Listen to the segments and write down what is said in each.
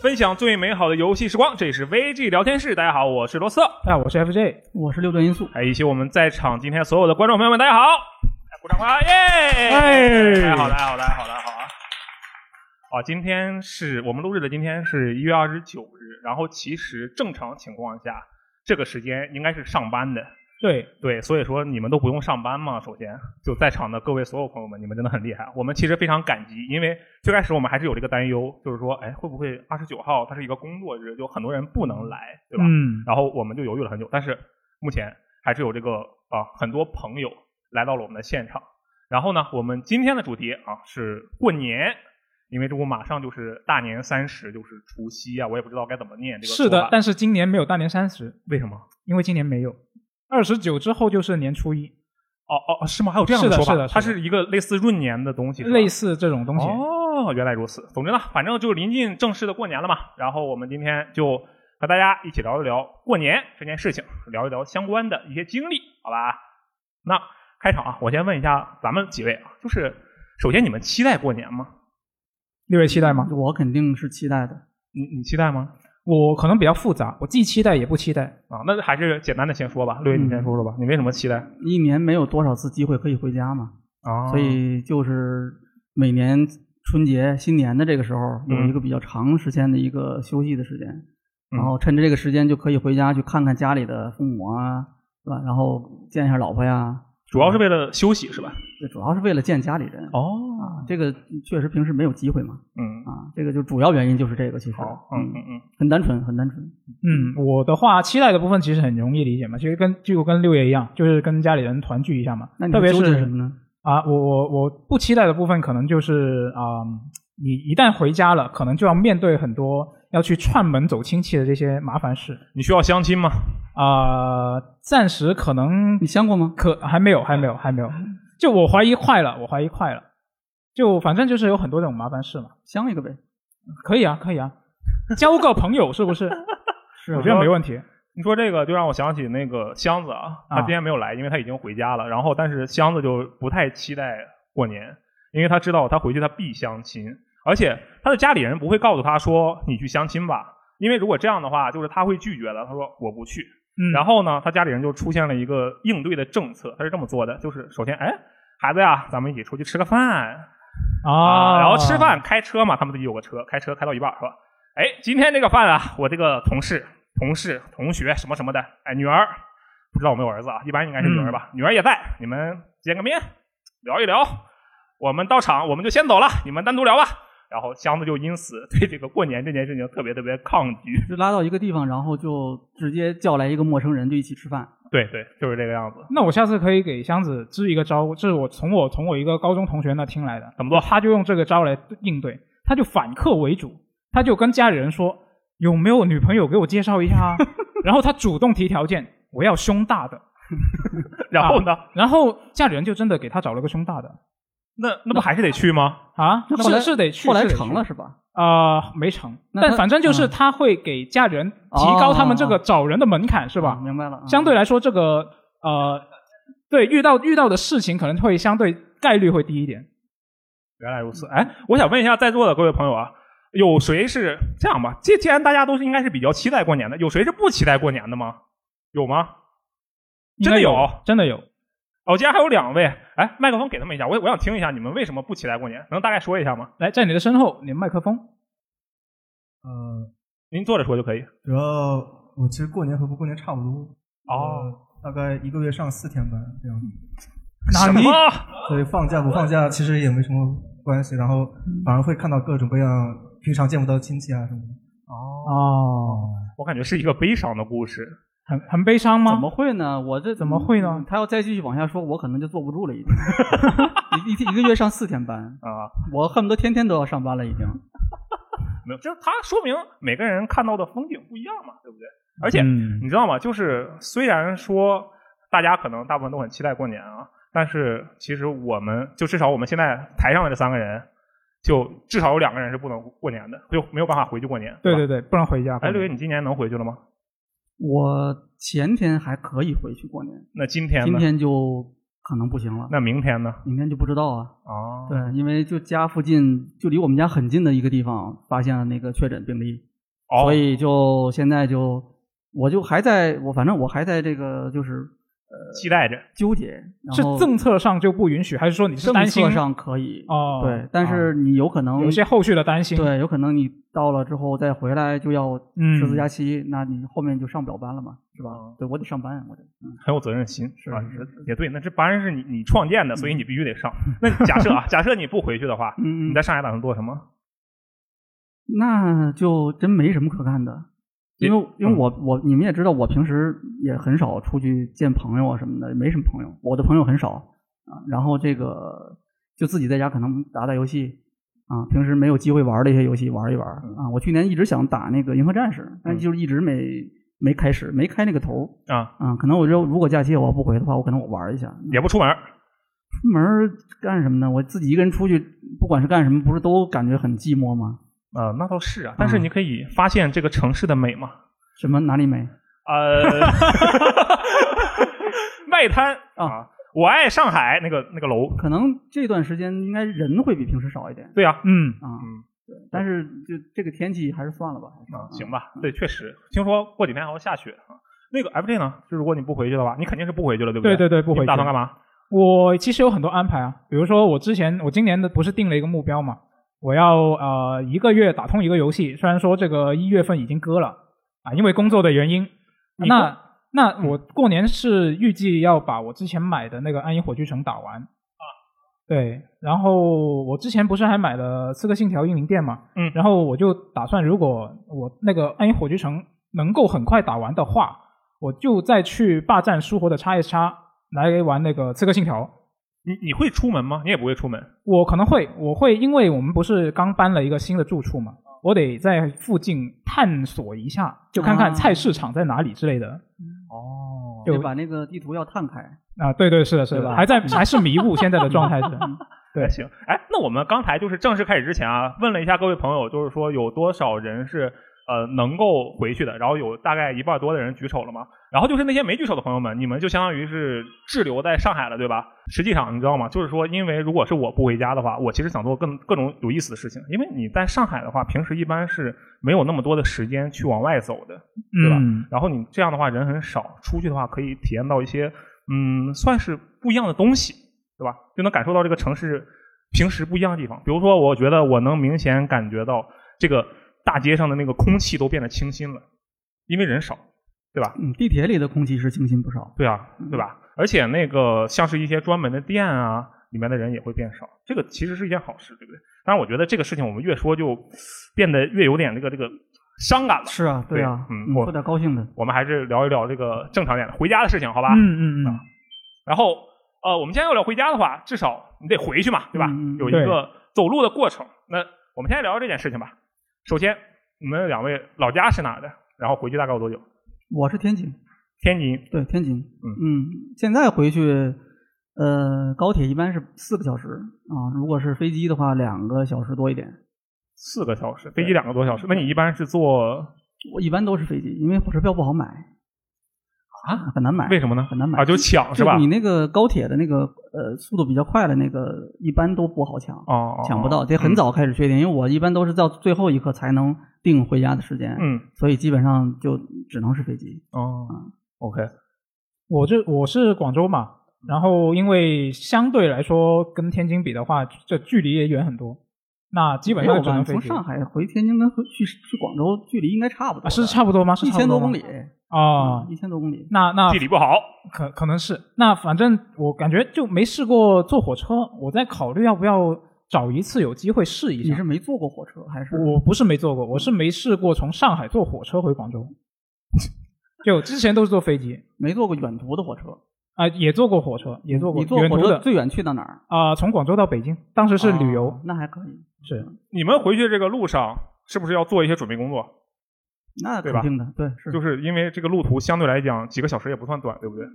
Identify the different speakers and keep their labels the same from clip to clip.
Speaker 1: 分享最美好的游戏时光，这里是 VG 聊天室。大家好，我是罗斯特。
Speaker 2: 哎，我是 FJ，
Speaker 3: 我是六段音速，
Speaker 1: 哎，以及我们在场今天所有的观众朋友们，大家好！哎鼓掌吧，耶！
Speaker 2: 哎
Speaker 1: 大家好，大家好，大家好，大家好啊！啊，今天是我们录制的，今天是一月二十九日。然后其实正常情况下，这个时间应该是上班的，
Speaker 2: 对，
Speaker 1: 对，所以说你们都不用上班嘛。首先，就在场的各位所有朋友们，你们真的很厉害。我们其实非常感激，因为最开始我们还是有这个担忧，就是说，哎，会不会二十九号它是一个工作日，就很多人不能来，对吧？
Speaker 2: 嗯，
Speaker 1: 然后我们就犹豫了很久，但是目前还是有这个啊、很多朋友来到了我们的现场。然后呢，我们今天的主题啊是过年，因为这不马上就是大年三十，就是除夕啊，我也不知道该怎么念这个
Speaker 2: 是
Speaker 1: 说
Speaker 2: 的
Speaker 1: 法，
Speaker 2: 但是今年没有大年三十，
Speaker 1: 为什么？
Speaker 2: 因为今年没有二十九之后就是年初一，
Speaker 1: 哦哦，哦是吗？还有这样
Speaker 2: 是的
Speaker 1: 说法？
Speaker 2: 是的是的
Speaker 1: 它是一个类似闰年的东西，是吧
Speaker 2: 类似这种东西。
Speaker 1: 哦，原来如此。总之呢，反正就临近正式的过年了嘛，然后我们今天就和大家一起聊一聊过年这件事情，聊一聊相关的一些经历，好吧？那开场啊，我先问一下咱们几位啊，就是首先你们期待过年吗？
Speaker 2: 六月期待吗？
Speaker 3: 我肯定是期待的。
Speaker 1: 你你期待吗？
Speaker 2: 我可能比较复杂，我既期待也不期待。
Speaker 1: 啊，那还是简单的先说吧，六爷
Speaker 2: 嗯
Speaker 1: 你先说说吧，你为什么期待
Speaker 3: 一年没有多少次机会可以回家嘛，
Speaker 1: 啊？
Speaker 3: 所以就是每年春节、新年的这个时候，有
Speaker 1: 嗯
Speaker 3: 一个比较长时间的一个休息的时间，
Speaker 1: 嗯
Speaker 3: 然后趁着这个时间就可以回家去看看家里的父母啊，是吧？然后见一下老婆呀，
Speaker 1: 主要是为了休息是吧？
Speaker 3: 这主要是为了见家里人。
Speaker 1: 哦，
Speaker 3: 啊，这个确实平时没有机会嘛，
Speaker 1: 嗯，
Speaker 3: 啊，这个就主要原因就是这个，其实，
Speaker 1: 好，嗯嗯嗯，
Speaker 3: 很单纯，很单纯，
Speaker 2: 嗯，我的话期待的部分其实很容易理解嘛，其实跟就跟六爷一样，就是跟家里人团聚一下嘛。
Speaker 3: 那你
Speaker 2: 特别
Speaker 3: 纠结
Speaker 2: 是
Speaker 3: 什么呢？
Speaker 2: 啊，我我我不期待的部分可能就是啊、你一旦回家了，可能就要面对很多要去串门走亲戚的这些麻烦事
Speaker 1: 你需要相亲吗？
Speaker 2: 啊、暂时可能
Speaker 3: 你相过吗？
Speaker 2: 可还没有，还没有，还没有。就我怀疑快了，我怀疑快了。就反正就是有很多这种麻烦事嘛。
Speaker 3: 相一个呗，
Speaker 2: 可以啊，可以啊，交个朋友是不 是？
Speaker 3: 是
Speaker 2: 我觉得没问
Speaker 3: 啊
Speaker 2: 题。
Speaker 1: 你说这个就让我想起那个箱子啊，他
Speaker 2: 啊
Speaker 1: 今天没有来，因为他已经回家了。然后，但是箱子就不太期待过年，因为他知道他回去他必相亲，而且他的家里人不会告诉他说你去相亲吧，因为如果这样的话，就是他会拒绝的。他说我不去。
Speaker 2: 嗯，
Speaker 1: 然后呢，他家里人就出现了一个应对的政策，他是这么做的，就是首先，哎，孩子呀，咱们一起出去吃个饭，
Speaker 2: 啊，
Speaker 1: 然后吃饭开车嘛，他们自己有个车，开车开到一半说，哎，今天这个饭啊，我这个同事、同事、同学什么什么的，哎，女儿不知道有没有儿子啊，一般应该是女儿
Speaker 2: 嗯
Speaker 1: 吧，女儿也在，你们见个面聊一聊，我们到场我们就先走了，你们单独聊吧。然后箱子就因此对这个过年这件事情特别特别抗拒，
Speaker 3: 就拉到一个地方，然后就直接叫来一个陌生人就一起吃饭。
Speaker 1: 对对，就是这个样子。
Speaker 2: 那我下次可以给箱子支一个招，这是我从我从我一个高中同学那听来的。
Speaker 1: 怎么做
Speaker 2: 他就用这个招来应对，他就反客为主，他就跟家里人说有没有女朋友给我介绍一下啊， 然后他主动提条件，我要胸大 的，啊
Speaker 1: 然后呢，
Speaker 2: 然后家里人就真的给他找了个胸大的
Speaker 1: 那那不还是得去吗？
Speaker 2: 啊，
Speaker 3: 那后来
Speaker 2: 是是得去，
Speaker 3: 后来
Speaker 2: 是得
Speaker 3: 成
Speaker 2: 去
Speaker 3: 了是吧？
Speaker 2: 啊、没成，
Speaker 3: 那
Speaker 2: 但
Speaker 3: 他
Speaker 2: 反正就是
Speaker 3: 嗯
Speaker 2: 他哦会给家人呃提高他们这个找人的门槛，是
Speaker 3: 是
Speaker 2: 吧？
Speaker 3: 明白了。啊
Speaker 2: 相对来说，这个呃，对遇到遇到的事情可能会相对概率会低一点。
Speaker 1: 原来如此，哎，我想问一下在座的各位朋友啊，有谁是这样吧？既既然大家都是应该是比较期待过年的，有谁是不期待过年的吗？有吗？真的
Speaker 2: 应该
Speaker 1: 有
Speaker 2: 真的有。
Speaker 1: 哦，竟然还有两位，哎，麦克风给他们一下，我我想听一下你们为什么不期待过年，能大概说一下吗？
Speaker 2: 来，在你的身后，你的麦克风。
Speaker 4: 嗯，
Speaker 1: 您坐着说就可以。
Speaker 4: 主要我其实过年和不过年差不多，
Speaker 1: 哦，
Speaker 4: 呃，大概一个月上四天班这样，
Speaker 2: 那
Speaker 1: 什
Speaker 2: 你
Speaker 1: 么？
Speaker 4: 所以放假不放假其实也没什么关系，然后反而会看到各种各样平常见不到的亲戚啊什么的。
Speaker 2: 哦，
Speaker 1: 我感觉是一个悲伤的故事。
Speaker 2: 很很悲伤吗？
Speaker 3: 怎么会呢？我这
Speaker 2: 怎么会呢
Speaker 3: 嗯他要再继续往下说，我可能就坐不住了，已 经。一一一个月上四天班，
Speaker 1: 啊，
Speaker 3: 我恨不得天天都要上班了，已经。
Speaker 1: 没有，就是它说明每个人看到的风景不一样嘛，对不对？而且、
Speaker 2: 嗯
Speaker 1: 你知道吗？就是虽然说大家可能大部分都很期待过年啊，但是其实我们就至少我们现在台上的这三个人，就至少有两个人是不能过年的，就没有办法回去过年。
Speaker 2: 对
Speaker 1: 吧
Speaker 2: 对对，不能回
Speaker 3: 啊
Speaker 2: 家。
Speaker 1: 哎，六爷，你今年能回去了吗？
Speaker 3: 我前天还可以回去过年，
Speaker 1: 那今天呢？
Speaker 3: 今天就可能不行了，
Speaker 1: 那明天呢？
Speaker 3: 明天就不知道啊。
Speaker 1: 哦，
Speaker 3: 对，因为就家附近，就离我们家很近的一个地方，发现了那个确诊病例。
Speaker 1: 哦
Speaker 3: 所以就现在就我就还在我反正我还在这个就是呃
Speaker 1: 期待着。
Speaker 3: 纠结，然
Speaker 2: 是
Speaker 3: 后
Speaker 2: 政策上就不允许，还是说你是
Speaker 3: 政
Speaker 2: 担心
Speaker 3: 策上可以，
Speaker 2: 哦？
Speaker 3: 对，但是你有可
Speaker 2: 啊
Speaker 3: 能
Speaker 2: 有一些后续的担心，
Speaker 3: 对，有可能你到了之后再回来就要
Speaker 2: 嗯
Speaker 3: 十四加七，那你后面就上不了班了嘛，是吧？对我得上班，啊我得
Speaker 1: 很有责任心，是吧？也对，那这班是你你创建的，所以你必须得上。那假设啊，假设你不回去的话，
Speaker 3: 嗯，
Speaker 1: 你在上海打算做什么？
Speaker 3: 那就真没什么可干的，因为因为
Speaker 1: 嗯
Speaker 3: 我我你们也知道，我平时也很少出去见朋友啊什么的，没什么朋友，我的朋友很少啊。然后这个就自己在家可能打打游戏啊，平时没有机会玩的一些游戏玩一玩啊。我去年一直想打那个银河战士，但
Speaker 1: 嗯
Speaker 3: 就是一直没没开始，没开那个头
Speaker 1: 啊，
Speaker 3: 啊。可能我就如果假期我要不回的话，我可能我玩一下。
Speaker 1: 也不出门，
Speaker 3: 出门儿干什么呢？我自己一个人出去，不管是干什么，不是都感觉很寂寞吗？
Speaker 1: 呃，那倒是啊，但是你可 以发现这个城市的美嘛。
Speaker 3: 什么哪里没？
Speaker 1: 呃，外滩啊，我爱上海那个那个楼，
Speaker 3: 可能这段时间应该人会比平时少一点
Speaker 1: 对啊，
Speaker 2: 嗯，
Speaker 3: 啊，
Speaker 1: 嗯
Speaker 3: 对，但是就这个天气还是算了吧，还是
Speaker 1: 啊，行吧，对，确实，听说过几天还会下雪啊。那个 FJ 呢？就如果你不回去的话，你肯定是不回去了，对不
Speaker 2: 对
Speaker 1: 对
Speaker 2: 对对，不
Speaker 1: 你
Speaker 2: 回去。
Speaker 1: 打算干嘛？
Speaker 2: 我其实有很多安排啊，比如说我之前我今年的不是定了一个目标嘛，我要呃一个月打通一个游戏，虽然说这个一月份已经割了啊，因为工作的原因。
Speaker 1: 你嗯
Speaker 2: 那那我过年是预计要把我之前买的那个《暗影火炬城》打完啊，对，然后我之前不是还买了《刺客信条：英灵殿》嘛，
Speaker 1: 嗯
Speaker 2: 然后我就打算如果我那个《暗影火炬城》能够很快打完的话，我就再去霸占苏活的 x S x 来玩那个《刺客信条》。
Speaker 1: 你你会出门吗？你也不会出门。
Speaker 2: 我可能会，我会，因为我们不是刚搬了一个新的住处嘛，我得在附近探索一下，就看看
Speaker 3: 啊
Speaker 2: 菜市场在哪里之类的。
Speaker 1: 哦
Speaker 2: 就
Speaker 3: 嗯得把那个地图要探开，
Speaker 2: 啊，对对，是的，是
Speaker 3: 对
Speaker 2: 的，
Speaker 3: 吧
Speaker 2: 还在还是迷雾，现在的状 态是。对
Speaker 1: 还行。哎，那我们刚才就是正式开始之前啊，问了一下各位朋友，就是说有多少人是呃能够回去的，然后有大概一半多的人举手了嘛。然后就是那些没举手的朋友们，你们就相当于是滞留在上海了，对吧？实际上你知道吗？就是说，因为如果是我不回家的话，我其实想做更各种有意思的事情，因为你在上海的话，平时一般是没有那么多的时间去往外走的。对吧
Speaker 2: 嗯，
Speaker 1: 然后你这样的话人很少，出去的话可以体验到一些嗯，算是不一样的东西，对吧？就能感受到这个城市平时不一样的地方。比如说，我觉得我能明显感觉到这个大街上的那个空气都变得清新了，因为人少，对吧？
Speaker 3: 嗯，地铁里的空气是清新不少，
Speaker 1: 对啊，对吧？而且那个像是一些专门的店啊，里面的人也会变少，这个其实是一件好事，对不对？当然，我觉得这个事情我们越说就变得越有点这个这个伤感了。
Speaker 3: 是啊，
Speaker 1: 对
Speaker 3: 啊，
Speaker 1: 嗯
Speaker 3: 嗯
Speaker 1: 我
Speaker 3: 说点高兴的，
Speaker 1: 我们还是聊一聊这个正常点的回家的事情，好吧？
Speaker 2: 嗯嗯嗯，
Speaker 1: 然后呃，我们现在要聊回家的话，至少你得回去嘛，对吧？
Speaker 3: 嗯嗯
Speaker 1: 有一
Speaker 2: 对
Speaker 1: 个走路的过程。那我们现在聊聊这件事情吧。首先，你们两位老家是哪儿的？然后回去大概有多久？
Speaker 3: 我是天津，
Speaker 1: 天津。
Speaker 3: 对，天津，
Speaker 1: 嗯
Speaker 3: 现在回去。呃，高铁一般是四个小时啊，如果是飞机的话，两个小时多一点。
Speaker 1: 四个小时，飞机两个多小时。那你一般是坐
Speaker 3: 我一般都是飞机，因为火车票不好买啊，很难买。
Speaker 1: 为什么呢？
Speaker 3: 很难买
Speaker 1: 啊，就抢是
Speaker 3: 就
Speaker 1: 吧？
Speaker 3: 你那个高铁的那个呃速度比较快的那个，一般都不好抢，
Speaker 1: 哦，哦
Speaker 3: 抢不到，得
Speaker 2: 嗯
Speaker 3: 很。早开始确定。因为我一般都是到最后一刻才能定回家的时间，
Speaker 1: 嗯，嗯
Speaker 3: 所以基本上就只能是飞机。嗯
Speaker 1: 哦，OK，
Speaker 2: 我这我是广州嘛，然后因为相对来说跟天津比的话，这距离也远很多，那基本
Speaker 3: 没
Speaker 2: 上
Speaker 3: 有
Speaker 2: 只能
Speaker 3: 吧？
Speaker 2: 飞
Speaker 3: 从
Speaker 2: 机
Speaker 3: 上海回天津跟回去去广州距离应该差不多
Speaker 2: 啊，
Speaker 3: 的，
Speaker 2: 是差不多吗？是
Speaker 3: 一
Speaker 2: 差不
Speaker 3: 千
Speaker 2: 多
Speaker 3: 多
Speaker 2: 吗
Speaker 3: 公里嗯
Speaker 2: 哦，
Speaker 3: 一千多公里。
Speaker 2: 那那
Speaker 1: 地理不好，
Speaker 2: 可可能是，那反正我感觉就没试过坐火车，我在考虑要不要找一次有机会试一
Speaker 3: 你
Speaker 2: 下
Speaker 3: 是。没坐过火车还是？
Speaker 2: 我不是没坐过，我是没试过从上海坐火车回广州， 就之前都是坐飞机
Speaker 3: 没坐过远途的火车。
Speaker 2: 啊、也坐过火车，也坐过
Speaker 3: 你坐
Speaker 2: 远
Speaker 3: 火
Speaker 2: 途
Speaker 3: 车
Speaker 2: 的
Speaker 3: 最远去到哪儿？
Speaker 2: 啊、从广州到北京，当时是旅游，
Speaker 3: 哦那还可以，
Speaker 2: 是
Speaker 1: 你们回去这个路上是不是要做一些准备工作？
Speaker 3: 那
Speaker 1: 对
Speaker 3: 肯
Speaker 1: 吧
Speaker 3: 定的，对，是
Speaker 1: 就是因为这个路途相对来讲几个小时也不算短，对不对？啊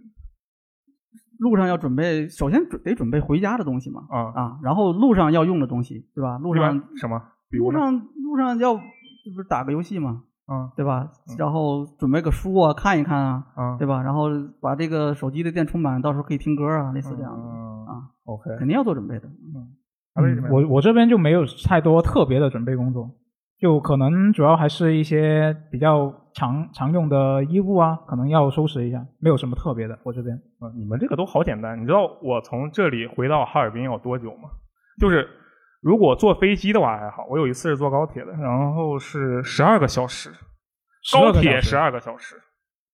Speaker 3: 路上要准备，首先准得准备回家的东西嘛，
Speaker 1: 啊，
Speaker 3: 啊，然后路上要用的东西，对吧？路
Speaker 1: 一
Speaker 3: 上
Speaker 1: 般什么？比如
Speaker 3: 路
Speaker 1: 呢？
Speaker 3: 上路上要这不是打个游戏嘛，
Speaker 1: 啊
Speaker 3: 对吧
Speaker 1: 嗯？
Speaker 3: 然后准备个书啊，看一看啊，
Speaker 1: 啊，
Speaker 3: 对吧？然后把这个手机的电充满，到时候可以听歌啊，类似这样的，
Speaker 1: 嗯
Speaker 3: 啊
Speaker 1: ，OK，
Speaker 3: 肯定要做准备的。
Speaker 1: 啊为什么
Speaker 2: 嗯
Speaker 1: 呀
Speaker 2: 我我这边就没有太多特别的准备工作，就可能主要还是一些比较常常用的衣物啊，可能要收拾一下，没有什么特别的。我这边，
Speaker 1: 嗯，你们这个都好简单。你知道我从这里回到哈尔滨要多久吗？就是如果坐飞机的话还好，我有一次是坐高铁的，然后是十二个小时，高
Speaker 2: 12个
Speaker 1: 铁
Speaker 2: 小时
Speaker 1: 十二个小时，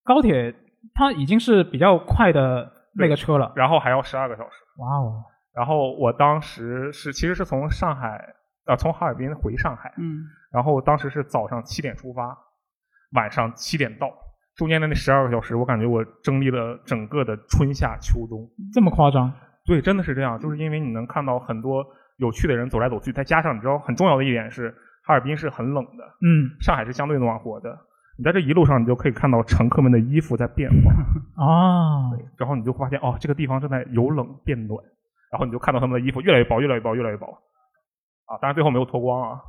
Speaker 2: 高铁它已经是比较快的那个车了。
Speaker 1: 然后还要十二个小时。
Speaker 2: 哇哦，
Speaker 1: 然后我当时是其实是从上海呃从哈尔滨回上海，
Speaker 3: 嗯，
Speaker 1: 然后当时是早上七点出发，晚上七点到，中间的那十二个小时，我感觉我经历了整个的春夏秋冬。
Speaker 2: 这么夸张？
Speaker 1: 对，真的是这样，就是因为你能看到很多有趣的人走来走去，再加上你知道很重要的一点是，哈尔滨是很冷的，
Speaker 2: 嗯
Speaker 1: 上海是相对暖和的。你在这一路上，你就可以看到乘客们的衣服在变化，
Speaker 2: 啊，
Speaker 1: 然后你就发现哦，这个地方正在由冷变暖，然后你就看到他们的衣服越来越薄，越来越薄，越来越薄，啊，当然最后没有脱光 啊。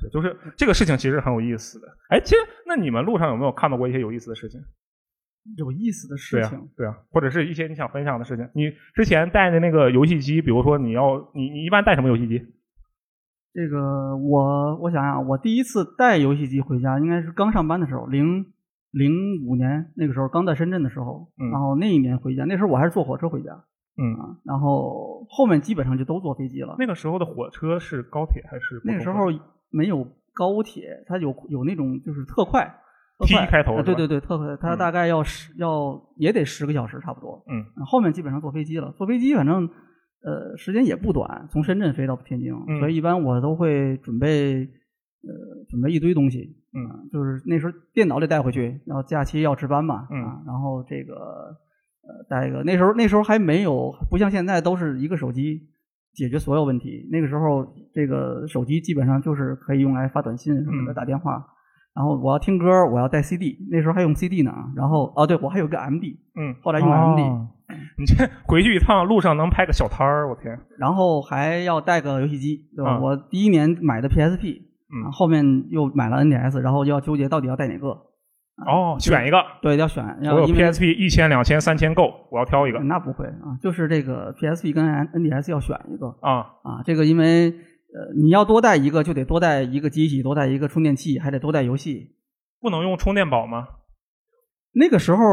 Speaker 1: 对就是这个事情其实很有意思的。哎，其实那你们路上有没有看到过一些有意思的事情？
Speaker 3: 有意思的
Speaker 1: 对
Speaker 3: 事
Speaker 1: 啊
Speaker 3: 情，，
Speaker 1: 对啊，或者是一些你想分享的事情。你之前带的那个游戏机，比如说你要你你一般带什么游戏机？
Speaker 3: 这个我我想啊想，我第一次带游戏机回家，应该是刚上班的时候，零零五年那个时候刚在深圳的时候，
Speaker 1: 嗯
Speaker 3: 然后那一年回家，那时候我还是坐火车回家
Speaker 1: 嗯，
Speaker 3: 啊，然后后面基本上就都坐飞机了。
Speaker 1: 那个时候的火车是高铁还是普通
Speaker 3: 那
Speaker 1: 车？
Speaker 3: 个时候没有高铁，它有有那种就是特快。特
Speaker 1: T
Speaker 3: 快
Speaker 1: 开头
Speaker 3: 啊
Speaker 1: 是
Speaker 3: 对
Speaker 1: 吧
Speaker 3: 对对，特快，它
Speaker 1: 嗯
Speaker 3: 大概要十、要也得十个小时差不多。
Speaker 1: 嗯，
Speaker 3: 后面基本上坐飞机了，坐飞机反正呃时间也不短，从深圳飞到天津，
Speaker 1: 嗯
Speaker 3: 所以一般我都会准备呃准备一堆东西，
Speaker 1: 嗯
Speaker 3: 啊就是那时候电脑得带回去，然后假期要值班嘛，
Speaker 1: 嗯
Speaker 3: 啊，然后这个呃带一个，那时候那时候还没有，不像现在都是一个手机。解决所有问题。那个时候，这个手机基本上就是可以用来发短信什么
Speaker 1: 嗯
Speaker 3: 的、打电话。然后我要听歌，我要带 CD，那时候还用 CD 呢。然后哦，对我还有一个 MD，
Speaker 1: 嗯，
Speaker 3: 后来用 MD，、
Speaker 2: 哦
Speaker 1: 你这回去一趟路上能拍个小摊儿，我天，
Speaker 3: 然后还要带个游戏机，对吧？
Speaker 1: 嗯
Speaker 3: 我第一年买的 PSP，、
Speaker 1: 嗯
Speaker 3: 后面又买了 NDS，然后就要纠结到底要带哪个。
Speaker 1: 哦，选一个，
Speaker 3: 啊对，要选，要
Speaker 1: 我有
Speaker 3: 因为
Speaker 1: PSP 一千、两千、三千够，我要挑一个
Speaker 3: 那不会啊，就是这个 PSP 跟 NDS 要选一个
Speaker 1: 啊。
Speaker 3: 啊，这个因为呃你要多带一个就得多带一个机器，多带一个充电器，还得多带游戏，
Speaker 1: 不能用充电宝吗？
Speaker 3: 那个时候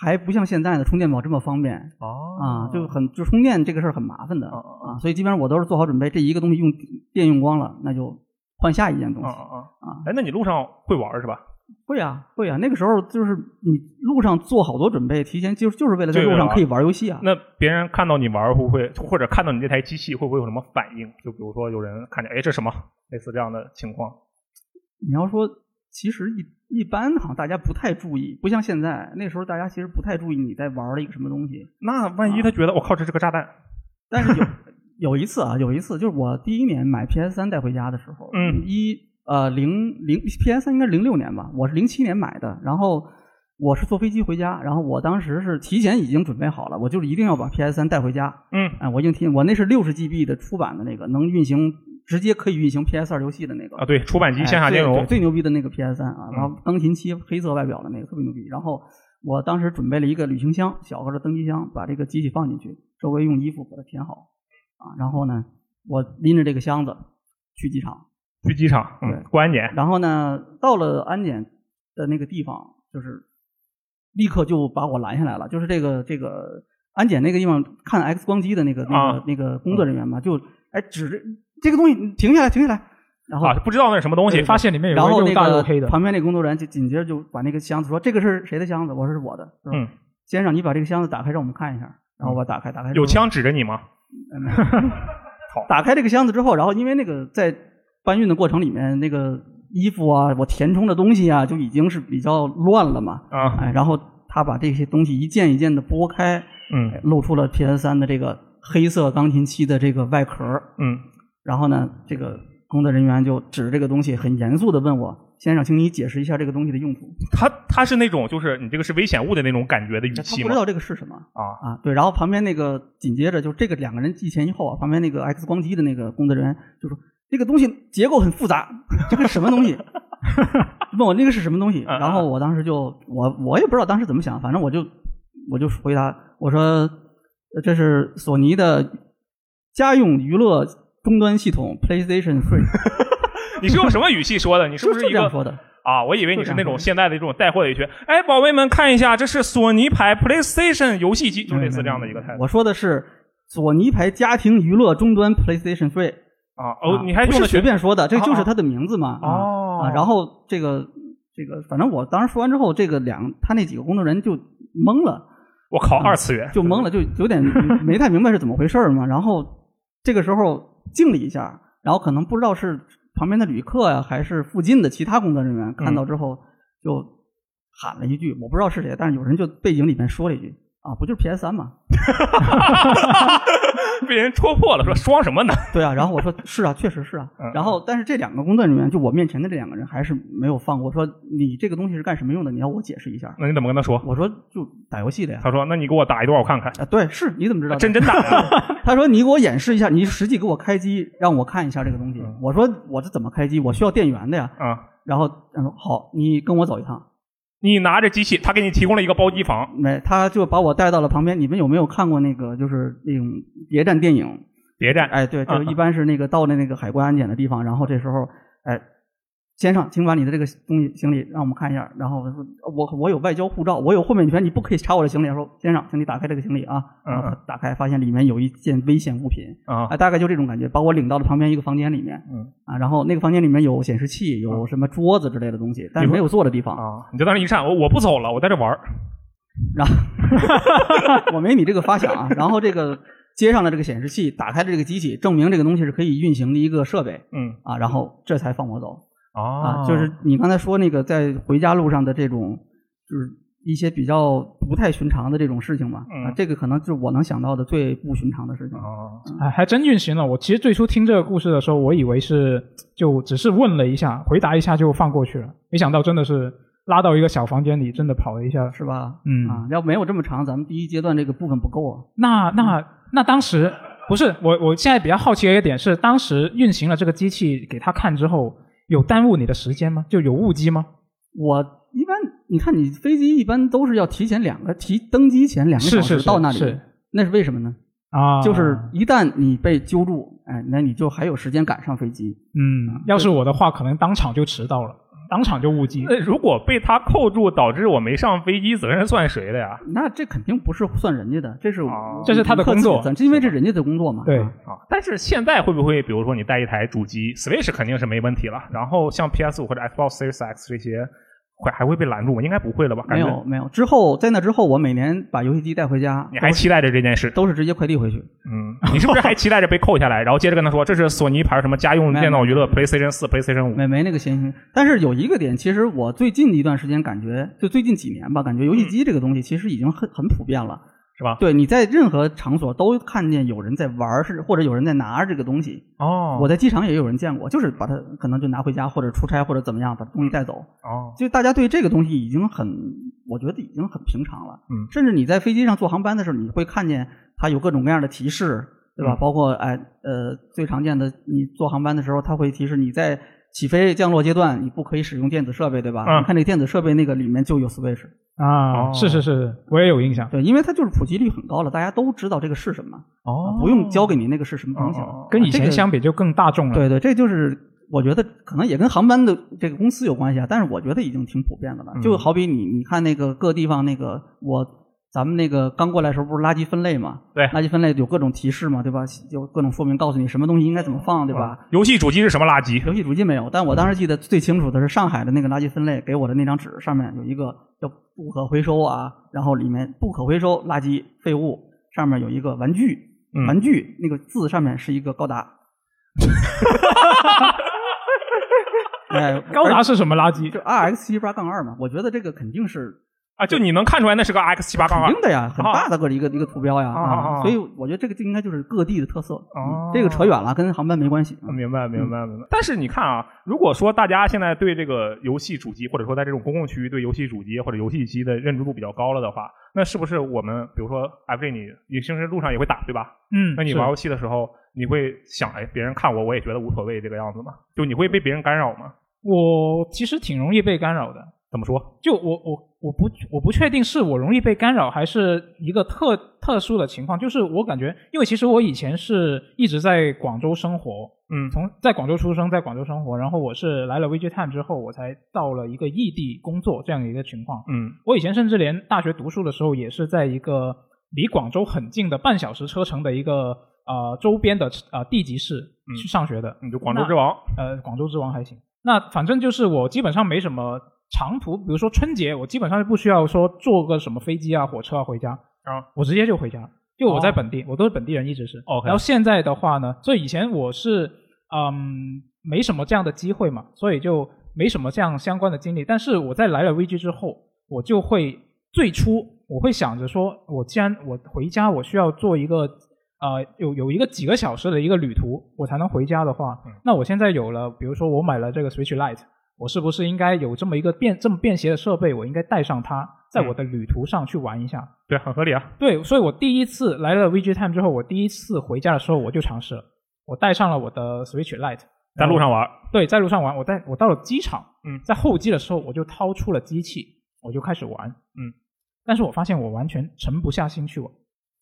Speaker 3: 还不像现在的充电宝这么方便
Speaker 1: 哦
Speaker 3: 啊，就很就充电这个事儿很麻烦的
Speaker 1: 哦哦
Speaker 3: 啊，所以基本上我都是做好准备，这一个东西用电用光了，那就换下一件东
Speaker 1: 啊
Speaker 3: 西
Speaker 1: 啊啊！
Speaker 3: 啊。
Speaker 1: 哎，那你路上会玩儿是吧？
Speaker 3: 会啊会啊，那个时候就是你路上做好多准备，提前就就是为了在
Speaker 1: 对
Speaker 3: 路上
Speaker 1: 啊
Speaker 3: 可以玩游戏啊。
Speaker 1: 那别人看到你玩儿会不会，或者看到你这台机器会不会有什么反应？就比如说有人看见，哎，这什么？类似这样的情况。
Speaker 3: 你要说，其实一一般好像大家不太注意，不像现在那时候大家其实不太注意你在玩了一个什么东西。
Speaker 1: 那万一他觉得我靠，这是个炸弹，
Speaker 3: 但是有有一次啊，有一次就是我第一年买 PS 三带回家的时候，
Speaker 1: 嗯
Speaker 3: 一呃零零 PS 三应该是零六年吧，我是零七年买的，然后我是坐飞机回家，然后我当时是提前已经准备好了，我就是一定要把 PS 三带回家，
Speaker 1: 嗯
Speaker 3: 哎、我已经提我那是六十 GB 的出版的那个，能运行直接可以运行 PS 二游戏的那个
Speaker 1: 啊，对，出版机
Speaker 3: 哎
Speaker 1: 线下兼
Speaker 3: 最
Speaker 1: 容
Speaker 3: 最，最牛逼的那个 PS 三啊，
Speaker 1: 嗯
Speaker 3: 然后钢琴漆黑色外表的那个特别牛逼。然后我当时准备了一个旅行箱，小个的登机箱，把这个机器放进去，周围用衣服把它填好啊。然后呢，我拎着这个箱子去机场，
Speaker 1: 去机场，嗯
Speaker 3: 对，
Speaker 1: 过安检，
Speaker 3: 然后呢，到了安检的那个地方，就是立刻就把我拦下来了，就是这个这个安检那个地方看 X 光机的那个那个、
Speaker 1: 啊
Speaker 3: 那个工作人员嘛，就哎指着这个东西你停下来，停下来。然后
Speaker 1: 啊，不知道那是什么东西，
Speaker 2: 发现里面有
Speaker 3: 然
Speaker 2: 个
Speaker 3: 后
Speaker 2: 又
Speaker 3: 那
Speaker 2: 大又
Speaker 3: 个
Speaker 2: 黑的，
Speaker 3: 旁边那工作人员就紧接着就把那个箱子说：“这个是谁的箱子？”我说：“是我的。”
Speaker 1: 嗯，
Speaker 3: 先生，你把这个箱子打开，让我们看一下。然
Speaker 2: 嗯
Speaker 3: 后我打开，打开
Speaker 1: 有
Speaker 3: 之后，
Speaker 1: 枪指着你吗？
Speaker 3: 打开这个箱子之后，然后因为那个在搬运的过程里面，那个衣服啊，我填充的东西啊，就已经是比较乱了嘛。
Speaker 1: 啊，
Speaker 3: 哎，然后他把这些东西一件一件的剥开，哎
Speaker 1: 嗯
Speaker 3: 露出了 PS 三的这个黑色钢琴漆的这个外壳。
Speaker 1: 嗯，
Speaker 3: 然后呢，这个工作人员就指着这个东西，很严肃的问我：“先生，请你解释一下这个东西的用途。”
Speaker 1: 他他是那种就是你这个是危险物的那种感觉的语
Speaker 3: 他
Speaker 1: 气
Speaker 3: 不知
Speaker 1: 吗？
Speaker 3: 道这个是什么
Speaker 1: 啊，
Speaker 3: 啊？对，然后旁边那个紧接着就这个两个人一前一后啊，旁边那个 X 光机的那个工作人员就说：“这个东西结构很复杂，这个是什么东西？” 问我那个是什么东西，
Speaker 1: 嗯嗯
Speaker 3: 然后我当时就我我也不知道当时怎么想，反正我就我就回答我说：“呃这是索尼的家用娱乐终端系统 PlayStation Three。”
Speaker 1: 你是用什么语气说的？你是不是一
Speaker 3: 就这
Speaker 1: 个
Speaker 3: 样说的？
Speaker 1: 啊，我以为你是那
Speaker 3: 就这样说
Speaker 1: 种
Speaker 3: 的
Speaker 1: 现在的这种带货的语气。 哎，宝贝们看一下，这是索尼牌 PlayStation 游戏机，就类似这样的一个态度
Speaker 3: 嗯我说的是索尼牌家庭娱乐终端 PlayStation Free。
Speaker 1: 啊。哦
Speaker 3: 啊，
Speaker 1: 你还
Speaker 3: 不
Speaker 1: 用
Speaker 3: 是
Speaker 1: 的
Speaker 3: 随便说的，这
Speaker 1: 啊
Speaker 3: 就是
Speaker 1: 啊
Speaker 3: 它的名字嘛。啊
Speaker 1: 哦
Speaker 3: 啊，然后这个这个，反正我当时说完之后，这个两他那几个工作人员就懵了，啊
Speaker 1: 我靠，二次元
Speaker 3: 就懵了，就 有点没太明白是怎么回事儿嘛。然后这个时候敬了一下，然后可能不知道是旁边的旅客呀、还是附近的其他工作人员
Speaker 1: 嗯
Speaker 3: 看到之后就喊了一句，我不知道是谁，但是有人就背景里面说了一句啊，不就是 PS 三 嘛？
Speaker 1: 被人戳破了，说装什么呢？
Speaker 3: 对啊，然后我说是啊，确实是啊
Speaker 1: 嗯。
Speaker 3: 然后，但是这两个工作人员，就我面前的这两个人，还是没有放过，说你这个东西是干什么用的？你要我解释一下。
Speaker 1: 那你怎么跟他说？
Speaker 3: 我说就打游戏的呀。
Speaker 1: 他说：“那你给我打一段，我看看。
Speaker 3: 啊，对，是你怎么知道的？
Speaker 1: 真真打呀！
Speaker 3: 他说你给我演示一下，你实际给我开机，让我看一下这个东西。我说我这怎么开机？我需要电源的呀。
Speaker 1: 嗯啊，
Speaker 3: 然后他说好，你跟我走一趟。
Speaker 1: 你拿着机器，他给你提供了一个包机房，
Speaker 3: 没，他就把我带到了旁边。你们有没有看过那个就是那种谍战电影？
Speaker 1: 谍战。嗯
Speaker 3: 哎，对，就是一般是那个到了那个海关安检的地方，然后这时候，哎，先生，请把你的这个东西行李让我们看一下。然后我说，我我有外交护照，我有豁免权，你不可以查我的行李。他说，先生，请你打开这个行李啊。
Speaker 1: 嗯
Speaker 3: 然后打开，发现里面有一件危险物品。
Speaker 1: 啊
Speaker 3: 啊，大概就这种感觉，把我领到了旁边一个房间里面。
Speaker 1: 嗯。
Speaker 3: 啊，然后那个房间里面有显示器，有什么桌子之类的东西，
Speaker 1: 啊
Speaker 3: 但
Speaker 1: 你
Speaker 3: 是
Speaker 1: 会
Speaker 3: 没有坐的地方。
Speaker 1: 啊！你就在那一站，我我不走了，我在这玩儿
Speaker 3: 然后 我没你这个发 想啊。然后这个接上了这个显示器，打开了这个机器，证明这个东西是可以运行的一个设备。
Speaker 1: 嗯
Speaker 3: 啊，然后这才放我走
Speaker 1: 啊
Speaker 3: 啊。就是你刚才说那个在回家路上的这种，就是一些比较不太寻常的这种事情吧。啊
Speaker 1: 嗯，
Speaker 3: 这个可能就是我能想到的最不寻常的事情。
Speaker 1: 啊，
Speaker 2: 哎，还真运行了。我其实最初听这个故事的时候，我以为是就只是问了一下，回答一下就放过去了。没想到真的是拉到一个小房间里，真的跑了一下。
Speaker 3: 是吧？
Speaker 2: 嗯
Speaker 3: 啊，要没有这么长，咱们第一阶段这个部分不够啊。
Speaker 2: 那那那当时不是我，我现在比较好奇的一个点是，当时运行了这个机器给他看之后，有耽误你的时间吗？就有误机吗？
Speaker 3: 我一般你看，你飞机一般都是要提前两个提登机前两个小
Speaker 2: 是是
Speaker 3: 时
Speaker 2: 是
Speaker 3: 到那里，
Speaker 2: 是
Speaker 3: 那是为什么呢？
Speaker 2: 啊，
Speaker 3: 就是一旦你被揪住，哎，那你就还有时间赶上飞机。
Speaker 2: 嗯，要是我的话，可能当场就迟到了，当场就误机。
Speaker 1: 那如果被他扣住，导致我没上飞机，责任算谁的呀？
Speaker 3: 那这肯定不是算人家的，这是
Speaker 1: 哦
Speaker 2: 这是他的工作
Speaker 3: 咱因为这是人家的工作嘛。
Speaker 2: 对
Speaker 3: 啊，
Speaker 1: 啊，但是现在会不会，比如说你带一台主机，Switch 肯定是没问题了，然后像 PS 五或者 Xbox Series X 这些，会还会被拦住吗？应该不会了吧？感
Speaker 3: 没
Speaker 1: 觉
Speaker 3: 有没有。之后在那之后，我每年把游戏机带回家，
Speaker 1: 你还期待着这件事？
Speaker 3: 都是直接快递回去。
Speaker 1: 嗯，你是不是还期待着被扣下来，然后接着跟他说这是索尼牌什么家用电脑娱乐
Speaker 3: 没有
Speaker 1: PlayStation 四、PlayStation 五？
Speaker 3: 没没那个闲心。但是有一个点，其实我最近一段时间感觉，就最近几年吧，感觉游戏机这个东西其实已经很很普遍了，
Speaker 1: 嗯是吧
Speaker 3: 对，你在任何场所都看见有人在玩儿，是或者有人在拿着这个东西。
Speaker 1: 哦
Speaker 3: 我在机场也有人见过，就是把它可能就拿回家，或者出差，或者怎么样，把东西带走。
Speaker 1: 哦，
Speaker 3: 就大家对这个东西已经很，我觉得已经很平常了。
Speaker 1: 嗯
Speaker 3: 甚至你在飞机上坐航班的时候，你会看见它有各种各样的提示，对吧？
Speaker 1: 嗯
Speaker 3: 包括哎呃最常见的，你坐航班的时候，它会提示你在起飞降落阶段你不可以使用电子设备，对吧？
Speaker 1: 嗯
Speaker 3: 你看那个电子设备那个里面就有 Switch，
Speaker 2: 啊，
Speaker 1: 哦
Speaker 2: 是是是，我也有印象，
Speaker 3: 对，因为它就是普及率很高了，大家都知道这个是什么，啊
Speaker 1: 哦
Speaker 3: 不用教给你那个是什么东西了。啊
Speaker 1: 哦
Speaker 2: 跟以
Speaker 3: 这
Speaker 2: 前
Speaker 3: 个
Speaker 2: 相比就更大众了。
Speaker 3: 对对，这就是我觉得可能也跟航班的这个公司有关系啊，但是我觉得已经挺普遍的了。
Speaker 1: 嗯
Speaker 3: 就好比你你看那个各地方那个我咱们那个刚过来的时候不是垃圾分类嘛，
Speaker 1: 对
Speaker 3: 垃圾分类有各种提示嘛，对吧？有各种说明告诉你什么东西应该怎么放，对
Speaker 2: 嗯
Speaker 3: 吧？
Speaker 1: 游戏主机是什么垃圾？
Speaker 3: 游戏主机没有，但我当时记得最清楚的是上海的那个垃圾分类给我的那张纸，上面有一个叫“不可回收”啊，然后里面“不可回收垃圾废物”上面有一个玩具，
Speaker 1: 嗯
Speaker 3: 玩具那个字上面是一个 高达。哎，
Speaker 2: 高达
Speaker 3: 而
Speaker 2: 是什么垃圾
Speaker 3: 就？RX 七八杠二嘛，我觉得这个肯定是
Speaker 1: 啊，就你能看出来那是个 X 七八杠
Speaker 3: 肯
Speaker 1: 二
Speaker 3: 定的呀，很大的个一个一个图标呀
Speaker 1: 啊啊啊
Speaker 3: 所以我觉得这个就应该就是各地的特色。
Speaker 1: 哦
Speaker 3: 嗯这个扯远了，跟航班没关系。嗯
Speaker 1: 明白，明白，明白。但是你看啊，如果说大家现在对这个游戏主机，或者说在这种公共区域对游戏主机或者游戏机的认知度比较高了的话，那是不是我们比如说 FJ 你你平时路上也会打对吧？
Speaker 2: 嗯，
Speaker 1: 那你
Speaker 2: 是
Speaker 1: 玩游戏的时候，你会想哎，别人看我我也觉得无所谓这个样子吗？就你会被别人干扰吗？
Speaker 2: 我其实挺容易被干扰的。
Speaker 1: 怎么说？
Speaker 2: 就我我我不我不确定是我容易被干扰，还是一个特特殊的情况。就是我感觉，因为其实我以前是一直在广州生活，
Speaker 1: 嗯
Speaker 2: 从在广州出生，在广州生活，然后我是来了 VG Time 之后，我才到了一个异地工作这样一个情况。
Speaker 1: 嗯
Speaker 2: 我以前甚至连大学读书的时候，也是在一个离广州很近的半小时车程的一个呃周边的呃地级市
Speaker 1: 嗯
Speaker 2: 去上学的。
Speaker 1: 你就广州之王，
Speaker 2: 呃，广州之王还行。那反正就是我基本上没什么长途，比如说春节，我基本上就不需要说坐个什么飞机啊、火车啊回家，
Speaker 1: 啊
Speaker 2: 我直接就回家，因为我在
Speaker 1: 哦
Speaker 2: 本地，我都是本地人，一直是。
Speaker 1: OK
Speaker 2: 然后现在的话呢，所以以前我是嗯没什么这样的机会嘛，所以就没什么这样相关的经历。但是我在来了 VG 之后，我就会最初我会想着说，我既然我回家，我需要做一个呃有有一个几个小时的一个旅途，我才能回家的话，
Speaker 1: 嗯
Speaker 2: 那我现在有了，比如说我买了这个 Switch Lite，我是不是应该有这么一个便这么便携的设备，我应该带上它，
Speaker 1: 嗯
Speaker 2: 在我的旅途上去玩一下？
Speaker 1: 对，很合理啊。
Speaker 2: 对，所以我第一次来了 VG Time 之后，我第一次回家的时候我就尝试了，我带上了我的 Switch Lite，
Speaker 1: 在路上玩，
Speaker 2: 对，在路上玩，我在我到了机场，
Speaker 1: 嗯
Speaker 2: 在候机的时候我就掏出了机器，我就开始玩，
Speaker 1: 嗯，
Speaker 2: 但是我发现我完全沉不下心去玩，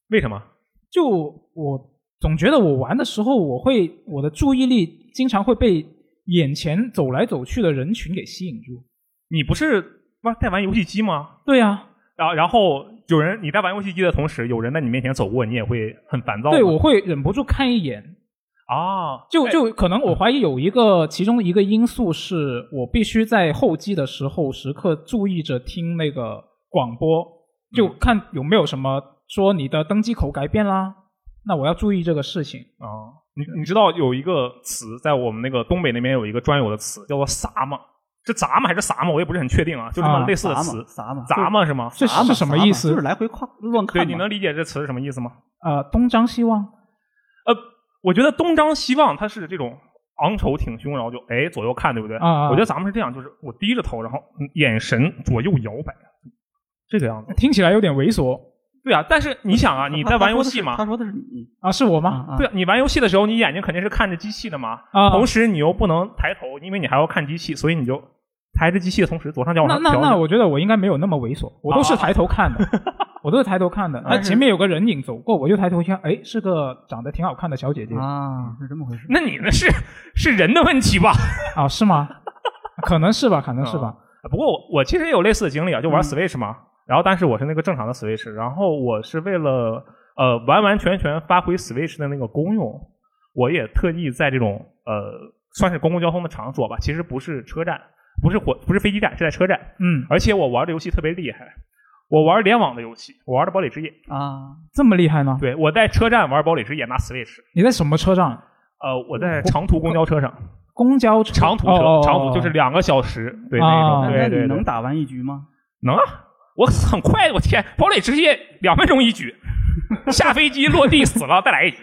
Speaker 1: 为什么？
Speaker 2: 就我总觉得我玩的时候，我会我的注意力经常会被眼前走来走去的人群给吸引住。
Speaker 1: 你不是玩在玩游戏机吗？
Speaker 2: 对啊，
Speaker 1: 然后然后有人你在玩游戏机的同时，有人在你面前走过，你也会很烦躁吗。
Speaker 2: 对我会忍不住看一眼，
Speaker 1: 啊，
Speaker 2: 就
Speaker 1: 哎
Speaker 2: 就可能我怀疑有一个其中一个因素是我必须在候机的时候时刻注意着听那个广播，就
Speaker 1: 嗯
Speaker 2: 看有没有什么说你的登机口改变啦，那我要注意这个事情。
Speaker 1: 啊，你你知道有一个词在我们那个东北那边有一个专有的词叫做“撒嘛”，是“杂嘛”还是“撒嘛”？我也不是很确定啊，就这么
Speaker 2: 啊
Speaker 1: 类似的
Speaker 3: 杂
Speaker 1: 词
Speaker 3: 嘛，，杂嘛，
Speaker 1: 杂嘛是吗？
Speaker 2: 这
Speaker 3: 杂嘛
Speaker 2: 是什么
Speaker 3: 杂嘛
Speaker 2: 意思
Speaker 3: 就是来回跨乱看
Speaker 1: 对，
Speaker 3: 嘛。
Speaker 1: 你能理解这词是什么意思吗？
Speaker 2: 呃，东张西望，
Speaker 1: 呃，我觉得东张西望，它是这种昂首挺胸，然后就哎左右看，对不对？
Speaker 2: 啊啊
Speaker 1: 我觉得咱们是这样，就是我低着头，然后嗯眼神左右摇摆，这个样子。
Speaker 2: 听起来有点猥琐
Speaker 1: 对啊，但是你想啊，
Speaker 3: 他
Speaker 1: 你
Speaker 3: 他
Speaker 1: 在
Speaker 3: 他
Speaker 1: 玩
Speaker 3: 说
Speaker 1: 游
Speaker 3: 的
Speaker 1: 戏
Speaker 3: 是
Speaker 1: 嘛
Speaker 3: 他？说的是你
Speaker 2: 啊，是我吗？
Speaker 3: 啊，
Speaker 1: 对啊，你玩游戏的时候，你眼睛肯定是看着机器的嘛。
Speaker 2: 啊，
Speaker 1: 同时你又不能抬头，因为你还要看机器，所以你就抬着机器的同时，左上角往
Speaker 2: 那
Speaker 1: 上
Speaker 2: 那
Speaker 1: 调。啊
Speaker 2: 那，我觉得我应该没有那么猥琐，我都是抬头 看的，我都是抬头看
Speaker 1: 嗯
Speaker 2: 的。那
Speaker 3: 但是
Speaker 2: 前面有个人影走过，我就抬头一看，哎，是个长得挺好看的小姐姐
Speaker 3: 啊啊，是这么回事。
Speaker 1: 那你那是 是人的问题吧？
Speaker 2: 啊，是 吗？可能是吧，可能是吧。
Speaker 1: 不过我我其实也有类似的经历啊，就玩
Speaker 3: 嗯
Speaker 1: Switch 嘛，然后但是我是那个正常的 Switch，然后我是为了呃完完全全发挥 Switch 的那个功用，我也特意在这种呃算是公共交通的场所吧，其实不是车站，不是火，不是飞机站，是在车站，
Speaker 2: 嗯，
Speaker 1: 而且我玩的游戏特别厉害，我玩联网的游戏，我玩的堡垒之夜，
Speaker 3: 啊，
Speaker 2: 这么厉害呢？
Speaker 1: 对我在车站玩堡垒之夜拿 Switch，
Speaker 2: 你在什么车站？
Speaker 1: 呃我在长途公交车上，
Speaker 2: 公交车？
Speaker 1: 长途车，
Speaker 2: 哦哦哦
Speaker 1: 长途就是两个小时，对那种，
Speaker 2: 哦
Speaker 3: 那
Speaker 1: 对
Speaker 3: 那
Speaker 1: 对
Speaker 3: 你
Speaker 1: 对
Speaker 3: 能打完一局吗？
Speaker 1: 能啊，我很快，我天，堡垒之夜两分钟一局，下飞机落地死了再来一局，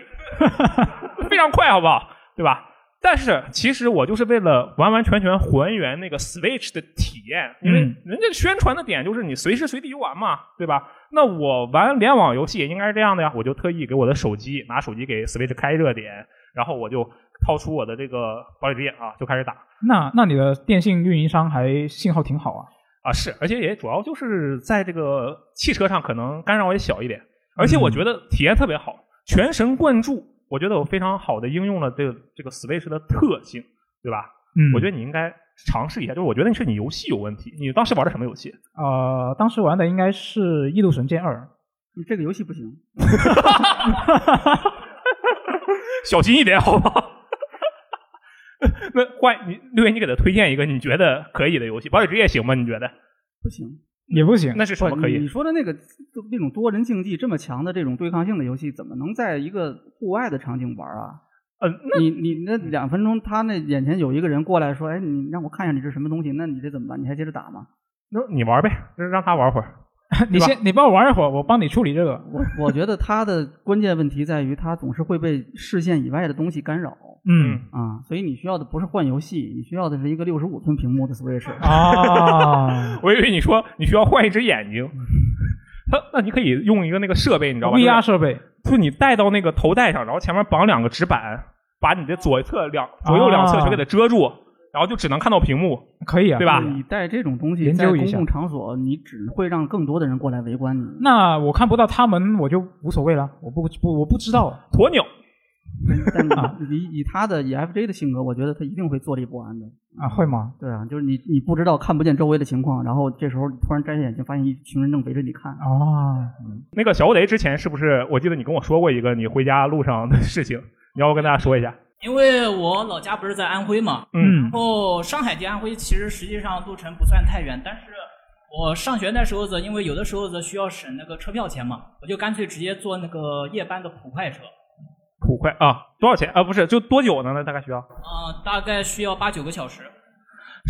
Speaker 1: 非常快，好不好？对吧？但是其实我就是为了完完全全还原那个 Switch 的体验，因为
Speaker 2: 嗯
Speaker 1: 人家宣传的点就是你随时随地游玩嘛，对吧？那我玩联网游戏也应该是这样的呀，我就特意给我的手机拿手机给 Switch 开热点，然后我就掏出我的这个堡垒之夜啊，就开始打。
Speaker 2: 那那你的电信运营商还信号挺好啊？
Speaker 1: 啊，是，而且也主要就是在这个汽车上可能干扰也小一点，而且我觉得体验特别好，全神贯注，我觉得我非常好的应用了这个这个 Switch 的特性，对吧？
Speaker 2: 嗯
Speaker 1: 我觉
Speaker 2: 得
Speaker 1: 得你应该尝试一下，就是我觉得是你游戏有问题，你当时玩的什么游戏？
Speaker 2: 呃，当时玩的应该是《异度神剑二》。
Speaker 3: 你这个游戏不行，
Speaker 1: 小心一点，好不好？ 那换你六爷，你给他推荐一个你觉得可以的游戏，《堡垒之夜》行吗？你觉得
Speaker 3: 不行。
Speaker 2: 也不行，
Speaker 1: 那是什么
Speaker 3: 不
Speaker 1: 可
Speaker 3: 你
Speaker 1: 以
Speaker 3: 你？说的那个就那种多人竞技这么强的这种对抗性的游戏，怎么能在一个户外的场景玩啊？
Speaker 1: 嗯、那
Speaker 3: 你你那两分钟，他那眼前有一个人过来说：“哎，你让我看一下你这什么东西？”那你这怎么办？你还接着打吗？
Speaker 1: 那你玩呗，让他玩会儿。
Speaker 2: 你先你帮我玩一会儿，我帮你处理这个。
Speaker 3: 我我觉得他的关键问题在于，他总是会被视线以外的东西干扰
Speaker 2: 嗯
Speaker 3: 啊、所以你需要的不是换游戏，你需要的是一个六十五寸屏幕的 Switch。
Speaker 2: 啊
Speaker 1: 我以为你说你需要换一只眼睛，他那你可以用一个那个设备，你知道吧
Speaker 2: ，VR 设备
Speaker 1: 就是你戴到那个头戴上，然后前面绑两个纸板，把你的左侧两左右两侧全给它遮住，然后就只能看到屏幕。
Speaker 2: 啊可以啊，
Speaker 1: 对吧
Speaker 3: 你带这种东西
Speaker 2: 研
Speaker 3: 在
Speaker 2: 究一
Speaker 3: 公
Speaker 2: 下
Speaker 3: 共场所，你只会让更多的人过来围观你。
Speaker 2: 那我看不到他们，我就无所谓了，我不不我不知道。
Speaker 1: 鸵鸟，
Speaker 3: 但
Speaker 2: 啊
Speaker 3: 但以以他的以 FJ 的性格，我觉得他一定会坐立不安的。
Speaker 2: 啊，会吗？
Speaker 3: 对啊，就是你你不知道看不见周围的情况，然后这时候突然摘下眼镜，发现一群人正围着你看。
Speaker 2: 哦，
Speaker 1: 那个小雷之前是不是？我记得你跟我说过一个你回家路上的事情， 你要不跟大家说一下？
Speaker 5: 因为我老家不是在安徽嘛，
Speaker 1: 嗯
Speaker 5: 然后上海离安徽其实实际上路程不算太远，但是我上学那时候子，因为有的时候子需要省那个车票钱嘛，我就干脆直接坐那个夜班的普快车，
Speaker 1: 普快啊，多少钱啊？不是，就多久呢？那大概需要
Speaker 5: 啊、大概需要八九个小时。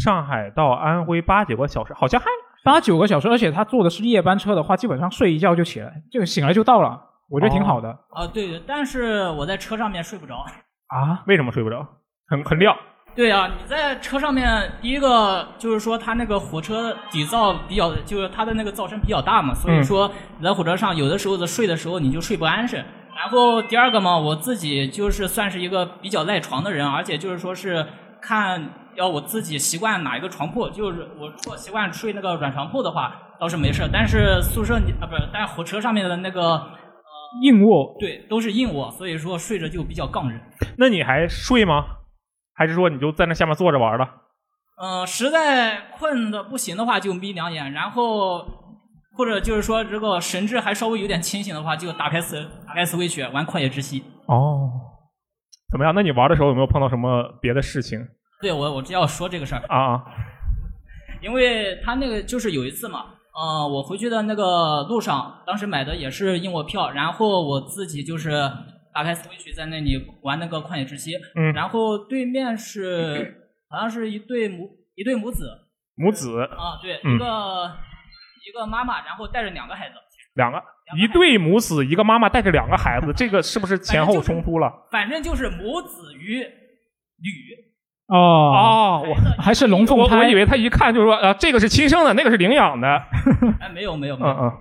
Speaker 1: 上海到安徽八九个小时，好像还
Speaker 2: 八九个小时，而且他坐的是夜班车的话，基本上睡一觉就起来，就醒来就到了，我觉得挺好的、
Speaker 5: 啊、对，但是我在车上面睡不着。
Speaker 2: 啊。
Speaker 1: 为什么睡不着？很很亮，
Speaker 5: 对啊，你在车上面，第一个就是说它那个火车底噪比较，就是它的那个噪声比较大嘛，所以说你在火车上有的时候的睡的时候你就睡不安生。然后第二个嘛，我自己就是算是一个比较赖床的人，而且就是说是看要我自己习惯哪一个床铺，就是我如果习惯睡那个软床铺的话倒是没事，但是宿舍里啊不是，但是火车上面的那个呃
Speaker 2: 硬卧
Speaker 5: 对都是硬卧，所以说睡着就比较杠人。
Speaker 1: 那你还睡吗？还是说你就在那下面坐着玩了？
Speaker 5: 呃，实在困的不行的话，就眯两眼，然后或者就是说，如果神志还稍微有点清醒的话，就打开 S 打开 Switch 玩《旷野之息》。
Speaker 1: 哦，怎么样？那你玩的时候有没有碰到什么别的事情
Speaker 5: 对我，我只要说这个事儿，
Speaker 1: 啊啊？
Speaker 5: 因为他那个就是有一次嘛，呃，我回去的那个路上，当时买的也是硬卧票，然后我自己就是打开 Switch 在那里玩那个《旷野之息》，
Speaker 1: 嗯
Speaker 5: 然后对面是呃好像是一对母一对母子
Speaker 1: 母子
Speaker 5: 啊、对，
Speaker 1: 嗯
Speaker 5: 一个、一个妈妈，然后带着两个孩子。
Speaker 1: 两个，
Speaker 5: 两个
Speaker 1: 一对母子，一个妈妈带着两个 孩子，这个是不是前后冲突了？
Speaker 5: 反正就是母子与女，
Speaker 2: 哦，
Speaker 1: 哦，我
Speaker 2: 还是龙凤
Speaker 1: 我
Speaker 2: 胎
Speaker 1: 我以为他一看就说啊，这个是亲生的，那个是领养的。
Speaker 5: 哎，没有没有没
Speaker 1: 嗯
Speaker 5: 有。
Speaker 1: 嗯，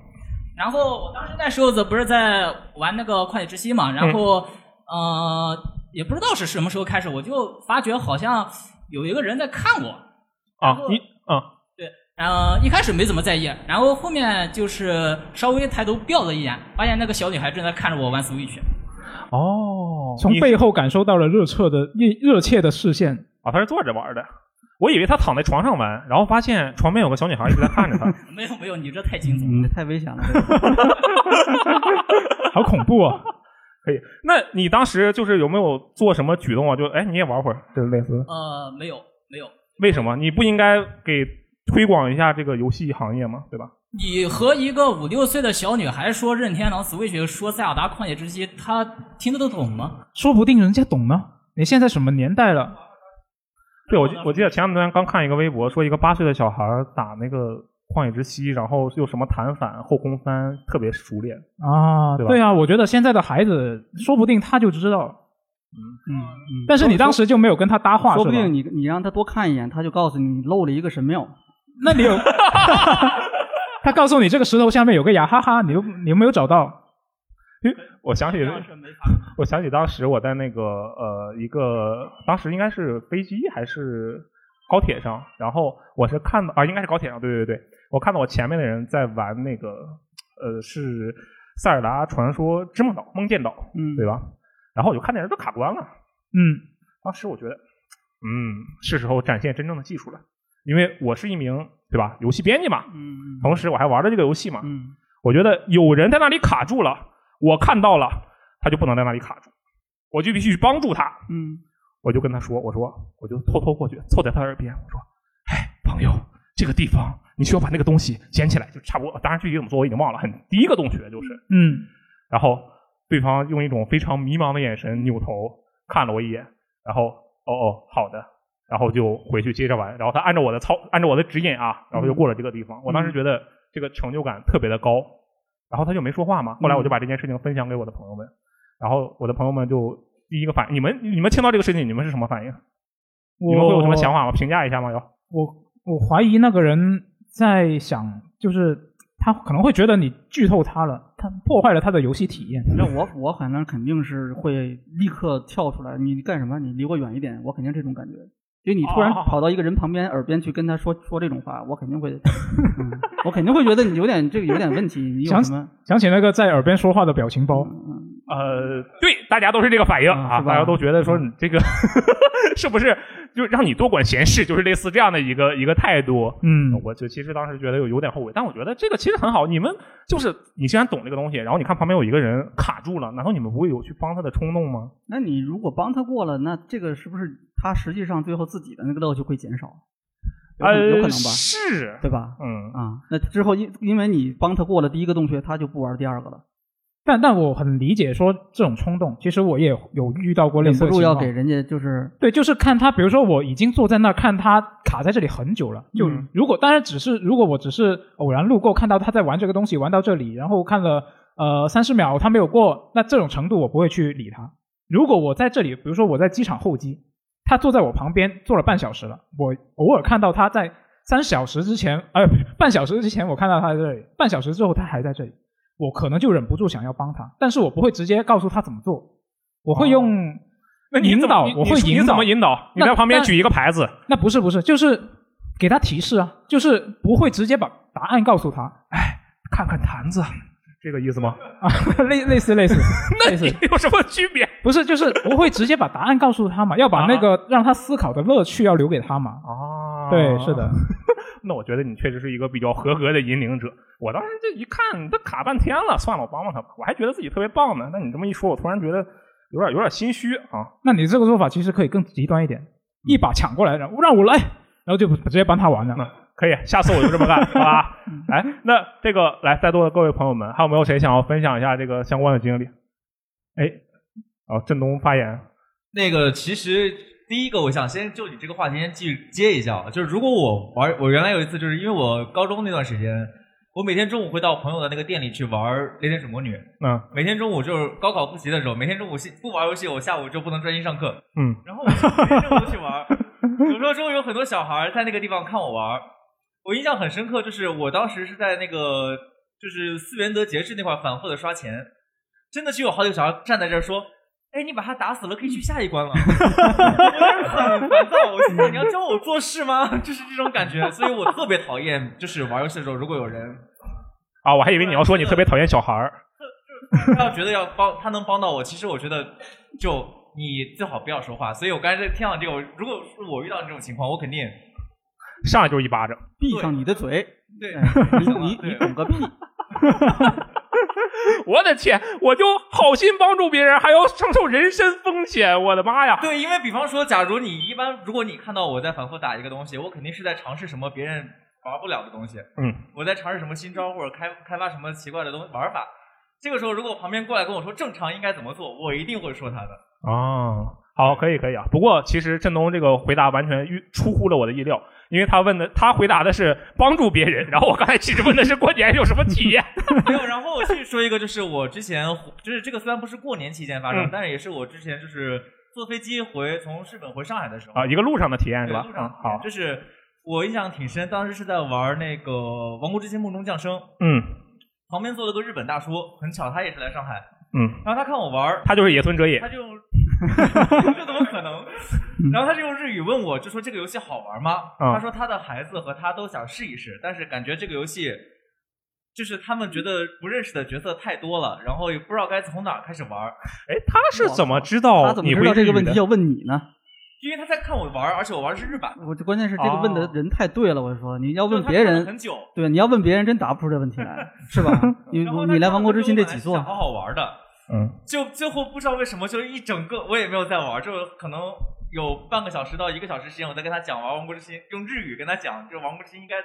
Speaker 5: 然后我当时那时候子不是在玩那个《旷野之息》嘛，然后、
Speaker 3: 嗯
Speaker 5: 呃也不知道是什么时候开始，我就发觉好像有一个人在看我，然
Speaker 1: 啊
Speaker 5: 后，
Speaker 1: 你啊，
Speaker 5: 对，然后一开始没怎么在意，然后后面就是稍微抬头瞟了一眼，发现那个小女孩正在看着我玩 Switch。
Speaker 1: 哦
Speaker 2: 从背后感受到了热切的热热切的视线。
Speaker 1: 啊，他是坐着玩的。我以为他躺在床上玩，然后发现床边有个小女孩一直在看着他。
Speaker 5: 没有没有，你这太惊悚了。
Speaker 3: 嗯，太危险了。这个
Speaker 2: 好恐怖啊！
Speaker 1: 可以，那你当时就是有没有做什么举动啊？就哎，你也玩会儿，就是类似。
Speaker 5: 呃，没有没有，
Speaker 1: 为什么？你不应该给推广一下这个游戏行业吗？对吧？
Speaker 5: 你和一个五六岁的小女孩说任天堂 Switch，说塞尔达旷野之息，她听得懂吗？
Speaker 2: 说不定人家懂呢。你现在什么年代了？
Speaker 1: 对，我记我记得前两天刚看一个微博，说一个八岁的小孩打那个《旷野之息》，然后又什么弹反、后空翻，特别熟练。
Speaker 2: 啊，
Speaker 1: 对吧
Speaker 2: 对啊，我觉得现在的孩子，说不定他就知道了。
Speaker 3: 嗯嗯，
Speaker 2: 但是你当时就没有跟他搭话，
Speaker 3: 说不
Speaker 2: 是吧
Speaker 3: 定你你让他多看一眼，他就告诉你你漏了一个神庙。
Speaker 2: 那你 有，他告诉你这个石头下面有个牙，哈哈，你又你有没有找到？
Speaker 1: 我想起
Speaker 5: 这样是没法。
Speaker 1: 我想起当时我在那个呃一个，当时应该是飞机还是高铁上，然后我是看到啊，应该是高铁上，对对对，我看到我前面的人在玩那个呃是塞尔达传说之梦岛梦见岛，
Speaker 3: 嗯，
Speaker 1: 对吧？然后我就看那人都卡关了，
Speaker 2: 嗯，
Speaker 1: 当时我觉得，嗯，是时候展现真正的技术了，因为我是一名对吧游戏编辑嘛，
Speaker 3: 嗯
Speaker 1: 同时我还玩了这个游戏嘛，
Speaker 3: 嗯
Speaker 1: 我觉得有人在那里卡住了，我看到了，他就不能在那里卡住，我就必须帮助他。
Speaker 3: 嗯
Speaker 1: 我就跟他说，我说我就偷偷过去凑在他耳边，我说，哎，朋友，这个地方你需要把那个东西捡起来，就差不多。当然具体怎么做我已经忘了，很第一个洞穴就是。
Speaker 2: 嗯，
Speaker 1: 然后对方用一种非常迷茫的眼神扭头看了我一眼，然后哦哦好的，然后就回去接着玩。然后他按照我的操，按照我的指引啊，然后就过了这个地方。我当时觉得这个成就感特别的高，然后他就没说话嘛。后来我就把这件事情分享给我的朋友们，然后我的朋友们就第一个反应，你们你们听到这个事情，你们是什么反应？你
Speaker 2: 我
Speaker 1: 们会有什么想？法吗？评价一下吗？要
Speaker 2: 我我怀疑那个人在想，就是他可能会觉得你剧透他了，他破坏了他的游戏体验。
Speaker 3: 那我我反正肯定是会立刻跳出来，你干什么？你离我远一点！我肯定这种感觉。就你突然
Speaker 1: 哦
Speaker 3: 跑到一个人旁边耳边去跟他说说这种话，我肯定会， 嗯我肯定会觉得你有点这个有点问题，你有
Speaker 2: 想
Speaker 3: 什么？
Speaker 2: 想起那个在耳边说话的表情包，
Speaker 3: 嗯，
Speaker 1: 呃，对，大家都是这嗯个反应
Speaker 3: 嗯
Speaker 1: 啊，
Speaker 3: 是吧
Speaker 1: 大家都觉得说你这个 是不是就让你多管闲事，就是类似这样的一个一个态度。
Speaker 2: 嗯，
Speaker 1: 我就其实当时觉得有有点后悔，但我觉得这个其实很好。你们就是你既然懂这个东西，然后你看旁边有一个人卡住了，难道你们不会有去帮他的冲动吗？
Speaker 3: 那你如果帮他过了，那这个是不是他实际上最后自己的那个乐趣会减少？有可
Speaker 1: 呃，
Speaker 3: 有可能吧，
Speaker 1: 是，
Speaker 3: 对吧？
Speaker 1: 嗯，
Speaker 3: 啊，那之后因因为你帮他过了第一个洞穴，他就不玩第二个了，
Speaker 2: 但但我很理解说这种冲动，其实我也有遇到过类
Speaker 3: 忍
Speaker 2: 似
Speaker 3: 不
Speaker 2: 的情
Speaker 3: 住要
Speaker 2: 况。
Speaker 3: 给人家就是
Speaker 2: 对，就是看他，比如说我已经坐在那儿看他卡在这里很久了。就
Speaker 1: 嗯
Speaker 2: 如果当然只是如果我只是偶然路过看到他在玩这个东西，玩到这里，然后看了呃三十秒他没有过，那这种程度我不会去理他。如果我在这里，比如说我在机场候机，他坐在我旁边坐了半小时了，我偶尔看到他在三小时之前，呃，半小时之前我看到他在这里，半小时之后他还在这里，我可能就忍不住想要帮他，但是我不会直接告诉他怎么做，我会用。
Speaker 1: 哦那你
Speaker 2: 引
Speaker 1: 怎么
Speaker 2: 导
Speaker 1: 你
Speaker 2: 我会
Speaker 1: 你说你
Speaker 2: 引
Speaker 1: 怎
Speaker 2: 导
Speaker 1: 么引导？你
Speaker 2: 那
Speaker 1: 在旁边
Speaker 2: 但
Speaker 1: 举一个牌子，
Speaker 2: 那不是不是，就是给他提示啊，就是不会直接把答案告诉他，哎
Speaker 1: 看看坛子，这个意思吗？
Speaker 2: 啊 类类似类似类似，
Speaker 1: 有什么区别？啊
Speaker 2: 不是就是不会直接把答案告诉他嘛，要把那个让他思考的乐趣要留给他嘛。
Speaker 1: 哦，
Speaker 2: 对，是的。，
Speaker 1: 那我觉得你确实是一个比较合格的引领者。我当时这一看，他卡半天了，算了，我帮帮他吧。我还觉得自己特别棒呢。那你这么一说，我突然觉得有点有点心虚啊。
Speaker 2: 那你这个做法其实可以更极端一
Speaker 1: 嗯
Speaker 2: 点，一把抢过来，然后让我来，然后就直接帮他完了。
Speaker 1: 嗯可以， 下次我就这么干，好吧？
Speaker 3: 嗯
Speaker 1: 哎，那这个来，在座的各位朋友们，还有没有谁想要分享一下这个相关的经历？哎，哦，振东发言，
Speaker 6: 那个其实第一个，我想先就你这个话题先继接一下啊，就是如果我玩，我原来有一次就是因为我高中那段时间，我每天中午会到朋友的那个店里去玩《雷电水魔女》，
Speaker 1: 嗯
Speaker 6: 每天中午就是高考复习的时候，每天中午不玩游戏，我下午就不能专心上课，
Speaker 1: 嗯，
Speaker 6: 然后我就每天中午都去玩儿，有时候中午有很多小孩儿在那个地方看我玩儿，我印象很深刻，就是我当时是在那个就是思源德节制那块儿反复的刷钱，真的就有好几个小孩站在这儿说。哎，你把他打死了，可以去下一关了。我当时很烦躁，我心想你要教我做事吗？ 就是这种感觉，所以我特别讨厌，就是玩游戏的时候，如果有人
Speaker 1: 啊，我还以为你要说你特别讨厌小孩儿。
Speaker 6: 要觉得要帮他能帮到我，其实我觉得就你最好不要说话。所以我刚才在听到这个，我如果是我遇到这种情况，我肯定
Speaker 1: 上来就是一巴掌。
Speaker 3: 闭上你的嘴，
Speaker 6: 对
Speaker 3: 哎你你你 懂个屁！
Speaker 1: 我的天，我就好心帮助别人，还要承受人身风险，我的妈呀！
Speaker 6: 对，因为比方说，假如你一般，如果你看到我在反复打一个东西，我肯定是在尝试什么别人玩不了的东西，
Speaker 1: 嗯，
Speaker 6: 我在尝试什么新招或者开开发什么奇怪的东玩法。这个时候，如果旁边过来跟我说正常应该怎么做，我一定会说他的。
Speaker 1: 哦，好，可以可以啊。不过其实振东这个回答完全预出乎了我的意料，因为他问的他回答的是帮助别人，然后我刚才其实问的是过年有什么体验。
Speaker 6: 没有，然后我去说一个，就是我之前就是这个虽然不是过年期间发生，
Speaker 1: 嗯
Speaker 6: 但是也是我之前就是坐飞机回从日本回上海的时候
Speaker 1: 啊，一个路上的体验是吧
Speaker 6: 对，？
Speaker 1: 嗯
Speaker 6: 路上，
Speaker 1: 好，
Speaker 6: 就是我印象挺深，当时是在玩那个《王国之心：梦中降生》，
Speaker 1: 嗯
Speaker 6: 旁边坐了个日本大叔，很巧他也是来上海，
Speaker 1: 嗯，
Speaker 6: 然后他看我玩儿，
Speaker 1: 他就是野村哲也
Speaker 6: 他就 这怎么可能？然后他就用日语问我，就说这个游戏好玩吗？
Speaker 1: 嗯
Speaker 6: 他说他的孩子和他都想试一试，但是感觉这个游戏就是他们觉得不认识的角色太多了，然后也不知道该从哪儿开始玩儿。
Speaker 1: 哎，他是怎么知
Speaker 3: 他
Speaker 1: 道
Speaker 3: 怎么
Speaker 1: 你
Speaker 3: 知
Speaker 1: 会
Speaker 3: 道这个问
Speaker 1: 日
Speaker 3: 题
Speaker 1: 语的
Speaker 3: 要问你呢？
Speaker 6: 因为他在看我玩儿，而且我玩儿的是日版，
Speaker 3: 我这关键是这个问的
Speaker 1: 哦
Speaker 3: 人太对了，我说你要问
Speaker 6: 就是他
Speaker 3: 别
Speaker 6: 看了
Speaker 3: 人
Speaker 6: 很，久，
Speaker 3: 对，你要问别人真答不出这问题 来，是吧？你
Speaker 6: 然后
Speaker 3: 你来王国之心
Speaker 6: 心
Speaker 3: 这几座，
Speaker 6: 好好玩的，
Speaker 1: 嗯，
Speaker 6: 就最后不知道为什么，就是一整个我也没有在玩，就可能有半个小时到一个小时时间，我在跟他讲玩王国之心，用日语跟他讲，就王国之心应该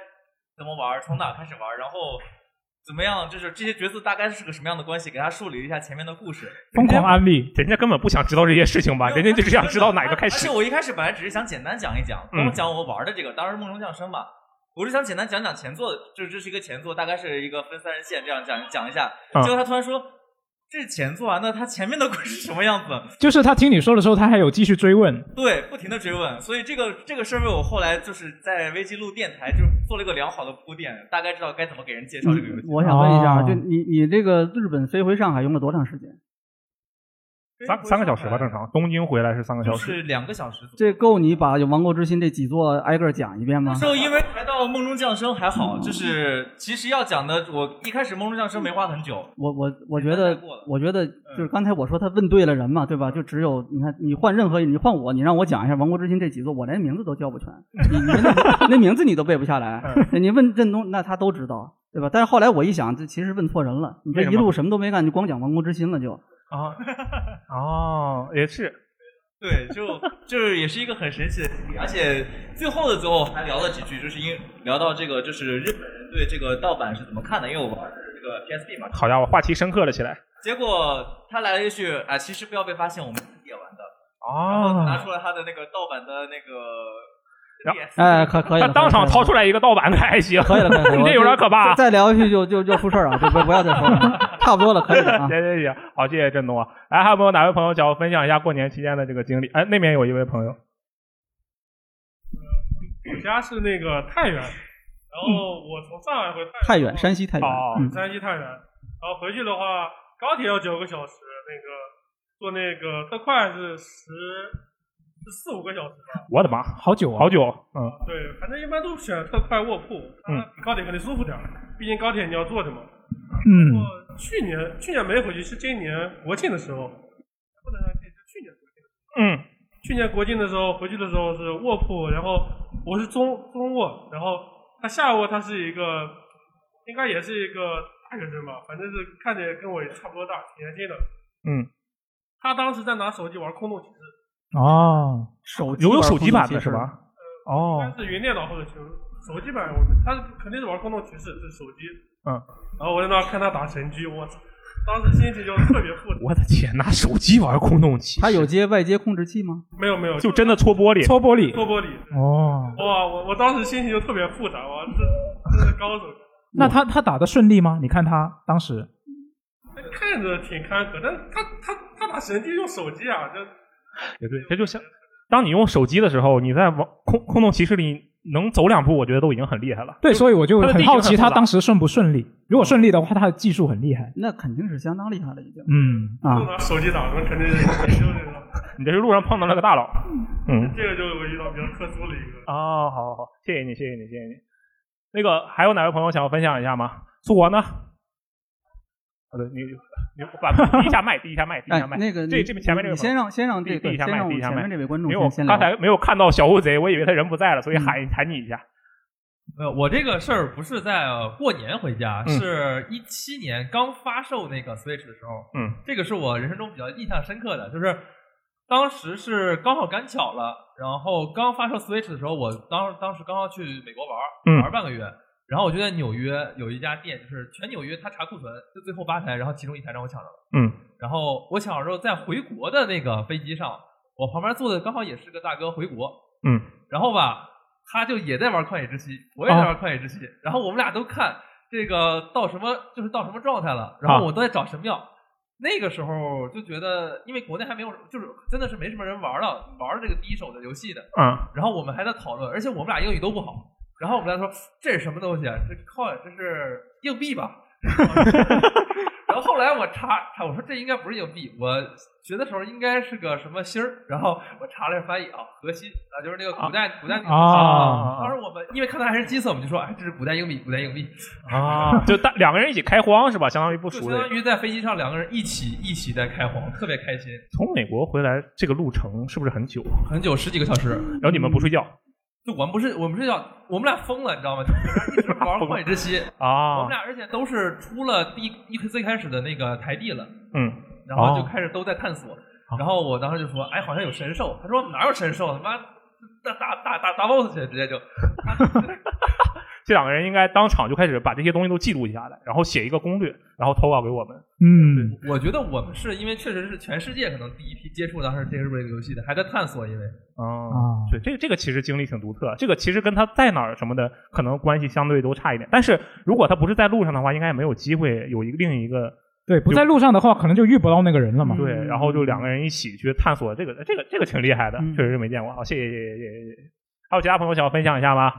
Speaker 6: 怎么玩，从哪开始玩，然后怎么样，就是这些角色大概是个什么样的关系，给他梳理一下前面的故事。
Speaker 2: 疯狂安利，
Speaker 1: 人家根本不想知道这些事情吧？人家就是想知道哪个开
Speaker 6: 而
Speaker 1: 始嗯
Speaker 6: 且。我一开始本来只是想简单讲一讲，跟我讲我玩的这个，当时梦中降生嘛，我是想简单讲讲前作，就是这是一个前作，大概是一个分三人线这样讲讲一下。
Speaker 1: 嗯
Speaker 6: 结果他突然说。这是前作啊，那他前面的故事是什么样子？
Speaker 2: 就是他听你说的时候，他还有继续追问，
Speaker 6: 对，不停的追问，所以这个这个事儿为我后来就是在危机录电台就是做了一个良好的铺垫，大概知道该怎么给人介绍这个
Speaker 7: 嗯
Speaker 6: 游戏。啊
Speaker 3: 我想问一下，
Speaker 2: 哦
Speaker 3: 就你你这个日本飞回上海用了多长时间？
Speaker 1: 三三个小时吧，正常。东京回来是三个小
Speaker 7: 就
Speaker 1: 时，
Speaker 7: 是两个小时左右。
Speaker 3: 这够你把《王国之心》这几座挨个讲一遍吗
Speaker 7: 那？时候因为才到梦中降生还好，就是其实要讲的，我一开始梦中降生没花很久，
Speaker 3: 我我我觉得
Speaker 7: 太过了，
Speaker 3: 我觉得
Speaker 1: 嗯
Speaker 3: 就是刚才我说他问对了人嘛，对吧？就只有你看，你换任何你换我，你让我讲一下《王国之心》这几座，我连名字都 叫不全，你你那那名字你都背不下来。
Speaker 1: 嗯
Speaker 3: 你问振东，那他都知道，对吧？但是后来我一想，这其实问错人了，你这
Speaker 1: 为什
Speaker 3: 一
Speaker 1: 么
Speaker 3: 路什么都没干，就光讲《王国之心》了就。
Speaker 1: 啊， 哦，也是，
Speaker 7: 对，就就是也是一个很神奇的经历，而且最后的最后还聊了几句，就是因聊到这个就是日本人对这个盗版是怎么看的，因为我玩的是这个 PSP 嘛，
Speaker 1: 好家伙，话题深刻了起来。
Speaker 7: 结果他来了一句啊，其实不要被发现，我们自己也玩的，然后拿
Speaker 1: 哦，
Speaker 7: 出了他的那个盗版的那
Speaker 1: 然
Speaker 7: 个 DS，
Speaker 3: 哎，可可以
Speaker 1: 他
Speaker 3: 了。
Speaker 1: 当场掏出来一个盗版的还行，
Speaker 3: 可以了，可以了，可以 了
Speaker 1: 你这有点可怕
Speaker 3: 我
Speaker 1: 啊。
Speaker 3: 再再 聊下去就就就出事儿了，就不不要再说了，差不多了，可以了
Speaker 1: 行。
Speaker 3: 啊
Speaker 1: 行行，好，谢谢振东啊！来，还有没有哪位朋友想要分享一下过年期间的这个经历？哎，那边有一位朋友，
Speaker 8: 我家是那个太原，然后我从上海回
Speaker 3: 嗯太远，山西太远
Speaker 1: 哦，
Speaker 3: 嗯，
Speaker 8: 山西太原，然后回去的话，高铁要九个小时，那个坐那个特快是十十四五个小时吧。
Speaker 1: 我的妈，
Speaker 2: 好久啊，
Speaker 1: 好久，嗯，
Speaker 8: 对，反正一般都选特快卧铺，当然比高铁肯定舒服点儿，毕竟高铁你要坐着嘛。
Speaker 2: 嗯，
Speaker 8: 我去年去年没回去，是今年国庆的时候，不能说今年是去年国庆。
Speaker 1: 嗯，
Speaker 8: 去年国庆的时候回去的时候是卧铺，然后我是中中卧，然后他下卧他是一个，应该也是一个大学生吧，反正是看着也跟我也差不多大，挺年轻的。
Speaker 1: 嗯，
Speaker 8: 他当时在拿手机玩《空洞骑士》，
Speaker 2: 哦，
Speaker 3: 手机
Speaker 1: 有有
Speaker 3: 玩
Speaker 1: 手机版
Speaker 3: 空
Speaker 1: 的
Speaker 3: 气
Speaker 1: 是
Speaker 3: 是？
Speaker 1: 吧？
Speaker 8: 应
Speaker 1: 哦
Speaker 8: 该，是云电脑或者手手机版，我们他肯定是玩《空洞骑士》，这是手机。
Speaker 1: 嗯，
Speaker 8: 然后我在那看他打神驹，我操，当时心情就特别复杂。
Speaker 1: 我的天，拿手机玩空洞骑士，
Speaker 3: 它有接外接控制器吗？
Speaker 8: 没有没有，
Speaker 1: 就真的搓玻璃，嗯
Speaker 2: 搓玻璃，
Speaker 8: 破玻璃。
Speaker 2: 哦，
Speaker 8: 哇，我我当时心情就特别复杂，哇，这这是高手。
Speaker 2: 那他他打的顺利吗？你看他当时，
Speaker 8: 那看着挺坎坷，但是他他他打神机用手机啊，这
Speaker 1: 也对，这就像当你用手机的时候，你在往空空洞骑士里能走两步，我觉得都已经很厉害了。
Speaker 2: 对，所以我就
Speaker 1: 他的
Speaker 2: 很
Speaker 1: 地形
Speaker 2: 好奇
Speaker 1: 很复
Speaker 2: 他
Speaker 1: 杂哦
Speaker 2: 当时顺不顺利。如果顺利的话，他的技术很厉害。
Speaker 3: 那肯定是相当厉害了，已经
Speaker 2: 嗯，
Speaker 8: 就
Speaker 3: 啊。
Speaker 8: 拿手机打，那肯定是就是那种。
Speaker 1: 你这是路上碰到了个大佬，嗯，
Speaker 8: 这个就是我遇到比较特殊的一个。
Speaker 1: 哦，好好好，谢谢你，谢谢你，谢谢你。那个还有哪位朋友想要分享一下吗？苏国呢？好的，你你把低一下麦，低一下麦，低一
Speaker 3: 哎
Speaker 1: 下，麦。
Speaker 3: 那个
Speaker 1: 这
Speaker 3: 你
Speaker 1: 这边前面这位朋
Speaker 3: 你你
Speaker 1: 友
Speaker 3: 先让先让这
Speaker 1: 递
Speaker 3: 个
Speaker 1: 一下
Speaker 3: 先
Speaker 1: 麦
Speaker 3: 让我
Speaker 1: 递一
Speaker 3: 们
Speaker 1: 下
Speaker 3: 前
Speaker 1: 麦
Speaker 3: 面这位观
Speaker 1: 因
Speaker 3: 众
Speaker 1: 为我
Speaker 3: 先先聊嗯
Speaker 1: 刚。才没有看到小乌贼，我以为他人不在了，所以喊喊你一下。
Speaker 7: 呃，我这个事儿不是在呃过年回家，
Speaker 1: 嗯
Speaker 7: 是一七年刚发售那个 Switch 的时候，
Speaker 1: 嗯，
Speaker 7: 这个是我人生中比较印象深刻的，就是当时是刚好赶巧了，然后刚发售 Switch 的时候，我当当时刚好去美国玩儿，
Speaker 1: 嗯
Speaker 7: 玩儿半个月，然后我就在纽约有一家店，就是全纽约他查库存，就最后八台，然后其中一台让我抢到了，
Speaker 1: 嗯，
Speaker 7: 然后我抢了之后，在回国的那个飞机上，我旁边坐的刚好也是个大哥回国，
Speaker 1: 嗯，
Speaker 7: 然后吧，他就也在玩《旷野之息》，我也在玩《旷野之息》然后我们俩都看这个到什么，就是到什么状态了，然
Speaker 1: 啊
Speaker 7: 后我都在找神庙。那个时候就觉得，因为国内还没有，就是真的是没什么人玩了，玩了这个第一手的游戏的。
Speaker 1: 啊，
Speaker 7: 然后我们还在讨论，而且我们俩英语都不好。然后我们俩说这是什么东西啊？这靠，这是硬币吧？然后后来我查查，我说这应该不是硬币，我学的时候应该是个什么芯儿。然后我查了一下翻译啊，核心啊，就是那个古代、古代那个
Speaker 2: 啊
Speaker 7: 当时我们因为看它还是金色，我们就说哎，这是古代硬币，古代硬币，
Speaker 1: 啊， 就大两个人一起开荒是吧？相当于不
Speaker 7: 就
Speaker 1: 熟
Speaker 7: 相
Speaker 1: 的人
Speaker 7: 当。于在飞机上两个人一起一起在开荒，特别开心，
Speaker 1: 从美国回来这个路程是不是很久？嗯
Speaker 7: 很久十几个小时。
Speaker 1: 然后你们不睡觉
Speaker 7: 就我们不是我们睡觉，我们俩疯了，你知道吗？就是一直 玩旷野之息，我
Speaker 1: 啊
Speaker 7: 们？俩而且都是出了第一一最开始的那个台地了，
Speaker 1: 嗯，
Speaker 7: 然后就开始都在探索。然后我当时就说：“哎，好像有神兽。”他说：“哪有神兽？他妈打打打打打 BOSS 去，直接就。
Speaker 1: 这两个人应该当场就开始把这些东西都记录下来，然后写一个攻略，然后投稿给我们。
Speaker 2: 嗯，”
Speaker 7: 我觉得我们是因为确实是全世界可能第一批接触当时这个这个游戏的，还在探索，因为
Speaker 1: 哦
Speaker 2: 啊，
Speaker 1: 对，这个这个其实经历挺独特，这个其实跟他在哪儿什么的可能关系相对都差一点。但是如果他不是在路上的话，应该也没有机会有一个另一个
Speaker 2: 对，不在路上的话，可能就遇不到那个人了嘛。
Speaker 1: 对，然后就两个人一起去探索这个，这个这个挺厉害的，
Speaker 3: 嗯
Speaker 1: 确实是没见过。好，谢谢谢谢谢谢谢谢。还有其他朋友想要分享一下吗？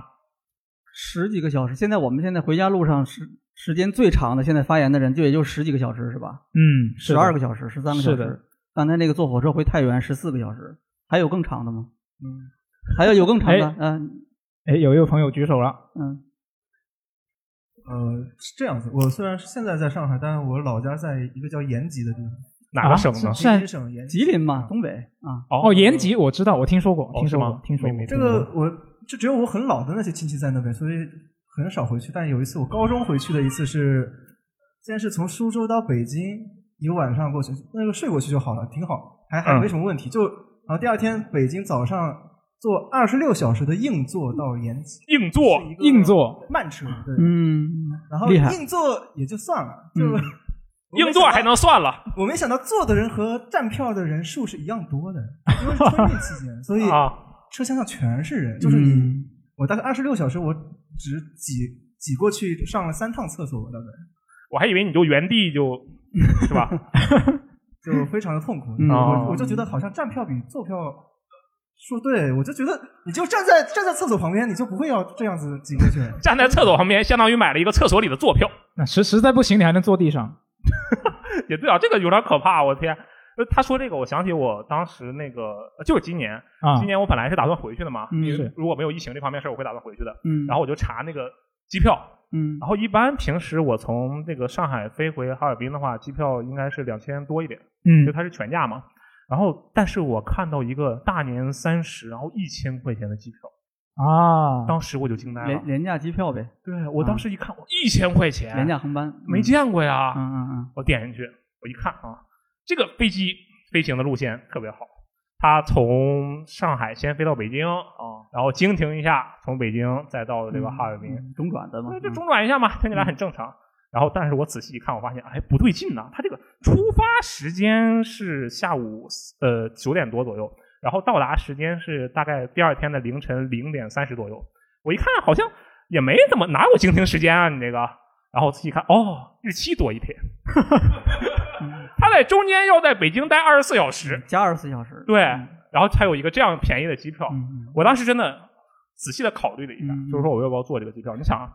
Speaker 3: 十几个小时，现在我们现在回家路上时时间最长的，现在发言的人就也就十几个小时是吧？
Speaker 2: 嗯，
Speaker 3: 十二
Speaker 2: 个，
Speaker 3: 个小时，十三个小
Speaker 2: 是的
Speaker 3: 时。刚才那个坐火车回太原十四个小时，还有更长的吗？
Speaker 2: 嗯，
Speaker 3: 还有有更长的
Speaker 2: 哎？
Speaker 3: 嗯
Speaker 2: 哎，有一位朋友举手了，
Speaker 1: 哦
Speaker 3: 嗯
Speaker 4: 呃，是这样子。我虽然是现在在上海，但我老家在一个叫延吉的地方，
Speaker 1: 哪个省呢
Speaker 2: 啊？
Speaker 4: 吉
Speaker 2: 是
Speaker 4: 林省延吉。嗯
Speaker 3: 吉林嘛，东北啊，
Speaker 2: 哦，延吉我知道，我听说过，
Speaker 1: 哦
Speaker 2: 听说
Speaker 1: 是
Speaker 2: 过
Speaker 1: 吗，
Speaker 2: 听说
Speaker 1: 没没
Speaker 2: 过。
Speaker 1: 听
Speaker 4: 这个我就只有我很老的那些亲戚在那边，所以很少回去。但有一次我高中回去的一次是，先是从苏州到北京一个晚上过去，那个睡过去就好了，挺好，还还
Speaker 1: 嗯
Speaker 4: 没什么问题。就然后第二天北京早上坐二十六小时的硬座到延吉，
Speaker 1: 硬座
Speaker 4: 是一个
Speaker 2: 硬座
Speaker 4: 慢车，对，
Speaker 3: 嗯，
Speaker 4: 然后
Speaker 3: 厉害
Speaker 4: 硬座也就算了，就、
Speaker 3: 嗯
Speaker 4: 我没
Speaker 1: 硬座
Speaker 4: 想到
Speaker 1: 还能算了
Speaker 4: 我没想到坐的人和站票的人数是一样多的，因为是春运期间，所以
Speaker 1: 啊！
Speaker 4: 车厢上全是人，就是你，
Speaker 3: 嗯
Speaker 4: 我大概二十六小时，我只挤挤过去上了三趟厕所，我大概
Speaker 1: 我还以为你就原地就是吧？
Speaker 4: 就非常的痛苦。
Speaker 3: 嗯
Speaker 1: 哦
Speaker 4: 我我就觉得好像站票比坐票说对，我就觉得你就站在站在厕所旁边，你就不会要这样子挤过去了。
Speaker 1: 站在厕所旁边，相当于买了一个厕所里的坐票。
Speaker 2: 那实实在不行，你还能坐地上。
Speaker 1: 也对啊，这个有点可怕，我天！呃他说这个，我想起我当时那个，呃就是今年，
Speaker 2: 啊
Speaker 1: 今年我本来是打算回去的嘛，
Speaker 3: 嗯
Speaker 1: 因为
Speaker 2: 是
Speaker 1: 如果没有疫情这方面事儿，我会打算回去的。
Speaker 3: 嗯，
Speaker 1: 然后我就查那个机票，
Speaker 3: 嗯
Speaker 1: 然后一般平时我从这个上海飞回哈尔滨的话，机票应该是两千多一点，就
Speaker 2: 嗯，
Speaker 1: 它是全价嘛。然后，但是我看到一个大年三十，然后一千块钱的机票，
Speaker 2: 啊，
Speaker 1: 当时我就惊呆了
Speaker 3: 廉。廉价机票呗，
Speaker 1: 对我当时一看，我一千块钱，
Speaker 3: 廉价航班
Speaker 1: 没，见过呀。
Speaker 3: 嗯嗯嗯
Speaker 1: 我点进去，我一看啊，这个飞机飞行的路线特别好，它从上海先飞到北京，
Speaker 3: 哦，
Speaker 1: 然后经停一下，从北京再到这个哈尔滨，
Speaker 3: 嗯中转的嘛
Speaker 1: 那，就中转一下嘛，听起来很正常。然后，但是我仔细一看，我发现，哎，不对劲呐、它这个出发时间是下午呃九点多左右，然后到达时间是大概第二天的凌晨零点三十左右。我一看，好像也没怎么哪有经停时间啊，你这个。然后仔细看，哦，日期多一天， 他在中间要在北京待二十四小时
Speaker 3: 嗯，加二十四小时，
Speaker 1: 对
Speaker 3: 嗯
Speaker 1: 然后才有一个这样便宜的机票。
Speaker 3: 嗯
Speaker 1: 我当时真的仔细的考虑了一下，
Speaker 3: 嗯
Speaker 1: 就是说我要不要做这个机票？你想，啊，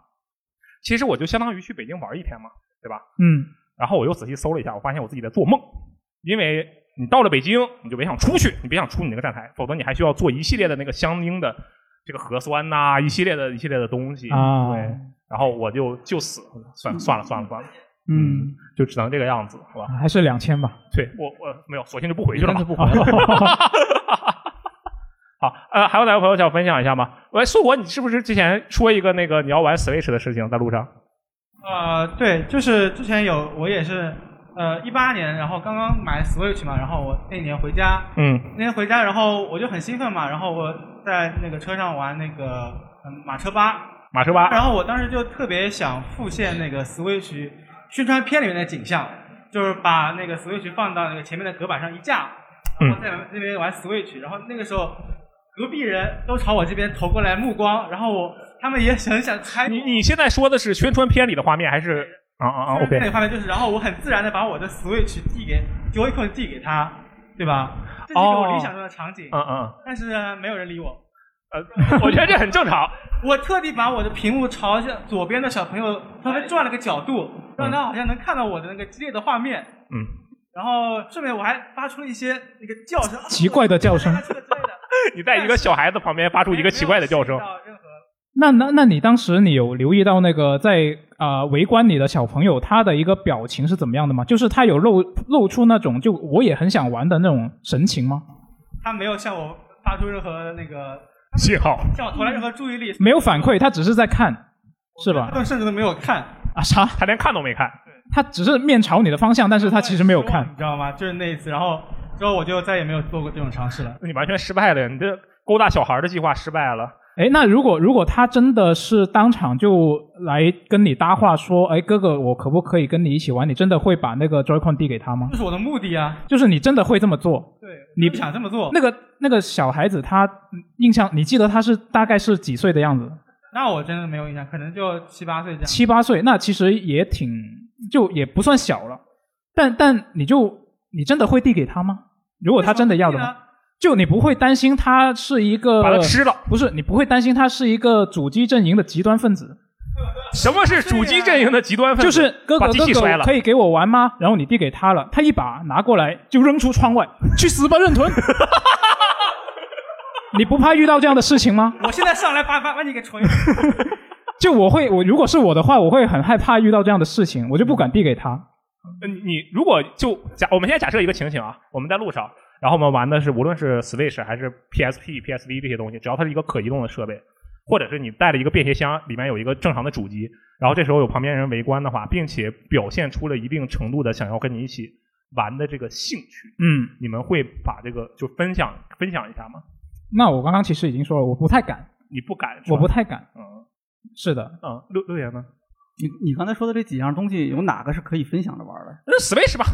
Speaker 1: 其实我就相当于去北京玩一天嘛，对吧？
Speaker 2: 嗯
Speaker 1: 然后我又仔细搜了一下，我发现我自己在做梦，因为你到了北京，你就别想出去，你别想出你那个站台，否则你还需要做一系列的那个相应的这个核酸呐、一系列的一系列的东西。
Speaker 2: 啊，
Speaker 1: 对，然后我就就死，算了算了算了算了，
Speaker 2: 嗯，
Speaker 1: 就只能这个样子，好吧？
Speaker 2: 还是两千吧。
Speaker 1: 对我我没有，索性就不回去了嘛，
Speaker 3: 干脆不回来
Speaker 1: 了。 好，呃，还有哪位朋友想分享一下吗？喂，硕博，你是不是之前说一个那个你要玩 Switch 的事情在路上？
Speaker 9: 呃，对，就是之前有我也是，呃，一八年，然后刚刚买 Switch 嘛，然后我那年回家，
Speaker 1: 嗯
Speaker 9: 那天回家，然后我就很兴奋嘛，然后我在那个车上玩那个嗯马车吧，
Speaker 1: 马车吧，
Speaker 9: 然后我当时就特别想复现那个 Switch 宣传片里面的景象，就是把那个 Switch 放到那个前面的隔板上一架，然
Speaker 1: 嗯
Speaker 9: 后在那边玩 Switch，然后那个时候隔壁人都朝我这边投过来目光，然后我他们也很想猜
Speaker 1: 你你现在说的是宣传片里的画面还 是？啊啊啊
Speaker 9: 就是那
Speaker 1: ！OK，
Speaker 9: 个画面就是，然后我很自然的把我的 Switch 递给 Joy-Con 递给他，对吧？这是一个我理想中的场景，
Speaker 1: 嗯嗯，
Speaker 9: 但是呢没有人理我。
Speaker 1: 呃， 我觉得这很正常。
Speaker 9: 我特地把我的屏幕朝向左边的小朋友稍微转了个角度，让他好像能看到我的那个激烈的画面。
Speaker 1: 嗯，
Speaker 9: 然后顺便我还发出了一些那个叫声，
Speaker 2: 奇怪的 叫声
Speaker 9: 啊这个之类的
Speaker 1: 你在一个小孩子旁边发出一个奇怪的叫声
Speaker 2: 哎
Speaker 9: 没，有吸引到任何
Speaker 2: 那那那你当时你有留意到那个在啊、呃围观你的小朋友他的一个表情是怎么样的吗？就是他有露露出那种就我也很想玩的那种神情吗？
Speaker 9: 他没有向我发出任何那个
Speaker 1: 信号
Speaker 9: 向我投来任何注意力，
Speaker 2: 没有反馈，他只是在看，是
Speaker 9: 他
Speaker 2: 吧？
Speaker 9: 们甚至都没有看。
Speaker 2: 啊啥？
Speaker 1: 他连看都没看。
Speaker 2: 他只是面朝你的方向，但是他其实没有看
Speaker 9: 你。知道吗？就是那一次，然后之后我就再也没有做过这种尝试了。
Speaker 1: 你完全失败了，你这勾搭小孩的计划失败了。
Speaker 2: 哎，那如果如果他真的是当场就来跟你搭话说，哎哥哥，我可不可以跟你一起玩？你真的会把那个 Joy-Con 递给他吗
Speaker 9: 这？是我的目的啊！
Speaker 2: 就是你真的会这么做？
Speaker 9: 对，
Speaker 2: 你
Speaker 9: 不想这么做，那
Speaker 2: 那个那个小孩子他嗯印象，你记得他是大概是几岁的样子？
Speaker 9: 那我真的没有印象，可能就七八岁这样。
Speaker 2: 七八岁，那其实也挺就也不算小了。但但你就你真的会递给他吗？如果他真的要的
Speaker 9: 为什么
Speaker 2: 话，就你不会担心他是一个
Speaker 1: 把它吃了，
Speaker 2: 不是你不会担心他是一个主机阵营的极端分子，
Speaker 1: 什么是主机阵营的极端分
Speaker 2: 就
Speaker 1: 子？
Speaker 2: 是哥哥
Speaker 1: 把机器
Speaker 2: 哥
Speaker 1: 摔
Speaker 2: 哥
Speaker 1: 了，
Speaker 2: 可以给我玩吗？然后你递给他了，他一把拿过来就扔出窗外，去死吧任屯！ 你不怕遇到这样的事情吗？
Speaker 9: 我现在上来把把把你给锤了。
Speaker 2: 就我会，我如果是我的话，我会很害怕遇到这样的事情，我就不敢递给他。
Speaker 1: 呃你你如果就假，我们现在假设一个情形啊，我们在路上，然后我们玩的是无论是 Switch 还是 PSP、PSV 这些东西，只要它是一个可移动的设备，或者是你带了一个便携箱，里面有一个正常的主机，然后这时候有旁边人围观的话，并且表现出了一定程度的想要跟你一起玩的这个兴趣，
Speaker 2: 嗯，
Speaker 1: 你们会把这个就分享分享一下吗？
Speaker 2: 那我刚刚其实已经说了，我不太敢，
Speaker 1: 你不敢是吧，
Speaker 2: 我不太敢。
Speaker 1: 嗯
Speaker 2: 是的，
Speaker 1: 嗯，六六爷呢？
Speaker 3: 你你刚才说的这几样东西，有哪个是可以分享着玩的？
Speaker 1: 那 Switch 吧，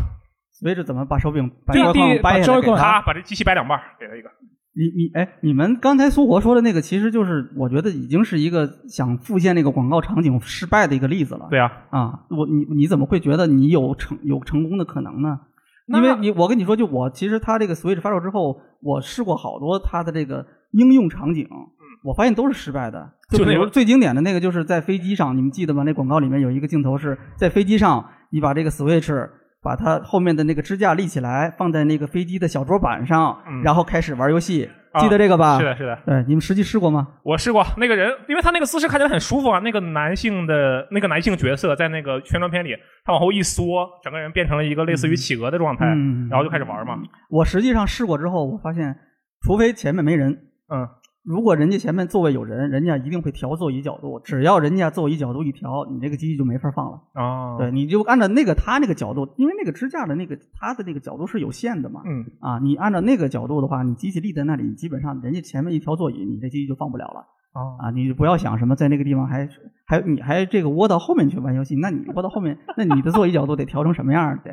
Speaker 3: 所以这怎么把手柄把
Speaker 2: 呃对啊
Speaker 3: 外
Speaker 2: 第一
Speaker 3: 框掰下来给
Speaker 2: 把 Joy-Con
Speaker 1: 他
Speaker 3: 他？
Speaker 1: 把这机器掰两半儿，给他一个。
Speaker 3: 你你哎，你们刚才苏活说的那个，其实就是我觉得已经是一个想复现那个广告场景失败的一个例子了。
Speaker 1: 对啊，
Speaker 3: 啊，我你你怎么会觉得你有成有成功的可能呢？因为你我跟你说，就我其实它这个 Switch 发售之后，我试过好多它的这个应用场景，我发现都是失败的。
Speaker 1: 嗯
Speaker 3: 就
Speaker 1: 就
Speaker 3: 比
Speaker 1: 那
Speaker 3: 如
Speaker 1: 个
Speaker 3: 最经典的那个，就是在飞机上，你们记得吗？那广告里面有一个镜头是在飞机上，你把这个 Switch 把它后面的那个支架立起来，放在那个飞机的小桌板上，
Speaker 1: 嗯
Speaker 3: 然后开始玩游戏，
Speaker 1: 啊
Speaker 3: 记得这个吧？
Speaker 1: 是的，是的。
Speaker 3: 对，你们实际试过吗？
Speaker 1: 我试过那个人，因为他那个姿势看起来很舒服啊。那个男性的那个男性角色在那个宣传片里，他往后一缩，整个人变成了一个类似于企鹅的状态，
Speaker 3: 嗯
Speaker 1: 然后就开始玩嘛。
Speaker 3: 我实际上试过之后，我发现，除非前面没人，
Speaker 1: 嗯，
Speaker 3: 如果人家前面座位有人，人家一定会调座椅角度。只要人家座椅角度一调，你这个机器就没法放了。
Speaker 1: 哦，
Speaker 3: 对，，你就按照那个他那个角度，因为那个支架的那个他的那个角度是有限的嘛。
Speaker 1: 嗯，
Speaker 3: 啊，你按照那个角度的话，你机器立在那里，你基本上人家前面一调座椅，你这机器就放不了了。
Speaker 10: 嗯
Speaker 1: 哦，
Speaker 3: 啊，你就不要想什么在那个地方还还你还这个窝到后面去玩游戏，那你窝到后面，那你的座椅角度得调成什么样儿得？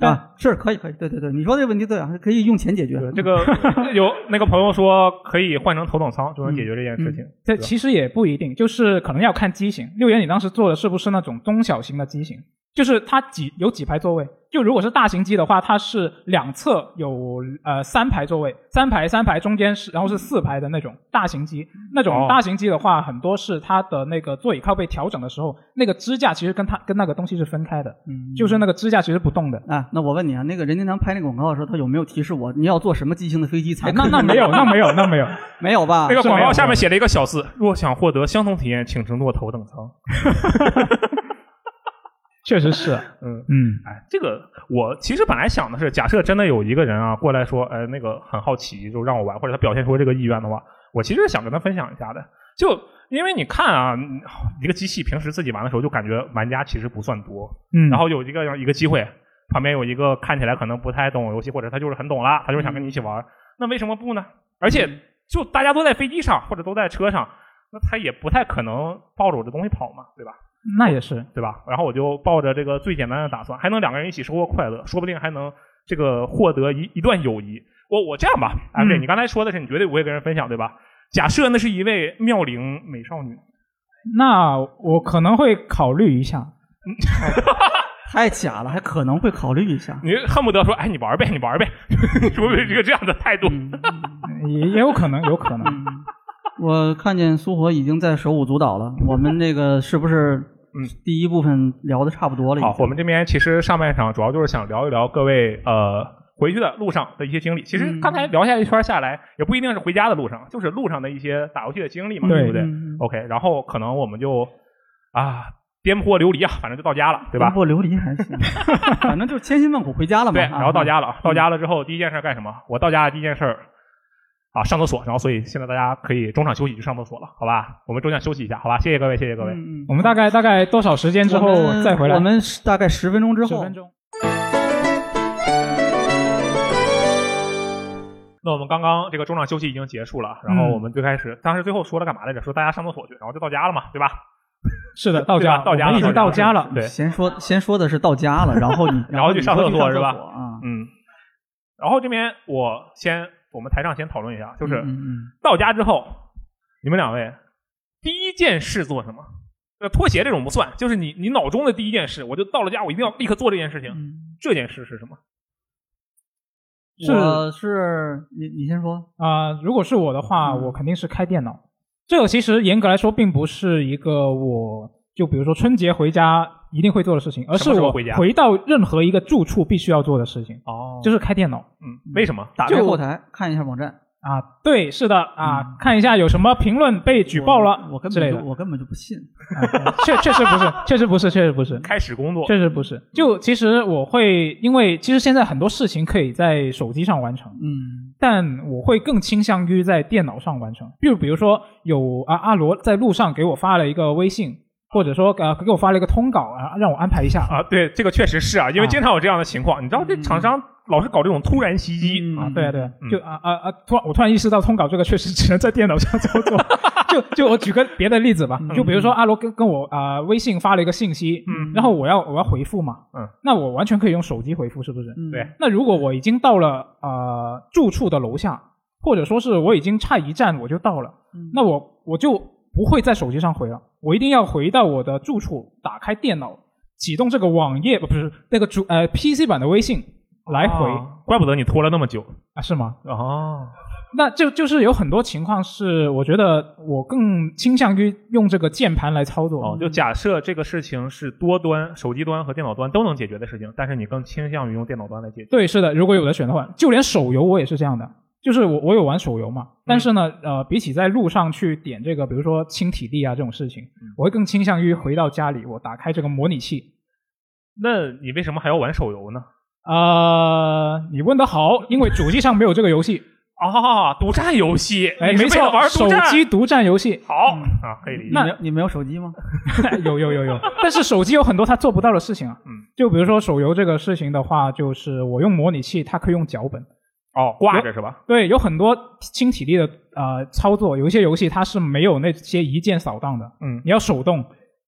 Speaker 3: 啊，是可以可以，对对对，你说这个问题对啊，可以用钱解决。
Speaker 1: 对，这个
Speaker 2: 嗯
Speaker 1: 有那个朋友说可以换成头等舱就能解决这件事情。
Speaker 2: 这
Speaker 1: 对吧
Speaker 2: 嗯其实也不一定，就是可能要看机型。六爷，你当时做的是不是那种中小型的机型？就是它几有几排座位？就如果是大型机的话，它是两侧有呃三排座位，三排三排中间是然后是四排的那种大型机。那
Speaker 1: 哦
Speaker 2: 种大型机的话，很多是它的那个座椅靠背调整的时候，那个支架其实跟它跟那个东西是分开的，
Speaker 3: 嗯
Speaker 2: 就是那个支架其实不动的。
Speaker 3: 啊，那我问你啊，那个任天堂拍那个广告的时候，他有没有提示我你要坐什么机型的飞机才
Speaker 2: 哎，
Speaker 3: 可
Speaker 2: 那
Speaker 3: 以？
Speaker 2: 那没有，那 没有，那没有。
Speaker 3: 没有吧
Speaker 1: 那？个
Speaker 2: 是
Speaker 1: 广
Speaker 2: 没
Speaker 1: 告
Speaker 2: 有
Speaker 1: 下面写了一个小字：若想获得相同体验，请乘坐头等舱。
Speaker 2: 确实是，
Speaker 1: 嗯，
Speaker 2: 嗯，
Speaker 1: 哎，这个 我其实本来想的是，假设真的有一个人啊过来说，呃，那个很好奇，就让我玩，或者他表现出这个意愿的话，我其实是想跟他分享一下的。就因为你看啊，嗯一个机器平时自己玩的时候，就感觉玩家其实不算多，
Speaker 2: 嗯，
Speaker 1: 然后有一个一个机会，旁边有一个看起来可能不太懂游戏，或者他就是很懂啦，他就是想跟你一起玩，那为什么不呢？而且
Speaker 2: 嗯
Speaker 1: 就大家都在飞机上或者都在车上，那他也不太可能抱着我这东西跑嘛，对吧？
Speaker 2: 那也是，
Speaker 1: 对吧？然后我就抱着这个最简单的打算，还能两个人一起收获快乐，说不定还能这个获得一一段友谊。我我这样吧，哎，对
Speaker 2: 嗯
Speaker 1: 你刚才说的是你绝对不会跟人分享，对吧？假设那是一位妙龄美少女，
Speaker 2: 那我可能会考虑一下。
Speaker 3: 太假了，还可能会考虑一下。
Speaker 1: 你恨不得说，哎，你玩呗，你玩呗， 你会不会是个这样的态度？
Speaker 3: 嗯
Speaker 2: 也也有可能，有可能。
Speaker 3: 嗯，我看见苏活已经在手舞足蹈了。我们那个是不是
Speaker 1: 嗯
Speaker 3: 第一部分聊的差不多了已经？
Speaker 1: 好，我们这边其实上半场主要就是想聊一聊各位呃回去的路上的一些经历。其实
Speaker 3: 嗯
Speaker 1: 刚才聊下一圈下来，也不一定是回家的路上，就是路上的一些打游戏的经历嘛，
Speaker 2: 对
Speaker 1: 不对
Speaker 3: 嗯嗯
Speaker 1: ？OK，然后可能我们就啊颠簸流离啊，反正就到家了，对吧？
Speaker 3: 不流离还行，反正就千辛万苦回家了嘛。
Speaker 1: 对，
Speaker 3: 啊
Speaker 1: 然后到家了，到家了之后第一件事干什么？我到家的第一件事儿啊上厕所，然后所以现在大家可以中场休息去上厕所了，好吧？我们中场休息一下，好吧？谢谢各位，谢谢各位。
Speaker 3: 嗯嗯
Speaker 2: 我们大概大概多少时间之后
Speaker 3: 我们
Speaker 2: 再回来？
Speaker 3: 我们是大概十分钟之
Speaker 2: 十
Speaker 3: 后
Speaker 2: 分，钟。
Speaker 1: 那我们刚刚这个中场休息已经结束了，然后
Speaker 2: 嗯
Speaker 1: 我们最开始、当时最后说了干嘛来着？说大家上厕所去，然后就到家了嘛，对吧？
Speaker 2: 是的，到
Speaker 1: 对
Speaker 2: 家
Speaker 1: 吧到家了
Speaker 2: 我们已经到家了。
Speaker 1: 对，
Speaker 3: 先说先说的是到家了，然 后你
Speaker 1: 然后去
Speaker 3: 你
Speaker 1: 上
Speaker 3: 说
Speaker 1: 厕
Speaker 3: 去
Speaker 1: 所
Speaker 3: 上
Speaker 1: 是吧
Speaker 3: 啊，
Speaker 1: 嗯。然后这边我先我们台上先讨论一下，就是
Speaker 3: 嗯嗯
Speaker 1: 到家之后，你们两位第一件事做什么？呃，脱鞋这种不算，就是你你脑中的第一件事，我就到了家，我一定要立刻做这件事情。
Speaker 3: 嗯
Speaker 1: 这件事是什么？
Speaker 3: 嗯我是你你先说，
Speaker 2: 啊、如果是我的话，
Speaker 3: 嗯
Speaker 2: 我肯定是开电脑。这个其实严格来说并不是一个我就比如说春节回家一定会做的事情，而
Speaker 1: 什
Speaker 2: 是
Speaker 1: 么时候
Speaker 2: 我
Speaker 1: 回家
Speaker 2: 回到任何一个住处必须要做的事情，
Speaker 1: 哦
Speaker 2: 就是开电脑
Speaker 1: 嗯，为什么？
Speaker 3: 打开后台看一下网站，嗯
Speaker 2: 啊。对，是的啊，看一下有什么评论被举报了
Speaker 3: 我我根
Speaker 2: 之类
Speaker 3: 本
Speaker 2: 的
Speaker 3: 就。我根本就不信。
Speaker 2: 确确实不是，确实不是，确实不是，
Speaker 1: 开始工作，
Speaker 2: 确实不是。就其实我会，因为其实现在很多事情可以在手机上完成，
Speaker 3: 嗯，
Speaker 2: 但我会更倾向于在电脑上完成。就比如说有啊阿罗在路上给我发了一个微信，或者说呃给我发了一个通稿啊，让我安排一下。
Speaker 1: 啊，对，这个确实是啊，因为经常有这样的情况，你知
Speaker 2: 嗯
Speaker 1: 道这厂商老是搞这种突然袭击、
Speaker 3: 嗯
Speaker 1: 啊，
Speaker 2: 对啊，对啊，
Speaker 1: 嗯
Speaker 2: 就啊啊啊！突然，我突然意识到通稿这个确实只能在电脑上操作。就就我举个别的例子吧，就比如说阿罗跟跟我啊、微信发了一个信息，
Speaker 1: 嗯
Speaker 2: 然后我要我要回复嘛，
Speaker 1: 嗯，
Speaker 2: 那我完全可以用手机回复，是不是？
Speaker 3: 嗯
Speaker 1: 对，
Speaker 2: 那如果我已经到了呃住处的楼下，或者说是我已经差一站我就到了，那我我就不会在手机上回了，我一定要回到我的住处，打开电脑，启动这个网页，呃不是那个主呃 PC 版的微信来回啊
Speaker 1: 啊怪不得你拖了那么久
Speaker 2: 是吗？
Speaker 1: 哦，
Speaker 2: 那就就是有很多情况是，我觉得我更倾向于用这个键盘来操作。
Speaker 1: 哦，就假设这个事情是多端，手机端和电脑端都能解决的事情，但是你更倾向于用电脑端来解决。
Speaker 2: 对，是的，如果有的选的话，就连手游我也是这样的，就是我我有玩手游
Speaker 1: 嗯
Speaker 2: 嘛，但是呢，呃，比起在路上去点这个，比如说清体力啊这种事情，
Speaker 1: 嗯
Speaker 2: 我会更倾向于回到家里，我打开这个模拟器。
Speaker 1: 那你为什么还要玩手游呢？
Speaker 2: 呃，你问的好，因为主机上没有这个游戏，
Speaker 1: 啊，独占游戏，
Speaker 2: 哎，
Speaker 1: 你是
Speaker 2: 没
Speaker 1: 为
Speaker 2: 错
Speaker 1: 了玩，
Speaker 2: 手
Speaker 1: 独占
Speaker 2: 机独占游戏
Speaker 1: 好、啊，可以理
Speaker 3: 你
Speaker 1: 解。
Speaker 3: 没有嗯你没有手机吗？
Speaker 2: 有有有有， 但是手机有很多它做不到的事情啊，
Speaker 1: 嗯，
Speaker 2: 就比如说手游这个事情的话，就是我用模拟器，它可以用脚本，
Speaker 1: 哦，挂着是吧？
Speaker 2: 对，有很多轻体力的呃操作，有一些游戏它是没有那些一键扫荡的，
Speaker 1: 嗯
Speaker 2: 你要手动。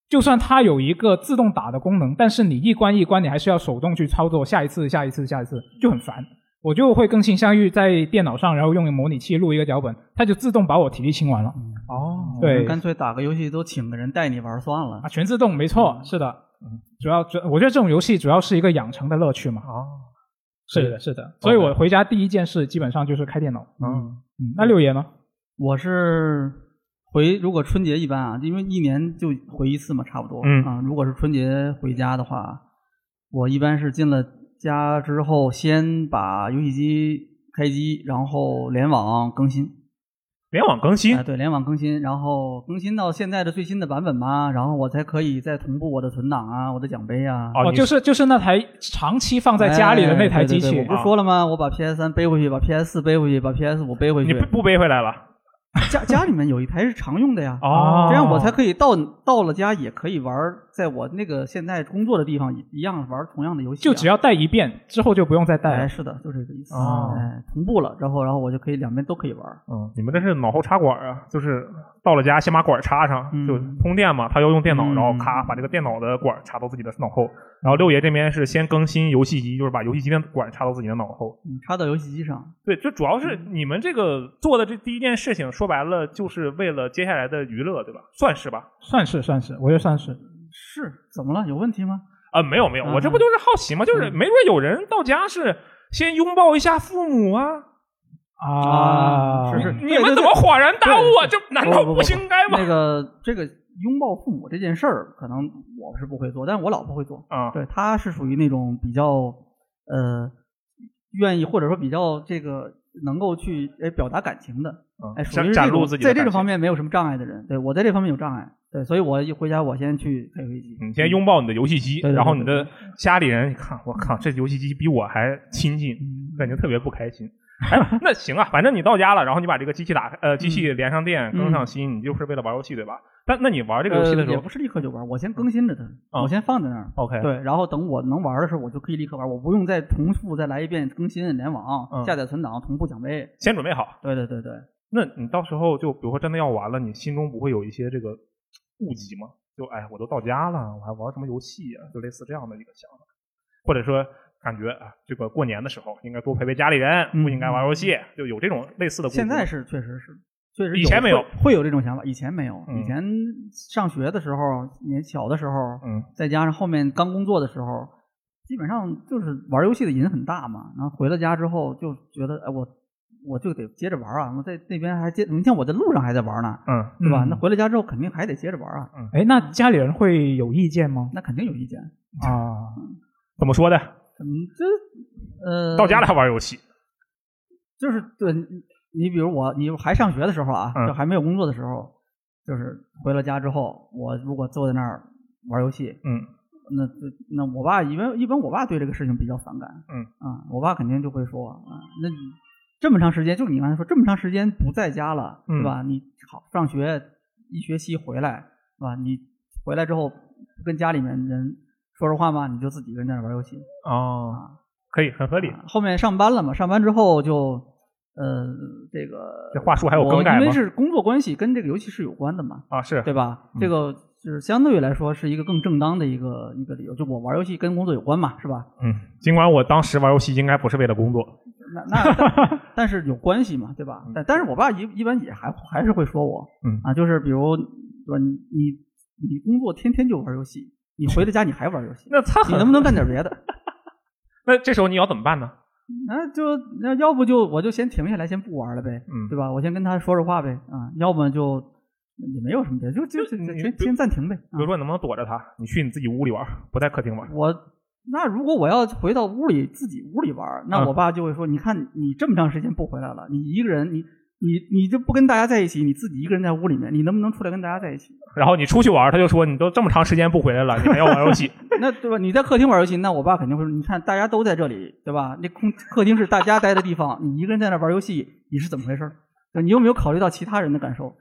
Speaker 2: 就算它有一个自动打的功能，但是你一关一关，你还是要手动去操作，下一次、下一次、下一次，就很烦。我就会更倾向于在电脑上，然后用模拟器录一个脚本，它就自动把我体力清完了
Speaker 1: 哦，
Speaker 2: 对
Speaker 3: 干脆打个游戏都请个人带你玩算了
Speaker 2: 啊，。全自动，没
Speaker 3: 嗯
Speaker 2: 错，是的。主要主，我觉得这种游戏主要是一个养成的乐趣嘛。
Speaker 1: 哦，
Speaker 2: 是的，是的。所以我回家第一件事基本上就是开电脑。
Speaker 1: 嗯，
Speaker 2: 嗯，那六爷呢？
Speaker 3: 我是回，如果春节一般啊，因为一年就回一次嘛，差不多。
Speaker 1: 嗯
Speaker 3: 啊，如果是春节回家的话，我一般是进了家之后，先把游戏机开机，然后联网更新。
Speaker 1: 联网更新
Speaker 3: 哎，对，联网更新，然后更新到现在的最新的版本嘛，然后我才可以再同步我的存档啊，我的奖杯啊。
Speaker 1: 哦
Speaker 2: 哦，
Speaker 1: 你
Speaker 2: 就是就是那台长期放在家里的那台机器，啊
Speaker 3: 哎对对对我不是说了吗？我把 PS 三背回去，把 PS 四背回去，把 PS 五背回
Speaker 1: 你
Speaker 3: 去
Speaker 1: 不。不背回来了？
Speaker 3: 家家里面有 一台啊是常用的呀，
Speaker 1: 哦，
Speaker 3: 这样我才可以到到了家也可以玩，在我那个现在工作的地方一样玩同样的游戏啊、
Speaker 2: 就只要带一遍，之后就不用再带
Speaker 3: 哎，
Speaker 2: 了。
Speaker 3: 是的，就这个意思。
Speaker 1: 哦
Speaker 3: 哎，同步了，然后然后我就可以两边都可以玩。
Speaker 2: 哦
Speaker 1: 嗯，你们这是脑后插管啊，就是到了家先把管插上，
Speaker 3: 嗯
Speaker 1: 就通电嘛，他要用电脑，
Speaker 3: 嗯
Speaker 1: 然后咔把这个电脑的管插到自己的脑后，然后六爷这边是先更新游戏机，就是把游戏机的管插到自己的脑后。
Speaker 3: 嗯，插到游戏机上，嗯
Speaker 1: 对，就主要是你们这个做的这第一件事情，说白了就是为了接下来的娱乐，对吧？算是吧？
Speaker 2: 算是算是，我觉得算是。
Speaker 3: 是怎么了？有问题吗？
Speaker 1: 啊，没有没有，
Speaker 3: 啊
Speaker 1: 我这不就是好奇吗？
Speaker 3: 嗯
Speaker 1: 就是没准有人到家是先拥抱一下父母啊，
Speaker 2: 啊，
Speaker 3: 是是，
Speaker 1: 你
Speaker 3: 对
Speaker 1: 们怎
Speaker 3: 对嗯对
Speaker 1: 么恍然大悟啊？这难道
Speaker 3: 不不不
Speaker 1: 不应该吗？
Speaker 3: 那个这个拥抱父母这件事儿，可能我是不会做，但我老婆会做。
Speaker 1: 啊，
Speaker 3: 对，她是属于那种比较呃愿意或者说比较这个能够去哎表达感情的，
Speaker 1: 嗯
Speaker 3: 哎，属于
Speaker 1: 展
Speaker 3: 是
Speaker 1: 展
Speaker 3: 这种
Speaker 1: 露自己的
Speaker 3: 在这
Speaker 1: 感
Speaker 3: 个
Speaker 1: 情
Speaker 3: 方面没有什么障碍的人。对我在这方面有障碍，对，所以我一回家我先去开游戏机，
Speaker 1: 你嗯先拥抱你的游戏机，
Speaker 3: 对对对
Speaker 1: 然后你的家里人一看，我靠，这游戏机比我还亲近，
Speaker 3: 嗯
Speaker 1: 感觉特别不开心。哎，那行啊，反正你到家了，然后你把这个机器打开，呃，
Speaker 3: 嗯
Speaker 1: 机器连上电，更上新，你就是为了玩游戏对吧？但那你玩这个游戏的
Speaker 3: 呃
Speaker 1: 时
Speaker 3: 也
Speaker 1: 候
Speaker 3: 不是立刻就玩，我先更新着它，
Speaker 1: 啊
Speaker 3: 我先放在那儿。
Speaker 1: ，OK，
Speaker 3: 对，然后等我能玩的时候，我就可以立刻玩，我不用再重复再来一遍更新联网、
Speaker 1: 嗯
Speaker 3: 下载存档、同步奖杯。
Speaker 1: 先准备好。
Speaker 3: 对对对对，
Speaker 1: 那你到时候就比如说真的要玩了，你心中不会有一些这个顾忌吗？就哎，我都到家了，我还玩什么游戏啊？就类似这样的一个想法，或者说感觉啊，这个过年的时候应该多陪陪家里人，不应该玩游
Speaker 2: 嗯
Speaker 1: 戏，就有这种类似的顾忌吗。
Speaker 3: 现在是确实是，确实
Speaker 1: 以前没有
Speaker 3: 会会有这种想法，以前没有，
Speaker 1: 嗯
Speaker 3: 以前上学的时候，年小的时候，
Speaker 1: 嗯，
Speaker 3: 再加上后面刚工作的时候，基本上就是玩游戏的瘾很大嘛，然后回了家之后就觉得，哎，我我就得接着玩啊！我在那边还接，明天我在路上还在玩呢，
Speaker 1: 嗯，
Speaker 3: 对吧？
Speaker 2: 嗯
Speaker 3: 那回了家之后肯定还得接着玩啊，
Speaker 2: 哎，那家里人会有意见吗？
Speaker 3: 那肯定有意见。
Speaker 2: 啊，
Speaker 1: 怎么说呢？
Speaker 3: 嗯，这呃，
Speaker 1: 到家了还玩游戏，
Speaker 3: 就是对你，你比如我，你还上学的时候啊，
Speaker 1: 嗯
Speaker 3: 就还没有工作的时候，就是回了家之后，我如果坐在那儿玩游戏，
Speaker 1: 嗯，
Speaker 3: 那就那我爸一般一般我爸对这个事情比较反感，
Speaker 1: 嗯
Speaker 3: 啊，我爸肯定就会说啊，那你这么长时间，就你刚才说这么长时间不在家了，
Speaker 1: 嗯
Speaker 3: 对吧？你好上学一学期回来，是吧？你回来之后不跟家里面人说说话吗？你就自己跟那儿玩游戏，
Speaker 1: 哦，可以，很合理。
Speaker 3: 啊后面上班了嘛，上班之后就呃，这个
Speaker 1: 这话术还有更改
Speaker 3: 我因为
Speaker 1: 吗
Speaker 3: 是工作关系跟这个游戏是有关的嘛，
Speaker 1: 啊，是，
Speaker 3: 对吧？这个就是相对来说是一个更正当的一个一个理由，就我玩游戏跟工作有关嘛，是吧？
Speaker 1: 嗯，尽管我当时玩游戏应该不是为了工作，
Speaker 3: 那那 但但是有关系嘛，对吧？但但是我爸一一般也还还是会说我，
Speaker 1: 嗯
Speaker 3: 啊，就是比如对吧？你你你工作天天就玩游戏，你回到家你还玩游戏，
Speaker 1: 那他
Speaker 3: 你能不能干点别的？
Speaker 1: 那这时候你要怎么办呢？
Speaker 3: 那就那要不就我就先停下来，先不玩了呗，
Speaker 1: 嗯
Speaker 3: 对吧？我先跟他说说话呗，啊，要么就也没有什么别的，就就就
Speaker 1: 你
Speaker 3: 先
Speaker 1: 比
Speaker 3: 先暂停呗。啊
Speaker 1: 比如说，能不能躲着他？你去你自己屋里玩，不在客厅玩。
Speaker 3: 我那如果我要回到屋里自己屋里玩，那
Speaker 1: 嗯
Speaker 3: 我爸就会说：“你看你这么长时间不回来了，你一个人，你你你就不跟大家在一起，你自己一个人在屋里面，你能不能出来跟大家在一起？
Speaker 1: 然后你出去玩，他就说你都这么长时间不回来了，你还要玩游戏？
Speaker 3: 那对吧？你在客厅玩游戏，那我爸肯定会说：你看大家都在这里，对吧？那空客厅是大家待的地方，你一个人在那玩游戏，你是怎么回事儿？对你有没有考虑到其他人的感受？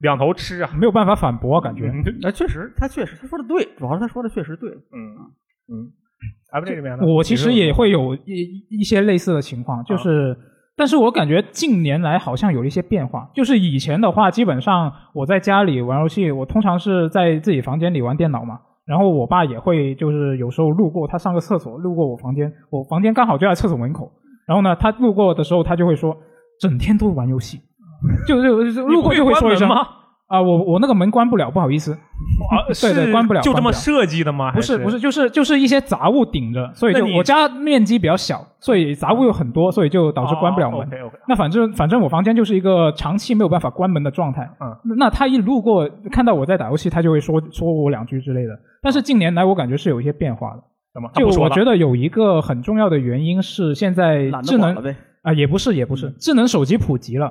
Speaker 1: 两头吃啊，
Speaker 2: 没有办法反驳，感觉。呃
Speaker 1: 嗯就
Speaker 3: 那确实，呃他确实他说的对，主要是他说的确实对。
Speaker 1: 嗯嗯。F J 这边呢，
Speaker 2: 我其实
Speaker 1: 你是
Speaker 2: 也会有一一些类似的情况，
Speaker 1: 啊
Speaker 2: 就是，但是我感觉近年来好像有一些变化。就是以前的话，基本上我在家里玩游戏，我通常是在自己房间里玩电脑嘛。然后我爸也会，就是有时候路过，他上个厕所，路过我房间，我房间刚好就在厕所门口。然后呢，他路过的时候，他就会说，整天都玩游戏，就就就
Speaker 1: 你不
Speaker 2: 路过
Speaker 1: 会
Speaker 2: 就会说一声
Speaker 1: 关门吗？
Speaker 2: 啊，我我那个门关不了，不好意思，
Speaker 1: 啊，
Speaker 2: 对对
Speaker 1: 是
Speaker 2: 关不了
Speaker 1: 就这
Speaker 2: 关不
Speaker 1: 么
Speaker 2: 了
Speaker 1: 设计的吗？还
Speaker 2: 不是不是，，就是就是一些杂物顶着，所以就
Speaker 1: 那你
Speaker 2: 我家面积比较小，所以杂物有很多，所以就导致关不了门。
Speaker 1: OK OK，
Speaker 2: 那反正反正我房间就是一个长期没有办法关门的状态。
Speaker 1: 嗯
Speaker 2: 那，那他一路过看到我在打游戏，他就会说说我两句之类的。但是近年来我感觉是有一些变化的，
Speaker 1: 怎么？他
Speaker 2: 就
Speaker 1: 不说
Speaker 2: 我
Speaker 1: 了
Speaker 2: 觉得有一个很重要的原因是现在
Speaker 3: 懒得
Speaker 2: 智
Speaker 3: 管
Speaker 2: 能
Speaker 3: 了
Speaker 2: 啊、
Speaker 3: 呗，嗯
Speaker 2: 也不是也不是、智能手机普及了，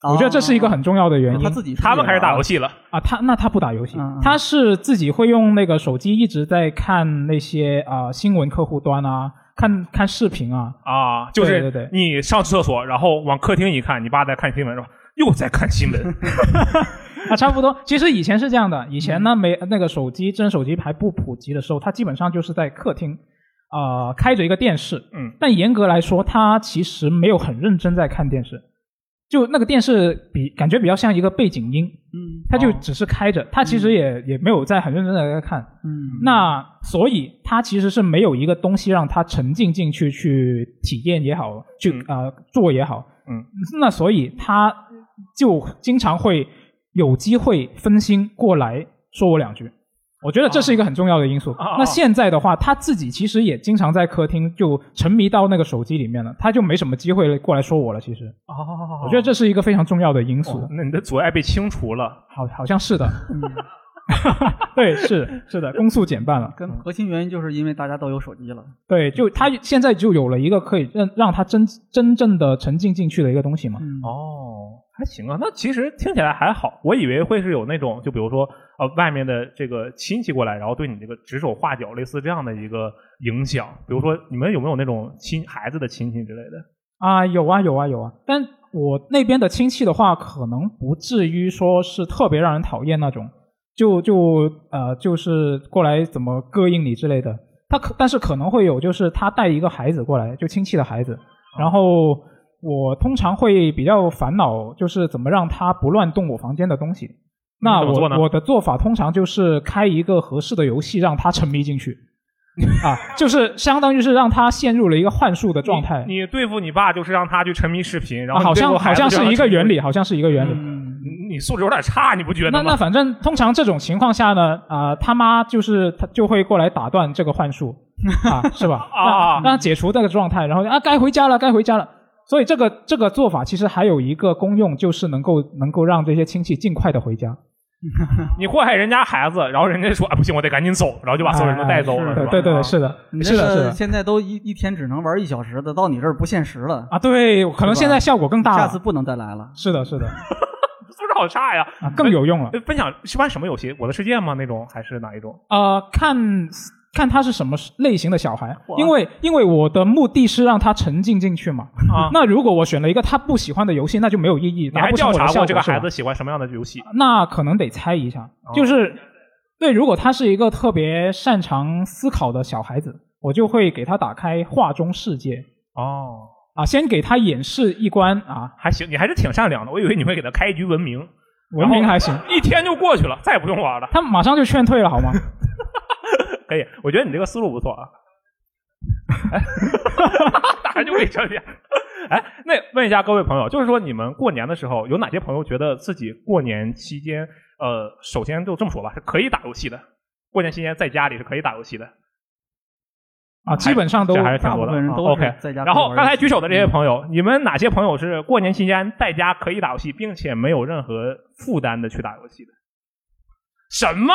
Speaker 3: 啊
Speaker 2: 我觉得这是一个很重要的原因。
Speaker 3: 他自己
Speaker 1: 他们开始打游
Speaker 3: 戏，
Speaker 1: 戏了，
Speaker 2: 啊，他那他不打游戏，
Speaker 3: 嗯嗯
Speaker 2: 他是自己会用那个手机一直在看那些啊、呃新闻客户端啊，看看视频啊，
Speaker 1: 啊，就
Speaker 2: 对对
Speaker 1: 是
Speaker 2: 对
Speaker 1: 你上厕所，然后往客厅一看，你爸在看新闻是吧？又在看新 闻，
Speaker 2: 啊，差不多。其实以前是这样的，以前
Speaker 1: 嗯
Speaker 2: 呢没那个手机智能手机还不普及的时候，他基本上就是在客厅啊、呃开着一个电视，
Speaker 1: 嗯，
Speaker 2: 但严格来说，他其实没有很认真在看电视，就那个电视比感觉比较像一个背景音，
Speaker 3: 嗯
Speaker 2: 他就
Speaker 1: 哦嗯
Speaker 2: 只是开着，他其实也、也没有在很认真的在看。
Speaker 3: 嗯，
Speaker 2: 那所以它其实是没有一个东西让它沉浸进去去体验也好，去
Speaker 1: 嗯
Speaker 2: 啊、呃做也好，
Speaker 1: 嗯，
Speaker 2: 那所以他就经常会有机会分心过来说我两句。我觉得这是一个很重要的因素。
Speaker 1: 啊啊
Speaker 2: 那现在的话，他自己其实也经常在客厅就沉迷到那个手机里面了，他就没什么机会过来说我了。其实，
Speaker 1: 哦
Speaker 2: 我觉得这是一个非常重要的因素。
Speaker 1: 那你的阻碍被清除了，
Speaker 2: 好，好像 是的。
Speaker 3: 嗯
Speaker 2: 对，是是的，攻速减 半了。
Speaker 3: 跟核心原因就是因为大家都有手机了。
Speaker 2: 对，就他现在就有了一个可以让让他真真正的沉浸进去的一个东西嘛。
Speaker 3: 嗯，
Speaker 1: 哦，还行啊。那其实听起来还好，我以为会是有那种，就比如说呃，外面的这个亲戚过来，然后对你这个指手画脚，类似这样的一个影响。比如说，你们有没有那种亲孩子的亲戚之类的？
Speaker 2: 啊，有啊，有啊，有啊。但我那边的亲戚的话，可能不至于说是特别让人讨厌那种，就就呃，就是过来怎么膈应你之类的。他可但是可能会有，就是他带一个孩子过来，就亲戚的孩子，
Speaker 1: 哦
Speaker 2: 然后。我通常会比较烦恼，就是怎么让他不乱动我房间的东西。那
Speaker 1: 你怎么
Speaker 2: 我
Speaker 1: 做呢
Speaker 2: 我的做法通常就是开一个合适的游戏让他沉迷 进去，啊，就是相当于是让他陷入了一个幻术的状态。
Speaker 1: 你对付你爸就是让他去沉迷视频，然后
Speaker 2: 啊、好
Speaker 1: 你对付
Speaker 2: 像
Speaker 1: 孩
Speaker 2: 好
Speaker 1: 子
Speaker 2: 像
Speaker 1: 就是让
Speaker 2: 一
Speaker 1: 他
Speaker 2: 个
Speaker 1: 沉迷
Speaker 2: 原理，好像是一个原理。
Speaker 1: 你你素质有点差，你不觉
Speaker 2: 那
Speaker 1: 得
Speaker 2: 那
Speaker 1: 吗？
Speaker 2: 反正通常这种情况下呢，啊、他妈就是他就会过来打断这个幻术啊，是吧？
Speaker 1: 啊
Speaker 2: 让让他解除这个状态，然后啊该回家了，该回家了。所以这个这个做法其实还有一个功用，就是能够能够让这些亲戚尽快的回家。
Speaker 1: 你祸害人家孩子，然后人家说啊不行，我得赶紧走，然后就把所有人都带走了，是吧？
Speaker 2: 对对对，哎是的，
Speaker 3: 啊你
Speaker 2: 是
Speaker 3: 这
Speaker 2: 的，是
Speaker 3: 个
Speaker 2: 的
Speaker 3: 现在都一一天只能玩一小时的，到你这儿不现实了，
Speaker 2: 啊，对，可能现在效果更大了。
Speaker 3: 下次不能再来了。
Speaker 2: 是的， 是的，
Speaker 1: 素质好差呀。呃
Speaker 2: 啊，更有用了。
Speaker 1: 分享是玩什么游戏？我的世界吗？那种还是哪一种？
Speaker 2: 呃，看看他是什么类型的小孩
Speaker 3: 哇，
Speaker 2: 因为因为我的目的是让他沉浸进去嘛。
Speaker 1: 啊
Speaker 2: 那如果我选了一个他不喜欢的游戏，那就没有意义，
Speaker 1: 你
Speaker 2: 达
Speaker 1: 还
Speaker 2: 不成
Speaker 1: 调
Speaker 2: 我的
Speaker 1: 查
Speaker 2: 效
Speaker 1: 过
Speaker 2: 果。
Speaker 1: 这个
Speaker 2: 是吧
Speaker 1: 孩子哦喜欢什么样的游戏？
Speaker 2: 那可能得猜一下，就是对，如果他是一个特别擅长思考的小孩子，我就会给他打开画中世界
Speaker 1: 哦，
Speaker 2: 啊，先给他演示一关啊，
Speaker 1: 还行，你还是挺善良的。我以为你会给他开一局文明，
Speaker 2: 文明还行，
Speaker 1: 一天就过去了，再也不用玩了。
Speaker 2: 他马上就劝退了，好吗？
Speaker 1: 可以，我觉得你这个思路不错啊。 哎打开就可以这样。哎，那问一下各位朋友，就是说你们过年的时候，有哪些朋友觉得自己过年期间，呃，首先就这么说吧，是可以打游戏的。过年期间在家里是可以打游戏的，
Speaker 2: 啊，基本上都
Speaker 1: 这还是挺
Speaker 3: 大部
Speaker 1: 多的。
Speaker 3: 分人
Speaker 1: 啊
Speaker 3: 都
Speaker 1: OK
Speaker 3: 是。在家可
Speaker 1: 然
Speaker 3: 以玩游戏。嗯
Speaker 1: 后刚才举手的这些朋友，你们哪些朋友是过年期间在家可以打游戏，并且没有任何负担的去打游戏的？什么？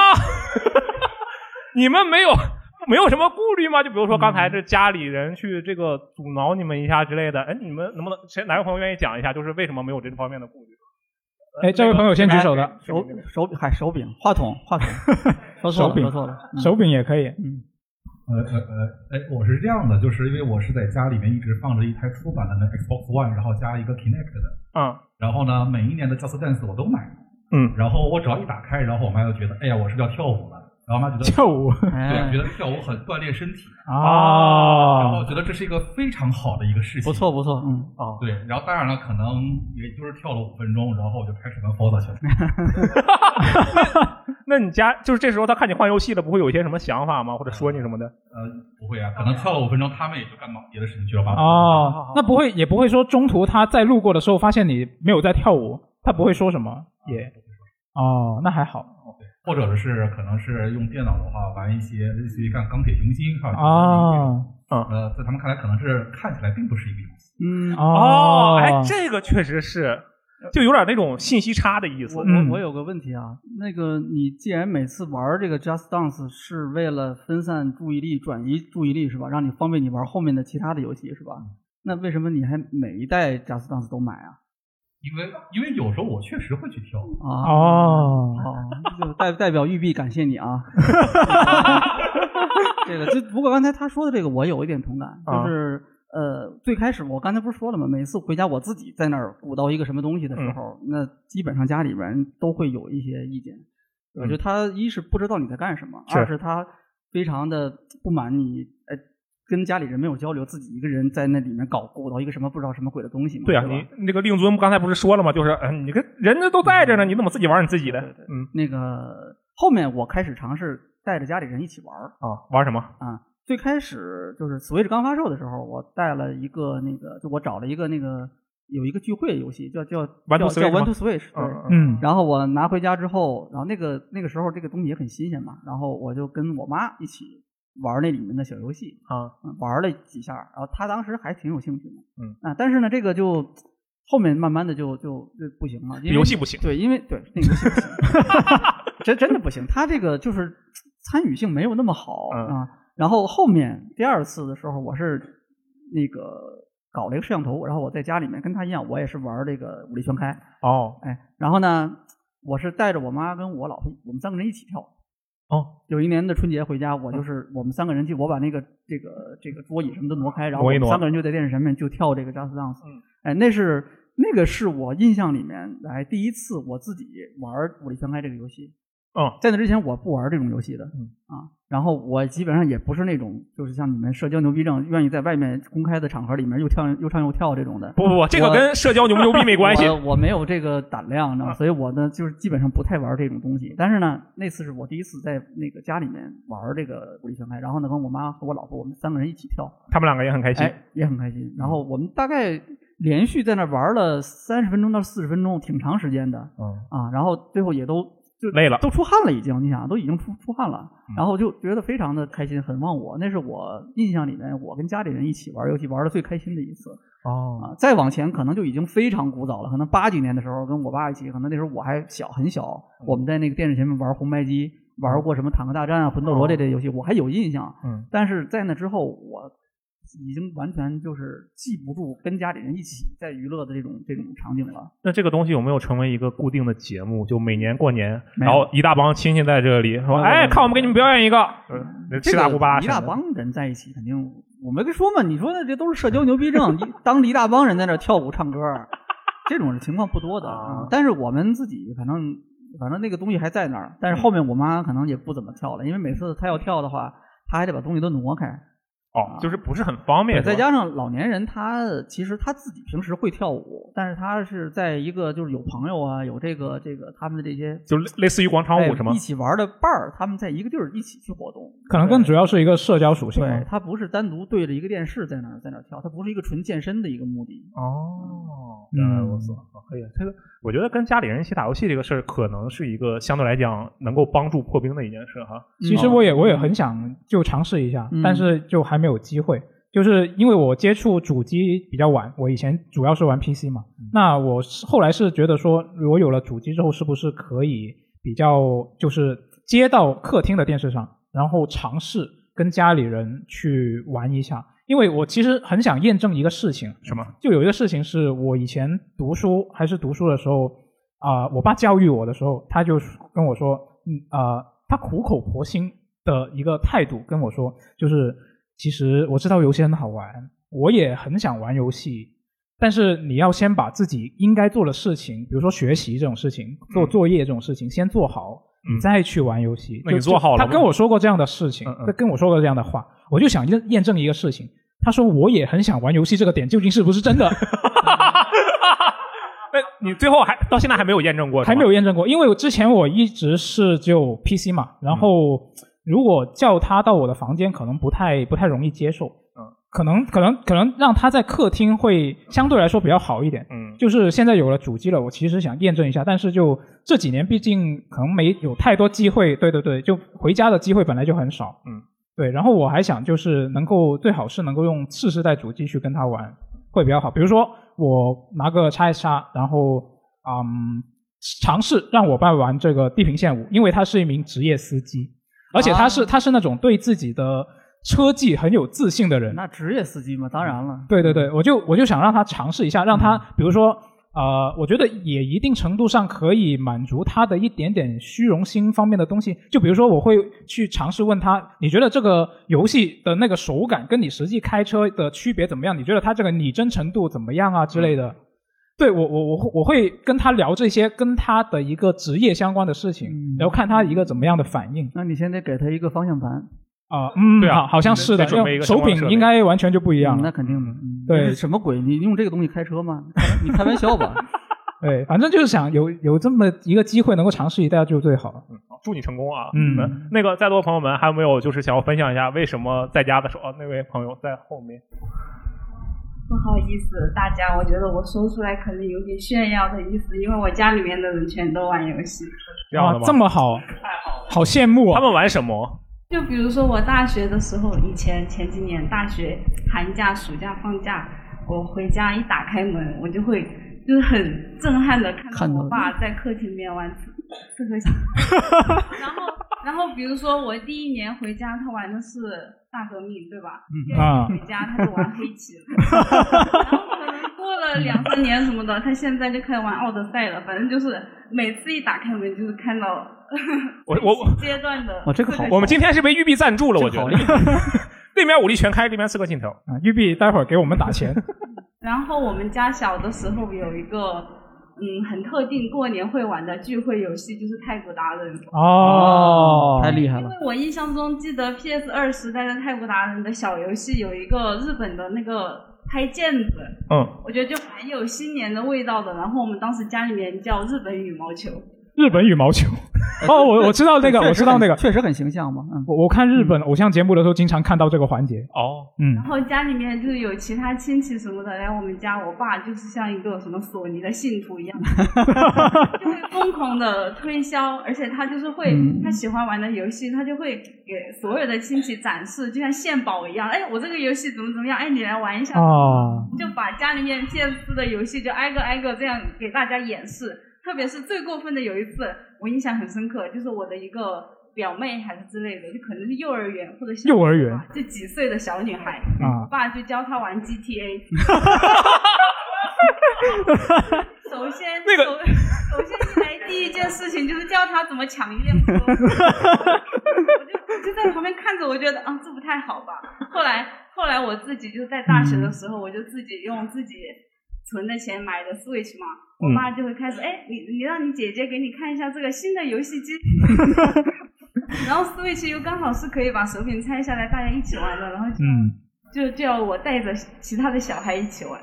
Speaker 1: 你们没有没有什么顾虑吗？就比如说刚
Speaker 2: 嗯
Speaker 1: 才这家里人去这个阻挠你们一下之类的，哎，你们能不能谁哪位朋友愿意讲一下，就是为什么没有这方面的顾虑？
Speaker 2: 哎，这位朋友先举手的，
Speaker 3: 哎
Speaker 2: 哦
Speaker 3: 手手还手柄话筒 话筒，说错
Speaker 2: 手
Speaker 3: 了
Speaker 2: 柄
Speaker 3: 说错了，嗯
Speaker 2: 手柄也可以
Speaker 10: 呃呃呃，哎，我是这样的，就是因为我是在家里面一直放着一台出版的那 Xbox One，然后加一个 Kinect 的，
Speaker 1: 嗯
Speaker 10: 然后呢，每一年的 Just Dance 我都买，
Speaker 1: 嗯，
Speaker 10: 然后我只要一打开，然后我妈就觉得，哎呀，我是要跳舞了，然后我妈觉得
Speaker 2: 跳舞
Speaker 10: 对，
Speaker 3: 哎
Speaker 10: 觉，得跳舞很锻炼身体，然后
Speaker 2: 啊
Speaker 10: 我觉得这是一个非常好的一个事情，
Speaker 3: 不错。不错，嗯，
Speaker 2: 哦
Speaker 10: 对，然后当然了，可能也就是跳了五分钟，然后我就开始玩 Forza 去了。
Speaker 1: 那你家就是这时候他看你换游戏了，不会有一些什么想法吗？或者说你什么的？
Speaker 10: 呃，不会啊，可能跳了五分钟，他们也就干忙别的事情去了吧。
Speaker 2: 哦，那不会也不会说中途他在路过的时候发现你没有在跳舞，他不会说什么也哦，那还好。
Speaker 10: 或者是可能是用电脑的话玩一些类似于干钢铁雄心哈
Speaker 2: 哦
Speaker 1: 嗯
Speaker 10: 呃，在他们看来可能是看起来并不是一个游戏。
Speaker 3: 嗯，
Speaker 1: 哦，哎，这个确实是，呃就有点那种信息差的意思。
Speaker 3: 我
Speaker 2: 嗯
Speaker 3: 我我有个问题啊，那个你既然每次玩这个 Just Dance 是为了分散注意力、转移注意力是吧？让你方便你玩后面的其他的游戏是
Speaker 2: 嗯
Speaker 3: 吧？那为什么你还每一代 Just Dance 都买啊？
Speaker 10: 因为因为有时候我确实会去跳舞，
Speaker 3: 啊
Speaker 2: 哦，
Speaker 3: 哦，就代代表玉碧感谢你 啊。 这个，就不过刚才他说的这个，我有一点同感，
Speaker 1: 啊
Speaker 3: 就是、呃，最开始我刚才不是说了吗？每次回家我自己在那儿鼓捣一个什么东西的
Speaker 1: 嗯
Speaker 3: 时候，那基本上家里边都会有一些意见。我觉得他一是不知道你在干什么，
Speaker 1: 嗯是
Speaker 3: 二是他非常的不满你，哎，跟家里人没有交流，自己一个人在那里面搞鼓捣一个什么不知道什么鬼的东西嘛。
Speaker 1: 对
Speaker 3: 对
Speaker 1: 啊，
Speaker 3: 吧
Speaker 1: 你那个令尊刚才不是说了吗？就是，嗯、你跟人家都在
Speaker 3: 嗯
Speaker 1: 这呢，你怎么自己玩你自己的？嗯
Speaker 3: 那个后面我开始尝试带着家里人一起玩儿。
Speaker 1: 啊，玩什么？
Speaker 3: 啊，最开始就是 Switch 刚发售的时候，我带了一个那个，就我找了一个那个有一个聚会游戏，叫叫叫
Speaker 1: One to
Speaker 3: 叫
Speaker 1: Switch 吗
Speaker 3: One to Switch，对。
Speaker 1: 嗯嗯
Speaker 2: 嗯
Speaker 3: 然后我拿回家之后，然后那个那个时候这个东西也很新鲜嘛，然后我就跟我妈一起玩那里面的小游戏，
Speaker 1: 啊，
Speaker 3: 嗯玩了几下，然后她当时还挺有兴趣的，
Speaker 1: 嗯
Speaker 3: 啊，但是呢，这个就后面慢慢的就就就不行
Speaker 9: 嗯
Speaker 3: 了，因为
Speaker 1: 游戏不行。
Speaker 3: 对，因为对那个游戏不行，真真的不行，它这个就是参与性没有那么好、
Speaker 1: 嗯
Speaker 3: 啊。然后后面第二次的时候，我是那个搞了一个摄像头，然后我在家里面跟他一样，我也是玩这个武力全开，
Speaker 1: 哦
Speaker 3: 哎，然后呢，我是带着我妈跟我老婆，我们三个人一起跳。
Speaker 1: 哦，嗯
Speaker 3: 有一年的春节回家，我就是我们三个人就我把那个这个这个桌椅什么都挪开，然后我
Speaker 1: 挪一
Speaker 3: 们
Speaker 1: 挪嗯
Speaker 3: 三个人就在电视前面就跳这个 Just Dance。哎，那是那个是我印象里面来第一次我自己玩《武力全开》这个游戏。
Speaker 1: 嗯，
Speaker 3: 在那之前我不玩这种游戏的，
Speaker 1: 嗯
Speaker 3: 啊，然后我基本上也不是那种就是像你们社交牛逼症，愿意在外面公开的场合里面又跳又唱又跳这种的。
Speaker 1: 不不不，这个
Speaker 3: 我
Speaker 1: 跟社交牛不牛逼没关系。
Speaker 3: 我我没有这个胆量
Speaker 1: 啊
Speaker 3: 呢，所以我呢就是基本上不太玩这种东西。但是呢，那次是我第一次在那个家里面玩这个武力全开，然后呢跟我妈和我老婆我们三个人一起跳，
Speaker 1: 他们两个也很开心。嗯
Speaker 3: 哎，也很开心。然后我们大概连
Speaker 4: 哦
Speaker 3: 续在那玩了三十分钟到四十分钟，挺长时间的
Speaker 1: 嗯
Speaker 3: 啊。然后最后也都就
Speaker 1: 累了嗯
Speaker 3: 都出汗了已经。你想，都已经出出汗了，然后就觉得非常的开心，很忘我。那是我印象里面，我跟家里人一起玩游戏玩的最开心的一次。
Speaker 4: 哦，
Speaker 3: 啊，再往前可能就已经非常古早了，可能八几年的时候跟我爸一起，可能那时候我还小很小，我们在那个电视前面玩红白机，玩过什么坦克大战啊、魂斗罗这类游戏，我还有印象。
Speaker 1: 嗯，
Speaker 3: 但是在那之后，我已经完全就是记不住跟家里人一起在娱乐的这种这种场景了。
Speaker 1: 那这个东西有没有成为一个固定的节目？就每年过年，
Speaker 3: 没
Speaker 1: 然
Speaker 3: 有
Speaker 1: 后一大帮亲戚在这里说：“
Speaker 3: 没有没
Speaker 1: 哎，
Speaker 3: 有
Speaker 1: 看我们给你们表演一个。呃”
Speaker 3: 这
Speaker 1: 七
Speaker 3: 个
Speaker 1: 大姑八
Speaker 3: 一
Speaker 1: 什
Speaker 3: 大
Speaker 1: 么的。
Speaker 3: 帮人在一起，肯定我没跟说嘛。你说的这都是社交牛 逼症，一当着一大帮人在那跳舞唱歌，这种情况不多
Speaker 1: 啊
Speaker 3: 的。嗯但是我们自己反正反正那个东西还在那儿，
Speaker 1: 嗯
Speaker 3: 但是后面我妈可能也不怎么跳了，因为每次她要跳的话，她还得把东西都挪开。
Speaker 1: 哦，就是不是很方便。
Speaker 3: 啊对，再
Speaker 1: 是吧
Speaker 3: 加上老年人他其实他自己平时会跳舞，但是他是在一个就是有朋友啊，有这个这个他们的这些。
Speaker 1: 就类类似于广场舞
Speaker 3: 哎
Speaker 1: 是吗
Speaker 3: 一？起玩的伴儿，他们在一个地儿一起去活动，
Speaker 2: 可能更主要是一个社交属性吧。啊
Speaker 1: 啊
Speaker 3: 对，它不是单独对着一个电视在那儿在那儿跳，它不是一个纯健身的一个目的。
Speaker 1: 哦，
Speaker 2: 嗯
Speaker 1: 原来如此，可以。这个我觉得跟家里人一起打游戏这个事儿，可能是一个相对来讲能够帮助破冰的一件事哈。哦
Speaker 2: 其实
Speaker 3: 嗯
Speaker 2: 我也我也很想就尝试一下，
Speaker 3: 嗯
Speaker 2: 但是就还没有机会。就是因为我接触主机比较晚，我以前主要是玩 PC 嘛。那我是后来是觉得说，我有了主机之后，是不是可以比较就是接到客厅的电视上，然后尝试跟家里人去玩一下？因为我其实很想验证一个事情，
Speaker 1: 什么？
Speaker 2: 就有一个事情是我以前读书还是读书的时候啊、我爸教育我的时候，他就跟我说，嗯啊、他苦口婆心的一个态度跟我说，就是其实我知道游戏很好玩，我也很想玩游戏，但是你要先把自己应该做的事情，比如说学习这种事情、做作业这种事情，先做好，
Speaker 1: 嗯
Speaker 2: 你再去玩游戏。
Speaker 1: 那你
Speaker 2: 就
Speaker 1: 做好了
Speaker 2: 他
Speaker 1: 吗
Speaker 2: 跟我说过这样的事情
Speaker 1: 嗯嗯，
Speaker 2: 他跟我说过这样的话，我就想验验证一个事情。他说我也很想玩游戏，这个点究竟是不是真的？
Speaker 1: 那哎你最后还到现在还没有验证过，
Speaker 2: 还没有验证过，因为我之前我一直是就 PC 嘛，然
Speaker 1: 嗯
Speaker 2: 后如果叫他到我的房间，可能不太不太容易接受，
Speaker 1: 嗯，
Speaker 2: 可能可能可能让他在客厅会相对来说比较好一点。
Speaker 1: 嗯
Speaker 2: 就是现在有了主机了，我其实想验证一下，但是就这几年，毕竟可能没有太多机会，对对对，就回家的机会本来就很少，
Speaker 1: 嗯，
Speaker 2: 对。然后我还想就是能够最好是能够用次世代主机去跟他玩，会比较好。比如说我拿个叉 S 叉，然后嗯尝试让我爸玩这个《地平线五》，因为他是一名职业司机，而且他是、他是那种对自己的车技很有自信的人，
Speaker 3: 那职业司机嘛，当然了，
Speaker 2: 对对对，我就我就想让他尝试一下，让
Speaker 3: 嗯
Speaker 2: 他比如说呃，我觉得也一定程度上可以满足他的一点点虚荣心方面的东西。就比如说，我会去尝试问他，你觉得这个游戏的那个手感跟你实际开车的区别怎么样？你觉得它这个拟真程度怎么样啊之类
Speaker 3: 嗯
Speaker 2: 的？对我我我会我会跟他聊这些跟他的一个职业相关的事情，
Speaker 3: 嗯
Speaker 2: 然后看他一个怎么样的反应
Speaker 3: 那你先得给他一个方向盘，
Speaker 2: 啊、嗯，
Speaker 1: 对啊
Speaker 2: 好好像是的，
Speaker 1: 得准备一
Speaker 2: 要
Speaker 1: 个
Speaker 2: 手
Speaker 1: 相关的设
Speaker 2: 柄
Speaker 1: 备
Speaker 2: 应该完全就不一样
Speaker 3: 嗯
Speaker 2: 了。
Speaker 3: 那肯定的。嗯
Speaker 2: 对
Speaker 3: 这是什么鬼？你用这个东西开车吗？你开玩
Speaker 1: 哦
Speaker 3: 笑吧？
Speaker 2: 对，反正就是想有有这么一个机会能够尝试一下就最好了。
Speaker 1: 祝你成功啊！
Speaker 2: 嗯
Speaker 1: 们那个在座的朋友们还有没有就是想要分享一下为什么在家的时候？哦，那位朋友在后面。
Speaker 11: 不好意思，大家，我觉得我说出来可能有点炫耀的意思，因为我家里面的人全都玩游戏。
Speaker 1: 这样的吗
Speaker 2: 哇，这么好，好羡慕
Speaker 1: 他
Speaker 2: 啊！
Speaker 1: 们玩什么？
Speaker 11: 就比如说我大学的时候，以前前几年大学寒假、暑假放假，我回家一打开门，我就会就是很震撼的看
Speaker 3: 看
Speaker 11: 到
Speaker 3: 到
Speaker 11: 我爸在客厅里面玩刺刺 客信。然后，然后比如说我第一年回家，他玩的是大革命，对吧？
Speaker 1: 嗯
Speaker 11: 第
Speaker 1: 啊
Speaker 11: 二年回家他就玩黑棋 了。然后可能过了两三年什么的，他现在就开始玩奥德赛了。反正就是每次一打开门，就是看到
Speaker 1: 我我我
Speaker 11: 阶段的
Speaker 3: 哦这个好
Speaker 1: 我们今天是被育碧赞助了，我觉
Speaker 3: 这个好
Speaker 1: 得。 那边武力全开，这边刺客信条。
Speaker 2: 啊，玉碧待会儿给我们打 钱。
Speaker 11: 然后我们家小的时候有一个，嗯，很特定过年会玩的聚会游戏，就是太鼓达人。
Speaker 2: 哦，
Speaker 3: 太厉害
Speaker 11: 因
Speaker 3: 了
Speaker 11: 为！我印象中记得 PS 二时代的太鼓达人的小游戏有一个日本的那个拍毽子，
Speaker 1: 嗯，
Speaker 11: 我觉得就蛮有新年的味道的。然后我们当时家里面叫日本羽毛球，
Speaker 2: 日本羽毛球， 哦，我我知道那个，
Speaker 3: 对
Speaker 2: 我知道那个，
Speaker 3: 确实很形象嘛。嗯，
Speaker 2: 我我看日本偶像节目的时候，经常看到这个环节。
Speaker 1: 哦，
Speaker 2: 嗯
Speaker 11: 然，后家里面就是有其他亲戚什么的来我们家，我爸就是像一个什么索尼的信 徒一样，就会疯狂的推销，而且他就是会、
Speaker 3: 嗯
Speaker 11: 他喜欢玩的游戏，他就会给所有的亲戚展示，就像献宝一样，哎，我这个游戏怎么怎么样，哎，你来玩一下，
Speaker 2: 哦，
Speaker 11: 就把家里面现撕的游戏就挨个挨个这样给大家演示。特别是最过分的有一次，我印象很深刻，就是我的一个表妹还是之类的，就可能是幼儿园或者小
Speaker 2: 幼儿园
Speaker 11: 就几岁的小女孩，
Speaker 2: 啊
Speaker 11: 我爸就教她 玩 GTA。首先，
Speaker 1: 那个
Speaker 11: 首首先来第一件事情就是教她怎么抢一辆车，我就我就在旁边看着，我觉得啊，这不太好吧。后来后来我自己就在大学的时
Speaker 1: 嗯
Speaker 11: 候，我就自己用自己存的钱买的 Switch 嘛，
Speaker 1: 嗯
Speaker 11: 我爸就会开始，哎，你你让你姐姐给你看一下这个新的游戏机。然后 Switch 又刚好是可以把手柄拆下来，大家一起玩的，然后就、
Speaker 2: 嗯
Speaker 11: 就就要我带着其他的小孩一起玩。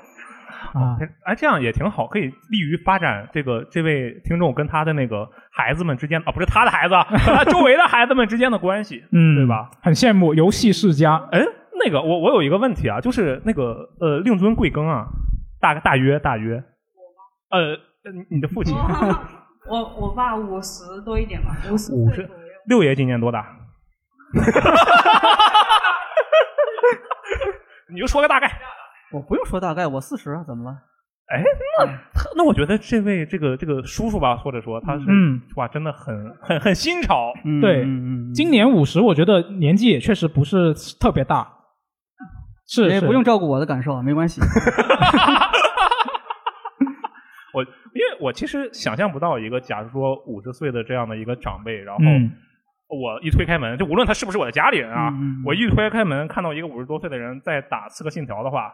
Speaker 2: 啊，
Speaker 1: 哎，这样也挺好，可以利于发展这个这位听众跟他的那个孩子们之间啊，不是他的孩子啊，和他周围的孩子们之间的关系。
Speaker 2: 嗯，
Speaker 1: 对吧？
Speaker 2: 很羡慕游戏世家，
Speaker 1: 哎，那个我我有一个问题啊，就是那个呃令尊贵庚啊，大大约大约，呃，你你的父亲
Speaker 11: 我我爸五十多一点吧，五十
Speaker 1: 五
Speaker 11: 岁
Speaker 1: 十
Speaker 11: 左右。
Speaker 1: 六爷今年多大？ 你就说个大概。
Speaker 3: 我不用说大概，我四十，啊怎么了？
Speaker 1: 哎，那他那我觉得这位这个这个叔叔吧，或者说他是、
Speaker 2: 嗯
Speaker 1: 哇，真的很很很新潮，
Speaker 3: 嗯
Speaker 2: 对
Speaker 3: 嗯嗯嗯
Speaker 2: 今年五十，我觉得年纪也确实不是特别大，是是
Speaker 3: 哎不用照顾我的感受，啊没关系。
Speaker 1: 我因为我其实想象不到一个，假如说五十岁的这样的一个长辈，然后
Speaker 2: 嗯
Speaker 1: 我一推开门，就无论他是不是我的家里人啊，
Speaker 3: 嗯嗯嗯
Speaker 1: 我一推开门看到一个五十多岁的人在打《刺客信条》的话，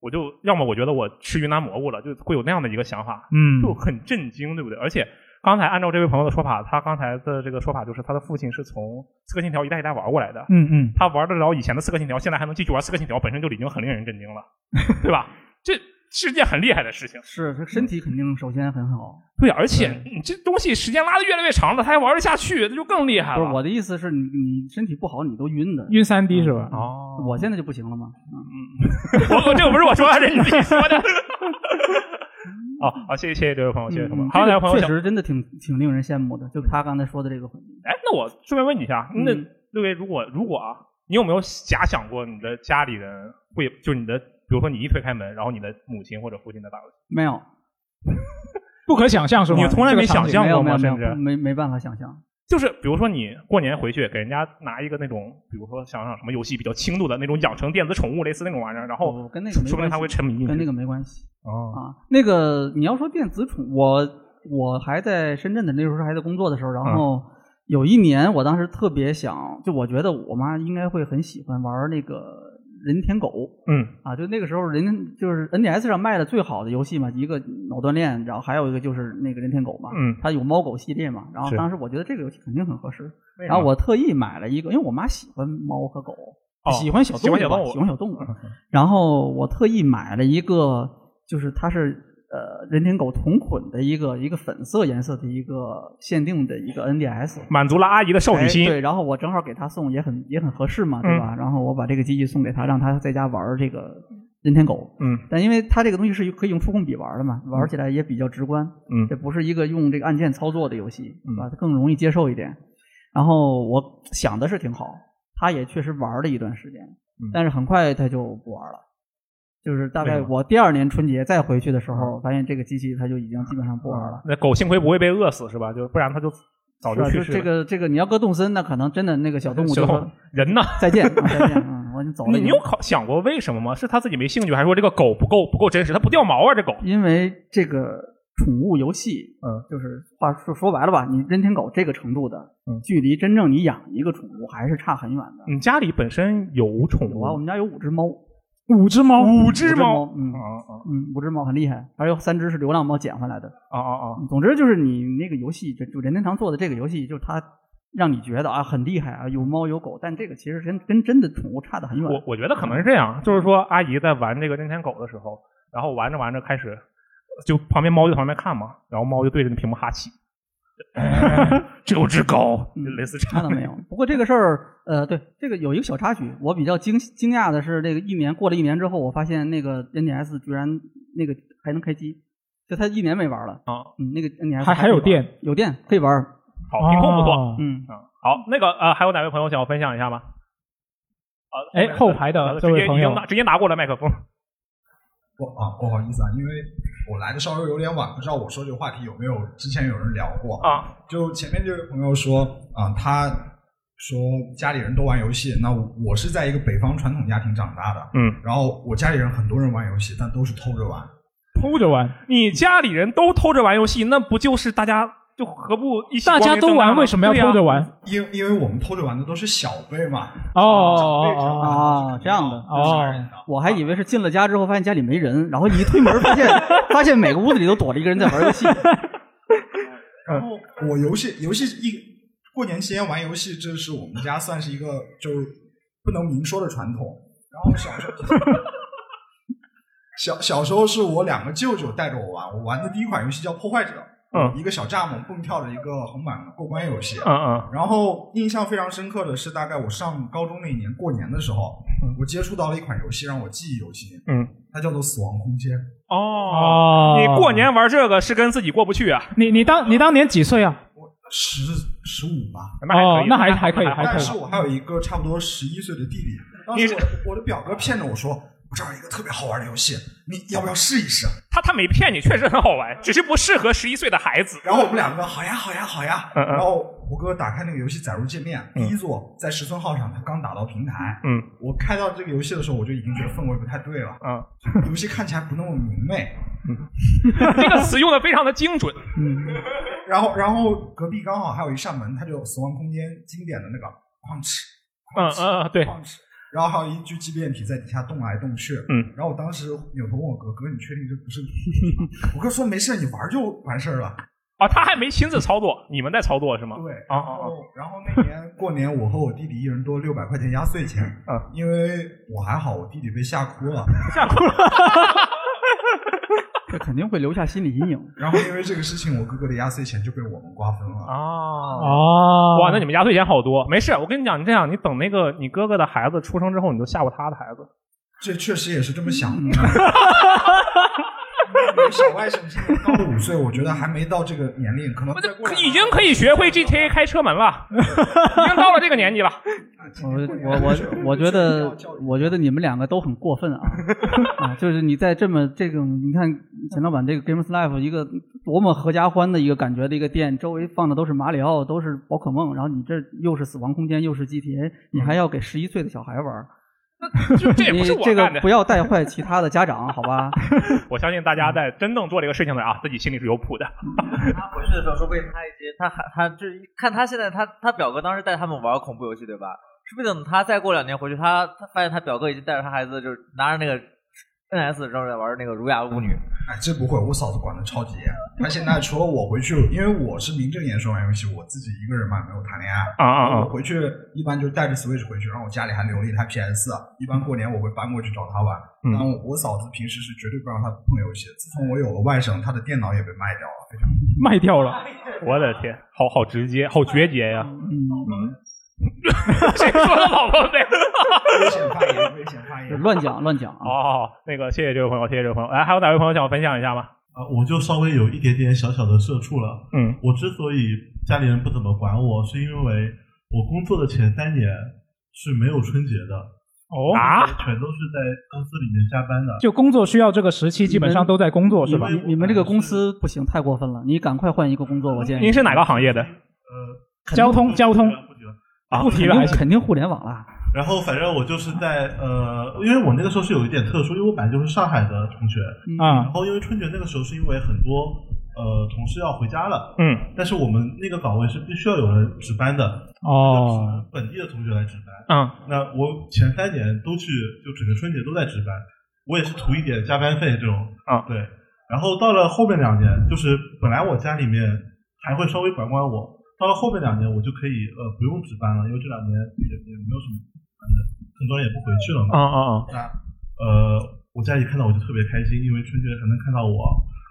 Speaker 1: 我就要么我觉得我吃云南蘑菇了，就会有那样的一个想法，
Speaker 2: 嗯
Speaker 1: 就很震惊，对不对？而且刚才按照这位朋友的说法，他刚才的这个说法就是他的父亲是从《刺客信条》一代一代玩过来的，
Speaker 2: 嗯嗯，
Speaker 1: 他玩得了以前的《刺客信条》，现在还能继续玩《刺客信条》，本身就已经很令人震惊了，对吧？这是件很厉害的事情。嗯
Speaker 3: 是，这身体肯定首先很好。
Speaker 1: 对，而且你这东西时间拉的越来越长了，他还玩得下去，那就更厉害
Speaker 3: 不
Speaker 1: 了。
Speaker 3: 是我的意思是你你身体不好，你都晕的。嗯
Speaker 2: 晕三 D 是吧？
Speaker 1: 哦，
Speaker 3: 我现在就不行了吗？
Speaker 4: 嗯
Speaker 2: 嗯
Speaker 1: 我我这个不是我说的，这是你自己说 的。哦，好，谢谢谢谢这位朋友，谢
Speaker 3: 嗯
Speaker 1: 谢朋友。还有哪位朋友
Speaker 3: 确
Speaker 1: 想？
Speaker 3: 实真的挺挺令人羡慕的，就他刚才说的这个环境。
Speaker 1: 哎，那我顺便问你一下，啊那
Speaker 3: 嗯
Speaker 1: 六位，如果如果啊，你有没有假想过你的家里人会，就是你的，比如说你一推开门，然后你的母亲或者父亲在打游戏，
Speaker 3: 没有，
Speaker 2: 不可想象是吧？
Speaker 1: 你从来
Speaker 2: 这个
Speaker 1: 没
Speaker 2: 场景
Speaker 1: 想象
Speaker 3: 没
Speaker 1: 过吗
Speaker 3: 有，没有，
Speaker 1: 甚
Speaker 3: 没
Speaker 1: 至
Speaker 3: 有，没没办法想象。
Speaker 1: 就是比如说你过年回去给人家拿一个那种，比如说想想什么游戏比较轻度的那种养成电子宠物类似那种玩意儿，然后
Speaker 3: 哦跟那个
Speaker 1: 说
Speaker 3: 没
Speaker 1: 不定他会
Speaker 3: 关系
Speaker 1: 沉迷进去
Speaker 3: 跟那个没关系
Speaker 1: 哦，
Speaker 3: 啊。那个你要说电子宠，我我还在深圳的那时候还在工作的时候，
Speaker 1: 嗯
Speaker 3: 然后有一年我当时特别想，就我觉得我妈应该会很喜欢玩那个人舔狗
Speaker 1: 嗯
Speaker 3: 啊，就那个时候人就是 NDS 上卖的最好的游戏嘛，一个脑锻炼，然后还有一个就是那个人舔狗嘛，
Speaker 1: 嗯，
Speaker 3: 它有猫狗系列嘛，然后
Speaker 1: 是
Speaker 3: 当时我觉得这个游戏肯定很合适，
Speaker 1: 为
Speaker 3: 然后
Speaker 1: 什么
Speaker 3: 我特意买了一个，因为我妈喜欢猫和狗，
Speaker 1: 哦
Speaker 3: 喜欢小
Speaker 1: 喜欢
Speaker 3: 动物
Speaker 1: 小动物嗯
Speaker 3: 吧喜欢小动物。然后我特意买了一个，就是它是呃人舔狗同捆的一个一个粉色颜色的一个限定的一个 NDS。
Speaker 1: 满足了阿姨的少女
Speaker 3: 哎
Speaker 1: 心，嗯
Speaker 3: 对，然后我正好给她送，也很也很合适嘛，对吧？然后我把这个机器送给她，让她在家玩儿这个人舔狗。
Speaker 1: 嗯
Speaker 3: 但因为它这个东西是可以用触控笔玩的嘛，玩起来也比较直观。
Speaker 1: 嗯
Speaker 3: 这不是一个用这个按键操作的游戏，
Speaker 1: 嗯
Speaker 3: 啊，它更容易接受一点。然后我想的是挺好，他也确实玩了一段时间，
Speaker 1: 嗯
Speaker 3: 但是很快他就不玩了。就是大
Speaker 1: 为
Speaker 3: 概
Speaker 1: 什么嗯
Speaker 3: 我第二年春节再回去的时候，发现这个机器它就已经基本上不玩了。
Speaker 1: 那狗幸亏不会被饿死是吧？就不然它就早
Speaker 3: 是
Speaker 1: 就
Speaker 3: 吧？
Speaker 1: 去
Speaker 3: 就
Speaker 1: 世
Speaker 3: 这
Speaker 1: 了。
Speaker 3: 个这个，你要搁动森，那可能真的那个小动物 就
Speaker 1: 小
Speaker 3: 说
Speaker 1: 人呢？
Speaker 3: 再见，啊再见，嗯，我已经走了。
Speaker 1: 你
Speaker 3: 已
Speaker 1: 你
Speaker 3: 经
Speaker 1: 有考想过为什么吗？是他自己没兴趣，还是说这个狗不够不够真实？它不掉毛啊，这狗。
Speaker 3: 因为这个宠物游戏，
Speaker 1: 嗯，
Speaker 3: 就是话说说白了吧，你人舔狗这个程度的，
Speaker 1: 嗯
Speaker 3: 距离真正你养一个宠物还是差很远的。
Speaker 1: 你家里本身有宠
Speaker 3: 有啊，我
Speaker 1: 物？
Speaker 3: 们家有五只猫，
Speaker 2: 五只猫，
Speaker 1: 五
Speaker 3: 五只
Speaker 1: 只猫？
Speaker 3: 嗯
Speaker 1: 啊啊
Speaker 3: 嗯，五只猫很厉害，还有三只是流浪猫捡回来的。
Speaker 1: 啊啊啊！
Speaker 3: 嗯总之就是你那个游戏，就就任天堂做的这个游戏，就是它让你觉得啊很厉害啊，有猫有狗，但这个其实跟跟真的宠物差得很远。
Speaker 1: 我我觉得可能是这样，啊就是说阿姨在玩这个任天狗的时候，然后玩着玩着开始，就旁边猫就在旁边看嘛，然后猫就对着那屏幕哈气， 只有只狗，类似这
Speaker 3: 哎看
Speaker 1: 样
Speaker 3: 到
Speaker 1: 的
Speaker 3: 嗯没有？不过这个事儿，呃，对，这个有一个小插曲，我比较惊惊讶的是，这个一年过了一年之后，我发现那个 NDS 居然那个还能开机，就它一年没玩了
Speaker 1: 啊，
Speaker 3: 嗯，那个 NDS
Speaker 2: 还还有
Speaker 3: 可以玩
Speaker 2: 电，
Speaker 3: 有电可以玩儿，
Speaker 1: 好，品控不
Speaker 2: 哦
Speaker 1: 错，
Speaker 3: 嗯，
Speaker 1: 好，那个呃，还有哪位朋友想要分享一下吗？啊，
Speaker 2: 哎后排的
Speaker 1: 呃
Speaker 2: 这
Speaker 1: 直
Speaker 2: 位
Speaker 1: 接
Speaker 2: 朋
Speaker 1: 已
Speaker 2: 友
Speaker 1: 经拿直接拿过了麦 克风，
Speaker 12: 不啊，不好意思啊，因为我来的稍微有点晚，不知道我说这个话题有没有之前有人聊过
Speaker 1: 啊？
Speaker 12: 就前面这位朋友说啊，他说家里人都玩游戏，那我我是在一个北方传统家庭长大的，
Speaker 1: 嗯，
Speaker 12: 然后我家里人很多人玩游戏，但都是偷着玩。
Speaker 2: 偷着玩，
Speaker 1: 你家里人都偷着玩游戏，那不就是大家就何不一起
Speaker 2: 大家
Speaker 1: 光明
Speaker 2: 都
Speaker 1: 正大
Speaker 2: 玩，
Speaker 1: 吗
Speaker 2: 为什么要
Speaker 1: 对呀啊
Speaker 2: 偷着玩？
Speaker 12: 因因为我们偷着玩的都是小辈嘛，
Speaker 2: 哦
Speaker 12: 长辈
Speaker 2: 哦
Speaker 12: 长
Speaker 2: 哦
Speaker 12: 大
Speaker 2: 哦，
Speaker 3: 啊，这样的
Speaker 2: 哦，
Speaker 3: 我还以为是进了家之后发现家里没人，然后一推门 发现发现每个屋子里都躲着一个人在玩游戏，
Speaker 12: 然后
Speaker 1: 嗯
Speaker 12: 我游戏游戏一过年期间玩游戏，这是我们家算是一个就是不能明说的传统。然后小时候小小时候是我两个舅舅带着我玩，我玩的第一款游戏叫《破坏者》，
Speaker 1: 嗯
Speaker 12: 一个小蚱蜢蹦跳的一个横版过关游戏。
Speaker 1: 嗯嗯
Speaker 12: 然后印象非常深刻的是，大概我上高中那一年过年的时候，我接触到了一款游戏，让我记忆犹新，
Speaker 1: 嗯，
Speaker 12: 它叫做《死亡空间》。
Speaker 1: 哦你过年玩这个是跟自己过不去啊？
Speaker 2: 你你当你当年几岁啊？
Speaker 12: 十十五吧，
Speaker 1: 那还可以
Speaker 2: 哦那还还可以还可
Speaker 12: 但是
Speaker 2: 以
Speaker 12: 我还有一个差不多十一岁的弟弟，当时我的我的表哥骗着我说，我这儿有一个特别好玩的游戏，你要不要试一试？
Speaker 1: 他他没骗你，确实很好玩，只是不适合十一岁的孩子。
Speaker 12: 然后我们两个好呀好哎呀好呀，
Speaker 1: 嗯嗯
Speaker 12: 然后我哥打开那个游戏载入界面，第一座在十村号上，他刚打到平台，
Speaker 1: 嗯，
Speaker 12: 我开到这个游戏的时候，我就已经觉得氛围不太对了，
Speaker 1: 嗯，
Speaker 12: 游戏看起来不那么明媚，
Speaker 1: 这个词用的非常的精准。
Speaker 12: 嗯然后然后隔壁刚好还有一扇门，它就有死亡空间经典的那个哐哧，
Speaker 1: 嗯嗯对，
Speaker 12: 然后还有一具畸变体在底下动来动去，
Speaker 1: 嗯，
Speaker 12: 然后我当时扭头问我哥哥，你确定这不是个剧情吗？我哥说没事，你玩就完事儿了。
Speaker 1: 哦，他还没亲自操作，你们在操作是吗？
Speaker 12: 对，
Speaker 1: 啊
Speaker 12: 然
Speaker 1: 啊啊
Speaker 12: 后然后那年过年，我和我弟弟一人多六百块钱压岁钱，
Speaker 1: 啊，
Speaker 12: 因为我还好，我弟弟被吓哭 了，
Speaker 3: 这肯定会留下心理阴影。
Speaker 12: 然后因为这个事情，我哥哥的压岁钱就被我们瓜分了。
Speaker 1: 啊！
Speaker 2: 哦，
Speaker 1: 哇，那你们压岁钱好多。没事，我跟你讲，你这样，你等那个你哥哥的孩子出生之后，你就吓唬他的孩子。
Speaker 12: 这确实也是这么想 的。小外甥今年刚五岁，我觉得还没到这个年龄，可能再过两
Speaker 1: 已经可以学会 GTA 开车门了，已经到了这个年 纪了。
Speaker 3: 我我我我觉得，我觉得你们两个都很 过分啊！啊，就是你在这么这种，你看钱老板这个 Games Life 一个多么合家欢的一个感觉的一个店，周围放的都是马里奥，都是宝可梦，然后你这又是死亡空间，又是 GTA，你还要给十一岁的小孩玩，
Speaker 1: 这嗯这也不
Speaker 3: 你
Speaker 1: 是我
Speaker 3: 这个
Speaker 1: 干的
Speaker 3: 不。要带坏其他的家长，好 吧？
Speaker 1: 我相信大家在真正做这个事情的啊，自己心里是有谱的。
Speaker 7: 他回去的时候说被他一些，他还他就是看他现在他他表哥当时带他们玩恐怖游戏对吧？是不是等他再过两年回去，他他发现他表哥已经带着他孩子，就是拿着那个 NS 然后在玩那个《儒雅巫女
Speaker 12: 哎，这不会，我嫂子管的超级严。她现在除了我回去，因为我是名正言顺玩游戏，我自己一个人嘛，没有谈恋爱。
Speaker 1: 啊啊啊
Speaker 12: 我！回去一般就带着 Switch 回去，然后我家里还留了一台 PS。一般过年我会搬过去找她玩。
Speaker 1: 嗯
Speaker 12: 但我我嫂子平时是绝对不让她碰游戏的。自从我有了外甥，她的电脑也被卖掉了，非常。
Speaker 2: 卖掉了，
Speaker 1: 我的天，好好直接，好决绝呀、
Speaker 3: 嗯，
Speaker 1: 谁说的老婆对？
Speaker 12: 危险发言，危险发言。
Speaker 3: 乱讲乱讲啊！
Speaker 1: 好好好，哦那个谢谢这位朋友，谢谢这位朋友。哎，还有哪位朋友想分享一下吗？
Speaker 13: 啊，我就稍微有一点点小小的社畜了。
Speaker 1: 嗯，
Speaker 13: 我之所以家里人不怎么管我，是因为我工作的前三年是没有春节的，
Speaker 1: 哦啊，
Speaker 13: 全都是在公司里面加班的。
Speaker 2: 就工作需要这个时期，基本上都在工作是吧？
Speaker 13: 因为我
Speaker 3: 你们这个公司不行，太过分了，你赶快换一个工作，我建议
Speaker 1: 您。是哪个行业的？
Speaker 13: 呃，
Speaker 2: 交通交通
Speaker 13: 不提了啊
Speaker 1: 不提了还行
Speaker 3: 肯定互联网啦。
Speaker 13: 然后反正我就是在呃，因为我那个时候是有一点特殊，因为我本来就是上海的同学，
Speaker 2: 啊
Speaker 13: 然后因为春节那个时候是因为很多呃同事要回家了，
Speaker 1: 嗯，
Speaker 13: 但是我们那个岗位是必须要有人值班的，就只
Speaker 2: 哦
Speaker 13: 能本地的同学来值班。
Speaker 1: 嗯，
Speaker 13: 那我前三年都去，就整个春节都在值班，我也是图一点加班费这种
Speaker 1: 啊
Speaker 13: 对。然后到了后面两年，就是本来我家里面还会稍微管管我，到了后面两年我就可以呃不用值班了，因为这两年也也没有什么值班的，很多人也不回去了嘛。
Speaker 1: 啊啊啊！
Speaker 13: 呃，我家里看到我就特别开心，因为春节还能看到我。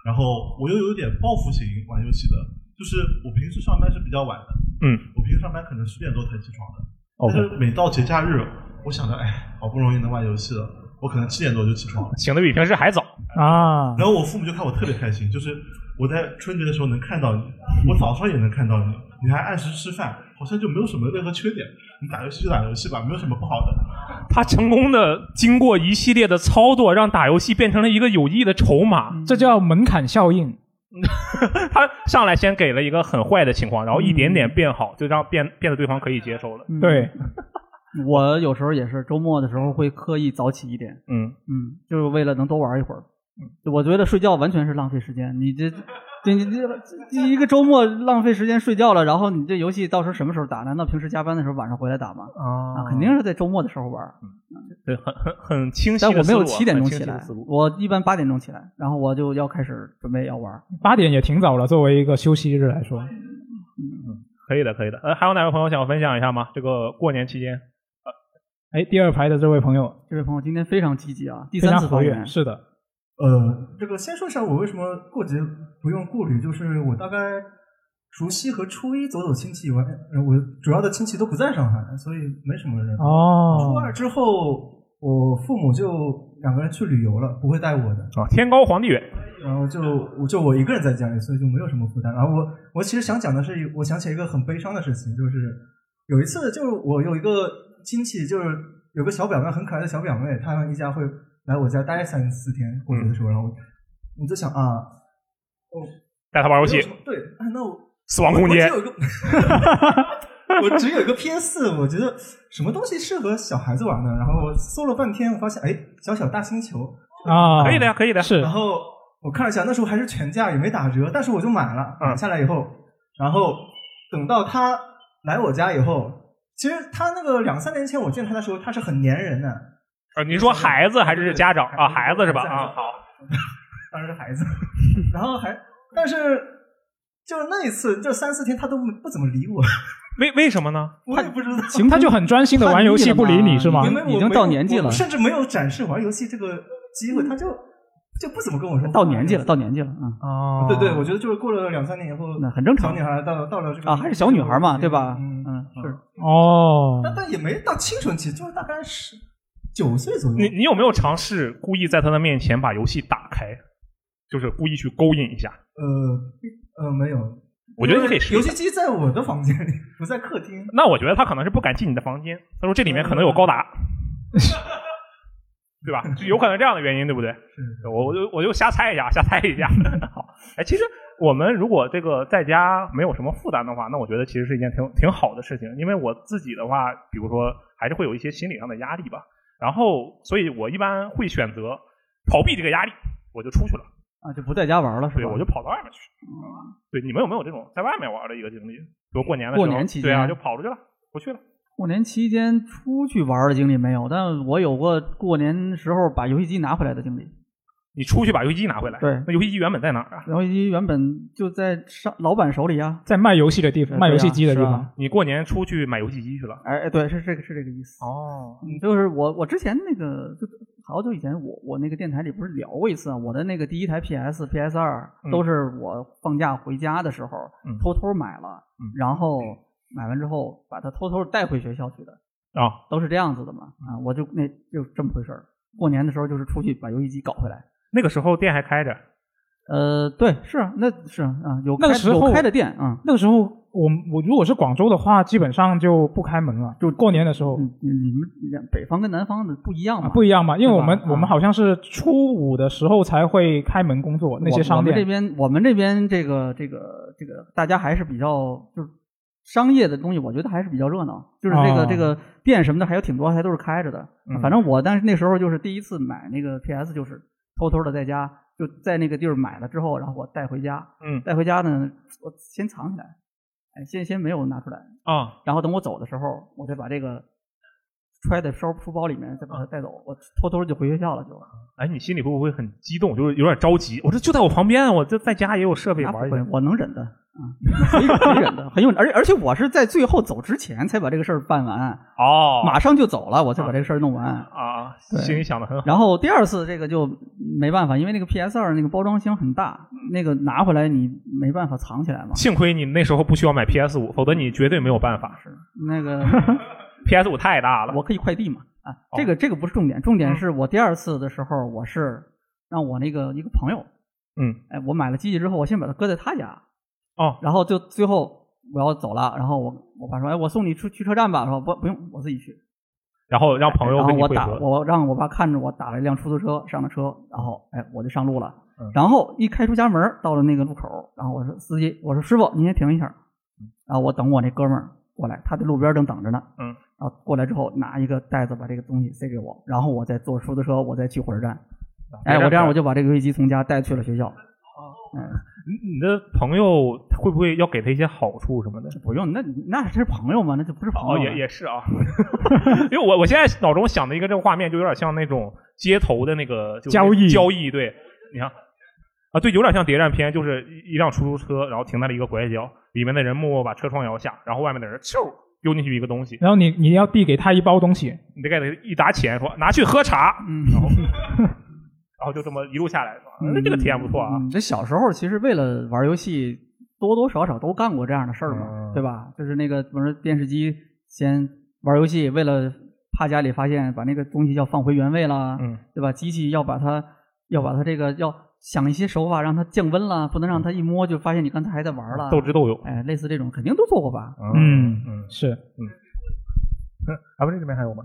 Speaker 13: 然后我又有点报复型玩游戏的，就是我平时上班是比较晚的，
Speaker 1: 嗯，
Speaker 13: 我平时上班可能十点多才起床的，
Speaker 1: OK
Speaker 13: 但是每到节假 日，我想着，哎，好不容易能玩游戏了，我可能七点多就起床了。
Speaker 1: 醒的比平时还早啊
Speaker 13: 然后我父母就看我特别开心，就是我在春节的时候能看到你，我早上也能看到你，你还按时吃饭，好像就没有什么任何缺点。你打游戏就打游戏吧，没有什么不好的。
Speaker 1: 他成功的经过一系列的操作，让打游戏变成了一个有益的筹码。
Speaker 3: 嗯
Speaker 2: 这叫门槛效应。
Speaker 1: 他上来先给了一个很坏的情况，然后一点点
Speaker 2: 嗯
Speaker 1: 变好，就让变变得对方可以接受了。
Speaker 2: 对，
Speaker 3: 嗯 我有时候也是周末的时候会刻意早起一点，
Speaker 1: 嗯
Speaker 3: 嗯，就是为了能多玩一会儿。我觉得睡觉完全是浪费时间，你这。这你这这一个周末浪费时间睡觉了，然后你这游戏到时候什么时候打？难道平时加班的时候晚上回来打吗？
Speaker 1: 啊
Speaker 3: 肯定是在周末的时候玩。嗯
Speaker 1: 对，很很很清晰
Speaker 3: 但
Speaker 1: 的
Speaker 3: 我
Speaker 1: 思
Speaker 3: 没
Speaker 1: 路啊。
Speaker 3: 有七点钟
Speaker 1: 很清
Speaker 3: 起
Speaker 1: 晰的
Speaker 3: 来
Speaker 1: 思路，
Speaker 3: 我一般八点钟起来，然后我就要开始准备要玩。
Speaker 2: 八点也挺早了，作为一个休息日来说。
Speaker 1: 可以的，可以的。呃，还有哪位朋友想分享一下吗？这个过年期间，
Speaker 2: 哎，第二排的这位朋友，
Speaker 3: 这位朋友今天非常积极啊，
Speaker 2: 非
Speaker 3: 第
Speaker 2: 常
Speaker 3: 三次
Speaker 2: 活
Speaker 3: 发
Speaker 2: 跃
Speaker 3: 言。
Speaker 2: 是的，
Speaker 1: 嗯
Speaker 4: 呃，这个先说一下我为什么过节不用顾虑，就是我大概除夕和初一走走亲戚以外，呃我主要的亲戚都不在上海，所以没什么人。
Speaker 2: 哦
Speaker 4: 初二之后，我父母就两个人去旅游了，不会带我的。
Speaker 1: 啊，天高皇帝远。
Speaker 4: 然后就我就我一个人在家里，所以就没有什么负担。然后我我其实想讲的是，我想起一个很悲伤的事情，就是有一次，就是我有一个亲戚，就是有个小表妹，很可爱的小表妹，她一家会来我家待三四天过节的时候，然后我就想啊，
Speaker 1: 带他玩游戏，
Speaker 4: 对，哎那我
Speaker 1: 死亡空间
Speaker 4: 我只有一个，我只有一个 PS，我觉得什么东西适合小孩子玩呢？然后我搜了半天，我发现哎，小小大星球
Speaker 2: 啊
Speaker 1: 可以的呀可以的是
Speaker 4: 然后我看了一下，那时候还是全价，也没打折，但是我就买了。买下来以后，然后等到他来我家以后，其实他那个两三年前我见他的时候，他是很粘人的，
Speaker 1: 呃，你说孩子还是家长啊？孩子是吧？
Speaker 4: 孩子
Speaker 1: 啊，好，
Speaker 4: 当然是孩子。然后还，但是就是那一次，就三四天他都不怎么理我。
Speaker 1: 为为什么呢？
Speaker 4: 我也不知道，
Speaker 2: 他就很专心的玩游戏，不理你是吗？
Speaker 4: 因为我没有我甚至没有展示玩游戏这个机会，他就就不怎么跟我说话。
Speaker 3: 到年纪了，到年纪了啊！
Speaker 1: 哦
Speaker 4: 对对，我觉得就是过了两三年以后，
Speaker 3: 那很正常
Speaker 4: 小女孩到到了这个
Speaker 3: 啊，还是小女孩嘛，对吧？
Speaker 4: 嗯
Speaker 3: 嗯，是。
Speaker 2: 哦，
Speaker 4: 但但也没到青春期，就是大概是九岁左右。
Speaker 1: 你你有没有尝试故意在他的面前把游戏打开，就是故意去勾引一下？
Speaker 4: 呃呃没有。
Speaker 1: 我觉得你可以试一下
Speaker 4: 游戏机在我的房间里，不在客厅。
Speaker 1: 那我觉得他可能是不敢进你的房间，他说这里面可能有 高达，对吧？就有可能这样的原因，对不对？是，我我就我就瞎猜一下，瞎猜一下。好，哎，其实我们如果这个在家没有什么负担的话，那我觉得其实是一件挺挺好的事情，因为我自己的话，比如说还是会有一些心理上的压力吧，然后所以我一般会选择逃避这个压力，我就出去了，
Speaker 3: 啊，就不在家玩了是吧？嗯
Speaker 1: 对，我就跑到外面去。对，你们有没有这种在外面玩的一个经历？比如过年的时候，
Speaker 3: 过年期间
Speaker 1: 对啊，就跑出去了，不去了。
Speaker 3: 过年期间出去玩的经历没有，但我有过过年时候把游戏机拿回来的经历。
Speaker 1: 你出去把游戏机拿回来，
Speaker 3: 对，
Speaker 1: 那游戏机原本在哪儿啊？
Speaker 3: 游戏机原本就在上老板手里啊，
Speaker 2: 在卖游戏的地方，卖游戏机的地
Speaker 3: 是
Speaker 2: 方
Speaker 3: 啊。
Speaker 1: 你过年出去买游戏机去了？
Speaker 3: 哎哎，对，是这个是这个意思。嗯
Speaker 1: 哦，
Speaker 3: 就是我我之前那个就好久以前我我那个电台里不是聊过一次啊，我的那个第一台 PS PS 二
Speaker 2: 嗯
Speaker 3: 都是我放假回家的时候、
Speaker 1: 嗯
Speaker 3: 偷偷买了，然后买完之后把它偷偷带回学校去的，
Speaker 1: 啊，
Speaker 3: 都是这样子的嘛啊，我就那就这么回事儿。过年的时候就是出去把游戏机搞回来。
Speaker 1: 那个时候店还开着。
Speaker 3: 呃，对，是啊那是啊，啊有
Speaker 2: 那
Speaker 3: 开
Speaker 2: 个时候
Speaker 3: 有开的店啊，
Speaker 2: 那个时候我我如果是广州的话，基本上就不开门了，就过年的时候。
Speaker 3: 嗯你们北方跟南方的不一样嘛，
Speaker 2: 啊，不一样嘛，因为我们
Speaker 3: 对吧
Speaker 2: 我们好像是初五的时候才会开门工作，那些商
Speaker 3: 我们这
Speaker 2: 店。
Speaker 3: 边我们这边这个这个这个大家还是比较就是商业的东西，我觉得还是比较热闹，就是这个、
Speaker 2: 哦
Speaker 3: 这个店什么的还有挺多还都是开着的。啊
Speaker 2: 嗯
Speaker 3: 反正我但是那时候就是第一次买那个 PS，就是偷偷的在家就在那个地儿买了之后，然后我带回家，
Speaker 1: 嗯
Speaker 3: 带回家呢我先藏起来，哎，先先没有拿出来，
Speaker 2: 哦
Speaker 1: 啊，
Speaker 3: 然后等我走的时候，我再把这个。揣在收书包里面，再把
Speaker 2: 嗯
Speaker 3: 它带走。我偷偷就回学校了，就
Speaker 1: 哎，你心里会不会很激动，就是有点着急？我这就在我旁边，我这在家也有设备
Speaker 3: 那不
Speaker 1: 玩一
Speaker 3: 会
Speaker 1: 下。
Speaker 3: 我能忍的啊，可以可以忍的，很有。而且而且我是在最后走之前才把这个事儿办完，
Speaker 1: 哦，嗯
Speaker 3: 马上就走了，我才把这个事儿弄完。
Speaker 1: 啊，
Speaker 3: 对
Speaker 1: 心里想的很好。
Speaker 3: 然后第二次这个就没办法，因为那个 PS 二那个包装箱很大，那个拿回来你没办法藏起 来嘛。
Speaker 1: 幸亏你那时候不需要买 PS
Speaker 3: 嗯
Speaker 1: 五，否则你绝对没有办法。
Speaker 3: 那个
Speaker 1: 哦 PS 五太大了，
Speaker 3: 我可以快递嘛啊，这个这个不是重点，
Speaker 1: 嗯
Speaker 3: 重点是我第二次的时候，我是让我那个一个朋友，
Speaker 1: 嗯，
Speaker 3: 哎，我买了机器之后，我先把它搁在他家，
Speaker 1: 哦，
Speaker 3: 然后就最后我要走了，然后我我爸说，哎，我送你出去车站吧，我说不不用，我自己去，
Speaker 1: 然后让朋友
Speaker 3: 哎然后
Speaker 1: 跟你
Speaker 3: 我
Speaker 1: 汇
Speaker 3: 打
Speaker 1: 合。
Speaker 3: 我让我爸看着我打了一辆出租车上了车，然后哎我就上路了
Speaker 1: 嗯，
Speaker 3: 然后一开出家门到了那个路口，然后我说司机我说师傅您先停一下，然后我等我那哥们儿过来，他在路边正等着呢，
Speaker 1: 嗯，
Speaker 3: 然后过来之后拿一个袋子把这个东西塞给我，然后我再坐出租车我再去火车站，
Speaker 1: 啊
Speaker 3: 哎我这样我就把这个游戏机从家带去了学校，
Speaker 1: 嗯
Speaker 3: 嗯
Speaker 1: 你你的朋友会不会要给他一些好处什么的？
Speaker 3: 不用，那那是朋友嘛，那就不是朋友
Speaker 1: 哦，
Speaker 3: 了、
Speaker 1: 也也是啊，因为我我现在脑中想的一个这个画面，就有点像那种街头的那个就是
Speaker 2: 交易
Speaker 1: 交易，对，你看啊，对，有点像谍战片，就是一一辆出租车，然后停在了一个拐角，里面的人默默把车窗摇下，然后外面的人咻丢进去一个东西，
Speaker 2: 然后你你要递给他一包东西，
Speaker 1: 你得给他一沓钱，说拿去喝茶，
Speaker 3: 嗯，
Speaker 1: 然后然后就这么一路下来，是吧
Speaker 3: 嗯
Speaker 1: 哎这个体验不错啊。
Speaker 3: 嗯这小时候其实为了玩游戏，多多少少都干过这样的事儿嘛，
Speaker 1: 嗯
Speaker 3: 对吧？就是那个，比如说电视机先玩游戏，为了怕家里发现，把那个东西要放回原位啦，
Speaker 1: 嗯，
Speaker 3: 对吧？机器要把它要把它这个要想一些手法让它降温啦，不能让它一摸就发现你刚才还在玩
Speaker 1: 嗯
Speaker 3: 了。
Speaker 1: 斗智斗勇
Speaker 3: 哎，类似这种肯定都做过吧？
Speaker 2: 嗯
Speaker 1: 嗯，
Speaker 2: 是，
Speaker 1: 嗯，咱们这边还有吗？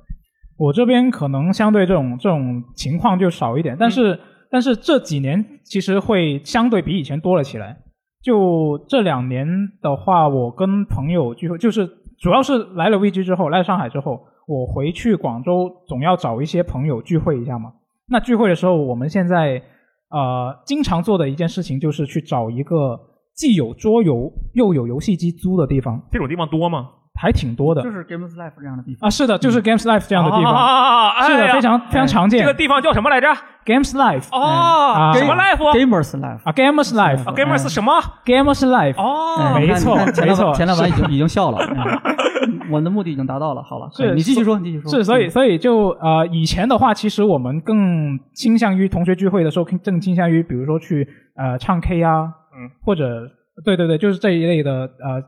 Speaker 2: 我这边可能相对这种这种情况就少一点，但是、但是这几年其实会相对比以前多了起来。就这两年的话，我跟朋友聚会，就是主要是来了 VG 之后，来了上海之后，我回去广州总要找一些朋友聚会一下嘛。那聚会的时候，我们现在呃经常做的一件事情就是去找一个既有桌游又有游戏机租的地方。
Speaker 1: 这种地方多吗？嗯
Speaker 2: 还挺多的，
Speaker 3: 就是 Games Life 这样的地方
Speaker 2: 啊，是的，就是 Games Life 这样的地方，
Speaker 1: 啊哎呀
Speaker 2: 是的，非常非常常见。
Speaker 1: 这个地方叫什么来着
Speaker 2: ？Games Life
Speaker 1: 哦
Speaker 2: 啊
Speaker 1: 什么 life？Gamers
Speaker 3: Life
Speaker 2: 啊，Gamers Life
Speaker 1: 啊，Gamers
Speaker 2: 哎
Speaker 1: 什么
Speaker 2: ？Gamers Life
Speaker 1: 哦
Speaker 3: 哎
Speaker 2: 没错
Speaker 3: 看看前
Speaker 2: 没
Speaker 3: 老
Speaker 2: 错，
Speaker 3: 板前老板已经
Speaker 2: 是
Speaker 3: 已经笑了，嗯我的目的已经达到了。好了，
Speaker 2: 是
Speaker 3: 哎你继续
Speaker 2: 所
Speaker 3: 说，你继续说。
Speaker 2: 是，所以
Speaker 3: 嗯
Speaker 2: 所以就呃，以前的话，其实我们更倾向于同学聚会的时候，更更倾向于比如说去呃唱 K 啊，
Speaker 1: 嗯，
Speaker 2: 或者对对对，就是这一类的呃，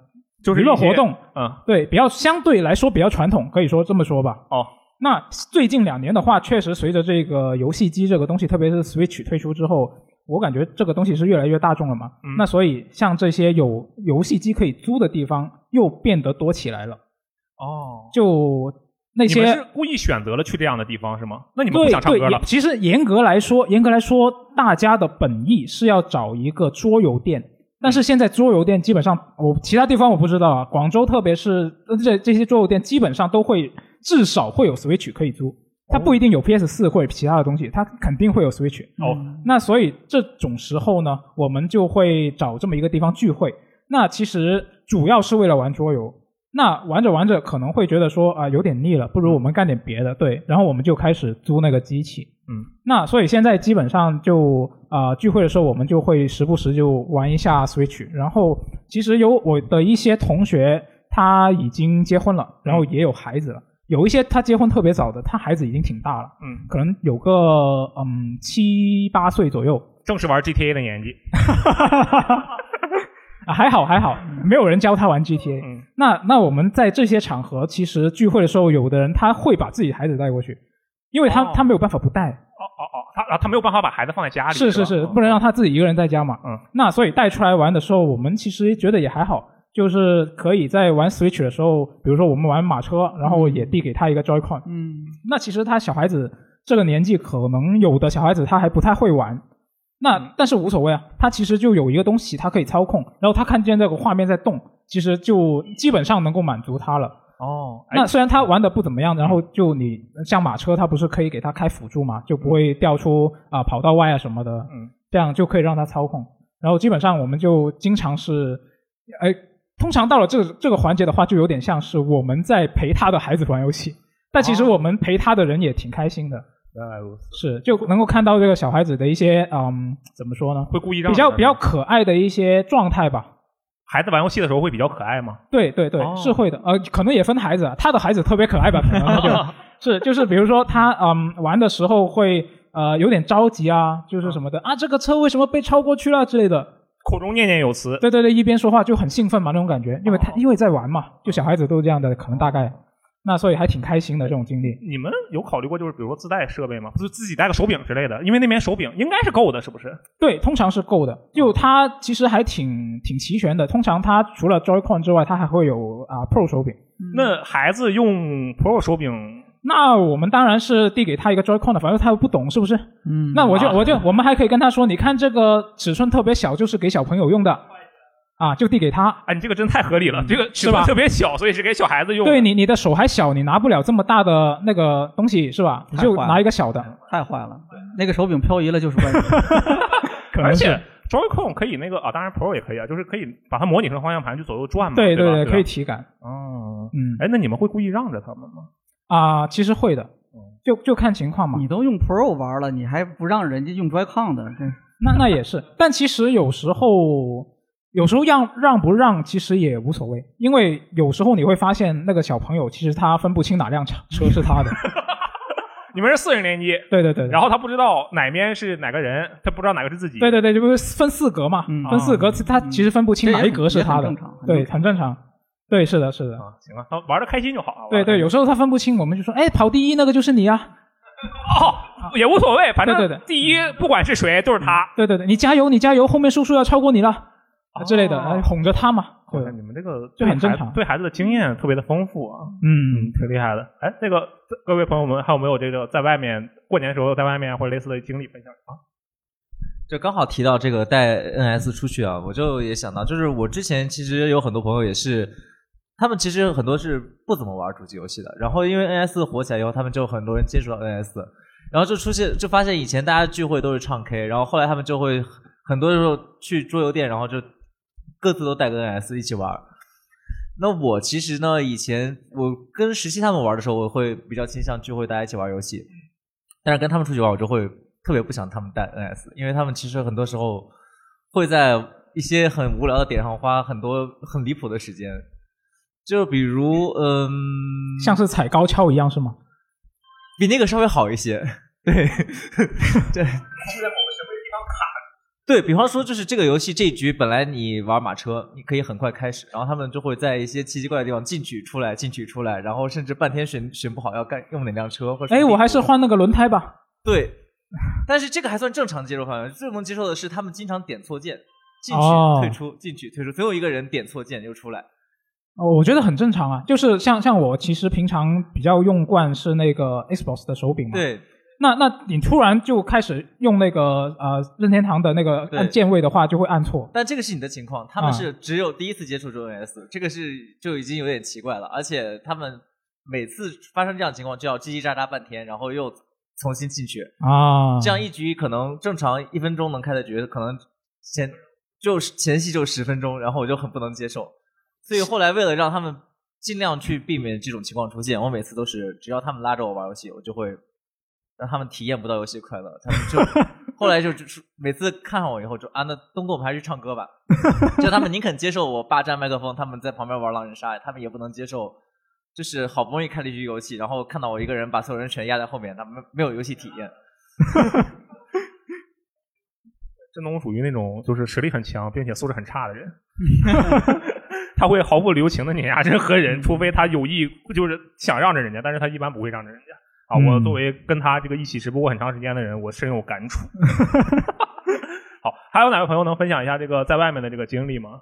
Speaker 1: 就是
Speaker 2: 娱乐
Speaker 1: 一些
Speaker 2: 活动，
Speaker 1: 嗯，
Speaker 2: 对，比较相对来说比较传统，可以说这么说吧。
Speaker 1: 哦，
Speaker 2: 那最近两年的话，确实随着这个游戏机这个东西，特别是 Switch 推出之后，我感觉这个东西是越来越大众了嘛。
Speaker 1: 嗯
Speaker 2: 那所以像这些有游戏机可以租的地方，又变得多起来了。
Speaker 1: 哦，
Speaker 2: 就那
Speaker 1: 你们
Speaker 2: 些
Speaker 1: 是故意选择了去这样的地方是吗？那你们
Speaker 2: 对
Speaker 1: 不
Speaker 2: 对，
Speaker 1: 想唱歌了
Speaker 2: 也？其实严格来说，严格来说，大家的本意是要找一个桌游店，但是现在桌游店基本上，我其他地方我不知道啊，广州特别是呃这这些桌游店基本上都会至少会有 Switch 可以租，它不一定有 PS 四或者其他的东西，它肯定会有 Switch。
Speaker 1: 哦，
Speaker 2: 那所以这种时候呢，我们就会找这么一个地方聚会。那其实主要是为了玩桌游。那玩着玩着可能会觉得说啊、有点腻了，不如我们干点别的，对。然后我们就开始租那个机器。
Speaker 1: 嗯，
Speaker 2: 那所以现在基本上就啊、聚会的时候，我们就会时不时就玩一下 Switch。然后其实有我的一些同学，他已经结婚了，然
Speaker 1: 嗯
Speaker 2: 后也有孩子了。有一些他结婚特别早的，他孩子已经挺大了，
Speaker 1: 嗯，
Speaker 2: 可能有个嗯七八岁左右
Speaker 1: 正是玩 GTA 的年纪。
Speaker 2: 啊，还好还好，
Speaker 1: 嗯
Speaker 2: 没有人教他玩 GTA。那那我们在这些场合，其实聚会的时候，有的人他会把自己孩子带过去，因为他、
Speaker 1: 哦
Speaker 2: 他没有办法不
Speaker 1: 哦
Speaker 2: 带，
Speaker 1: 哦，他啊他没有办法把孩子放在家里。
Speaker 2: 是
Speaker 1: 是
Speaker 2: 是
Speaker 1: 吧
Speaker 2: 是，不能让他自己一个人在家嘛。
Speaker 1: 嗯，
Speaker 2: 那所以带出来玩的时候，我们其实觉得也还好，就是可以在玩 Switch 的时候，比如说我们玩马车，然后也递给他一个 Joy-Con。
Speaker 3: 嗯，
Speaker 2: 那其实他小孩子这个年纪，可能有的小孩子他还不太会玩。那、
Speaker 1: 嗯
Speaker 2: 但是无所谓啊，他其实就有一个东西，他可以操控，然后他看见这个画面在动，其实就基本上能够满足他了。
Speaker 1: 哦，哎
Speaker 2: 那虽然他玩的不怎么样，然后就你像马车，他不是可以给他开辅助嘛，就不会掉出啊、跑道外啊什么的，
Speaker 1: 嗯，
Speaker 2: 这样就可以让他操控。然后基本上我们就经常是，哎，通常到了这个这个环节的话，就有点像是我们在陪他的孩子玩游戏，但其实
Speaker 1: 哦
Speaker 2: 我们陪他的人也挺开心的。
Speaker 1: 原来如此。
Speaker 2: 是，就能够看到这个小孩子的一些，嗯，怎么说呢？
Speaker 1: 会故意让
Speaker 2: 比较
Speaker 1: 你
Speaker 2: 比较可爱的一些状态吧。
Speaker 1: 孩子玩游戏的时候会比较可爱吗？
Speaker 2: 对对对，
Speaker 1: 哦
Speaker 2: 是会的。呃，可能也分 孩子，啊，他的孩子特别可爱吧，可能他就是就是比如说他嗯玩的时候会呃有点着急啊，就是什么的啊，这个车为什么被超过去了之类的。
Speaker 1: 口中念念有词。哦
Speaker 2: 对对对，一边说话就很兴奋嘛，那种感觉，因为他、因为在玩嘛，就小孩子都是这样的，可能大概，那所以还挺开心的这种经历。
Speaker 1: 你们有考虑过就是比如说自带设备吗？就是自己带个手柄之类的，因为那边手柄应该是够的，是不是？
Speaker 2: 对，通常是够的。就它其实还挺挺齐全的。通常它除了 Joy-Con 之外，它还会有啊、Pro 手柄。
Speaker 1: 那孩子用 Pro 手柄，
Speaker 2: 那我们当然是递给他一个 Joy-Con 的，反正他又不懂，是不是？
Speaker 3: 嗯
Speaker 2: 那我就
Speaker 1: 啊
Speaker 2: 我就我们还可以跟他说，你看这个尺寸特别小，就是给小朋友用的，啊，就递给他。
Speaker 1: 啊，你这个真太合理了，这个尺
Speaker 2: 嗯是
Speaker 1: 寸
Speaker 2: 吧
Speaker 1: 特别小，所以是给小孩子用的。
Speaker 2: 对你你的手还小，你拿不了这么大的那个东西是吧？你就
Speaker 3: 坏了
Speaker 2: 拿一个小的。
Speaker 3: 太坏了，那个手柄漂移了就是怪你。
Speaker 2: 可
Speaker 1: 而
Speaker 2: 能是
Speaker 1: 且 Joy-Con 可以那个啊，当然 Pro 也可以啊，就是可以把它模拟成方向盘去左右转嘛，
Speaker 2: 对
Speaker 1: 对吧
Speaker 2: 对，
Speaker 1: 吧
Speaker 2: 可以体感
Speaker 1: 哦，
Speaker 2: 嗯，
Speaker 1: 哎，那你们会故意让着他们吗？
Speaker 2: 啊、其实会的，就就看情况嘛。
Speaker 3: 你都用 Pro 玩了，你还不让人家用 Joy-Con 的，真是
Speaker 2: 那那也是，但其实有时候，有时候让让不让其实也无所谓，因为有时候你会发现那个小朋友其实他分不清哪辆车车是他的。
Speaker 1: 你们是四人联机，
Speaker 2: 对对对对
Speaker 1: 然后他不知道哪边是哪个人，他不知道哪个是自己，
Speaker 2: 对对对，就不是分四格嘛，
Speaker 3: 嗯
Speaker 2: 分四格，他其实分不清
Speaker 1: 这也
Speaker 2: 哪一
Speaker 1: 很
Speaker 2: 格是
Speaker 1: 也很
Speaker 2: 他的，
Speaker 1: 正常很
Speaker 2: 对，
Speaker 1: 正常
Speaker 2: 很正常。对，是的，是的。
Speaker 1: 行啊，他玩的开心就好啊。
Speaker 2: 对对，有时候他分不清，我们就说，哎，跑第一那个就是你啊。
Speaker 1: 哦，也无所谓，反正
Speaker 2: 对对嗯
Speaker 1: 第一不管是谁都是他。
Speaker 2: 对对对，你加油，你加油，后面叔叔要超过你了啊之类的，哎哄着他嘛。对，
Speaker 1: 哦你们这个
Speaker 2: 就很正常
Speaker 1: 对孩子对孩子的经验特别的丰富啊，
Speaker 2: 嗯，
Speaker 1: 挺厉害的。哎，那个各位朋友们，还有没有这个在外面过年的时候在外面或者类似的经历分享啊？
Speaker 6: 就刚好提到这个带 NS 出去啊，我就也想到，就是我之前其实有很多朋友也是，他们其实很多是不怎么玩主机游戏的，然后因为 NS 火起来以后，他们就很多人接触到 NS，然后就出现就发现以前大家聚会都是唱 K，然后后来他们就会很多时候去桌游店，然后就各自都带个 NS 一起玩。那我其实呢，以前我跟十七他们玩的时候，我会比较倾向聚会大家一起玩游戏，但是跟他们出去玩，我就会特别不想他们带 NS，因为他们其实很多时候会在一些很无聊的点上花很多很离谱的时间，就比如嗯，
Speaker 2: 像是踩高跷一样是吗？
Speaker 6: 比那个稍微好一些，对，
Speaker 1: 是在某
Speaker 6: 对。
Speaker 1: 个什么地方卡
Speaker 6: 对比方说，就是这个游戏这一局本来你玩马车，你可以很快开始，然后他们就会在一些奇奇怪怪的地方进去出来，进去出来，然后甚至半天选选不好要干用哪辆车或者
Speaker 2: 哎，我还是换那个轮胎吧。
Speaker 6: 对，但是这个还算正常接受范围，最不能接受的是他们经常点错键，进去、
Speaker 2: 哦
Speaker 6: 退出进去退出，总有一个人点错键又出来。
Speaker 2: 哦，我觉得很正常啊，就是像像我其实平常比较用惯是那个 Xbox 的手柄嘛。。
Speaker 6: 对，
Speaker 2: 那那你突然就开始用那个呃任天堂的那个
Speaker 6: 对
Speaker 2: 按键位的话，就会按错。
Speaker 6: 但这个是你的情况，他们
Speaker 2: 啊
Speaker 6: 是只有第一次接触 JOS，、这个是就已经有点奇怪了，而且他们每次发生这样的情况就要叽叽喳喳半天，然后又重新进去
Speaker 2: 啊
Speaker 6: 这样一局可能正常一分钟能开的局，可能前就是前戏就十分钟，然后我就很不能接受，所以后来为了让他们尽量去避免这种情况出现，我每次都是只要他们拉着我玩游戏，我就会让他们体验不到游戏快乐，他们就后来就就出每次看上我以后就啊，那东哥我们还是唱歌吧，就他们宁肯接受我霸占麦克风，他们在旁边玩狼人杀，他们也不能接受。就是好不容易开了一局游戏，然后看到我一个人把所有人全压在后面，他们没有游戏体验。
Speaker 1: 振东属于那种就是实力很强并且素质很差的人，他会毫不留情的碾压任何人，除非他有意就是想让着人家，但是他一般不会让着人家。啊，
Speaker 2: 嗯
Speaker 1: 我作为跟他这个一起直播过很长时间的人，我深有感触。 好，还有哪位朋友能分享一下这个在外面的这个经历吗？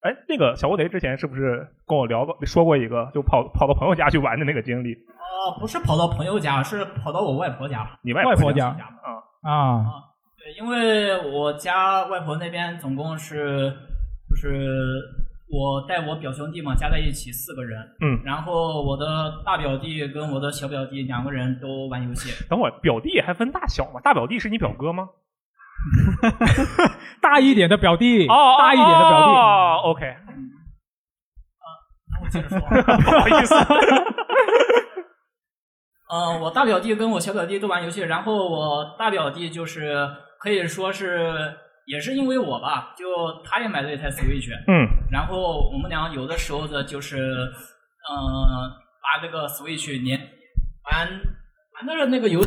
Speaker 1: 哎，那个小乌贼之前是不是跟我聊过说过一个，就跑跑到朋友家去玩的那个经历？
Speaker 5: 哦，不是跑到朋友家，是跑到我外婆家。
Speaker 1: 你外外婆家
Speaker 5: 啊，
Speaker 2: 啊，
Speaker 5: 对，因为我家外婆那边总共是就是我带我表兄弟嘛，加在一起四个人。
Speaker 1: 嗯
Speaker 5: 然后我的大表弟跟我的小表弟两个人都玩游戏。
Speaker 1: 等会儿表弟还分大小吗？大表弟是你表哥吗？
Speaker 2: 大一点的表弟，
Speaker 1: 哦，
Speaker 2: 大一点的表弟。嗯
Speaker 1: 哦，OK。，
Speaker 5: 我接着说
Speaker 1: 不好 意思。
Speaker 5: 呃，我大表弟跟我小表弟都玩游戏，然后我大表弟就是可以说是也是因为我吧，就他也买了一台 Switch，
Speaker 1: 嗯，
Speaker 5: 然后我们俩有的时候呢就是，呃呃，把这个 Switch 连玩玩的那个游，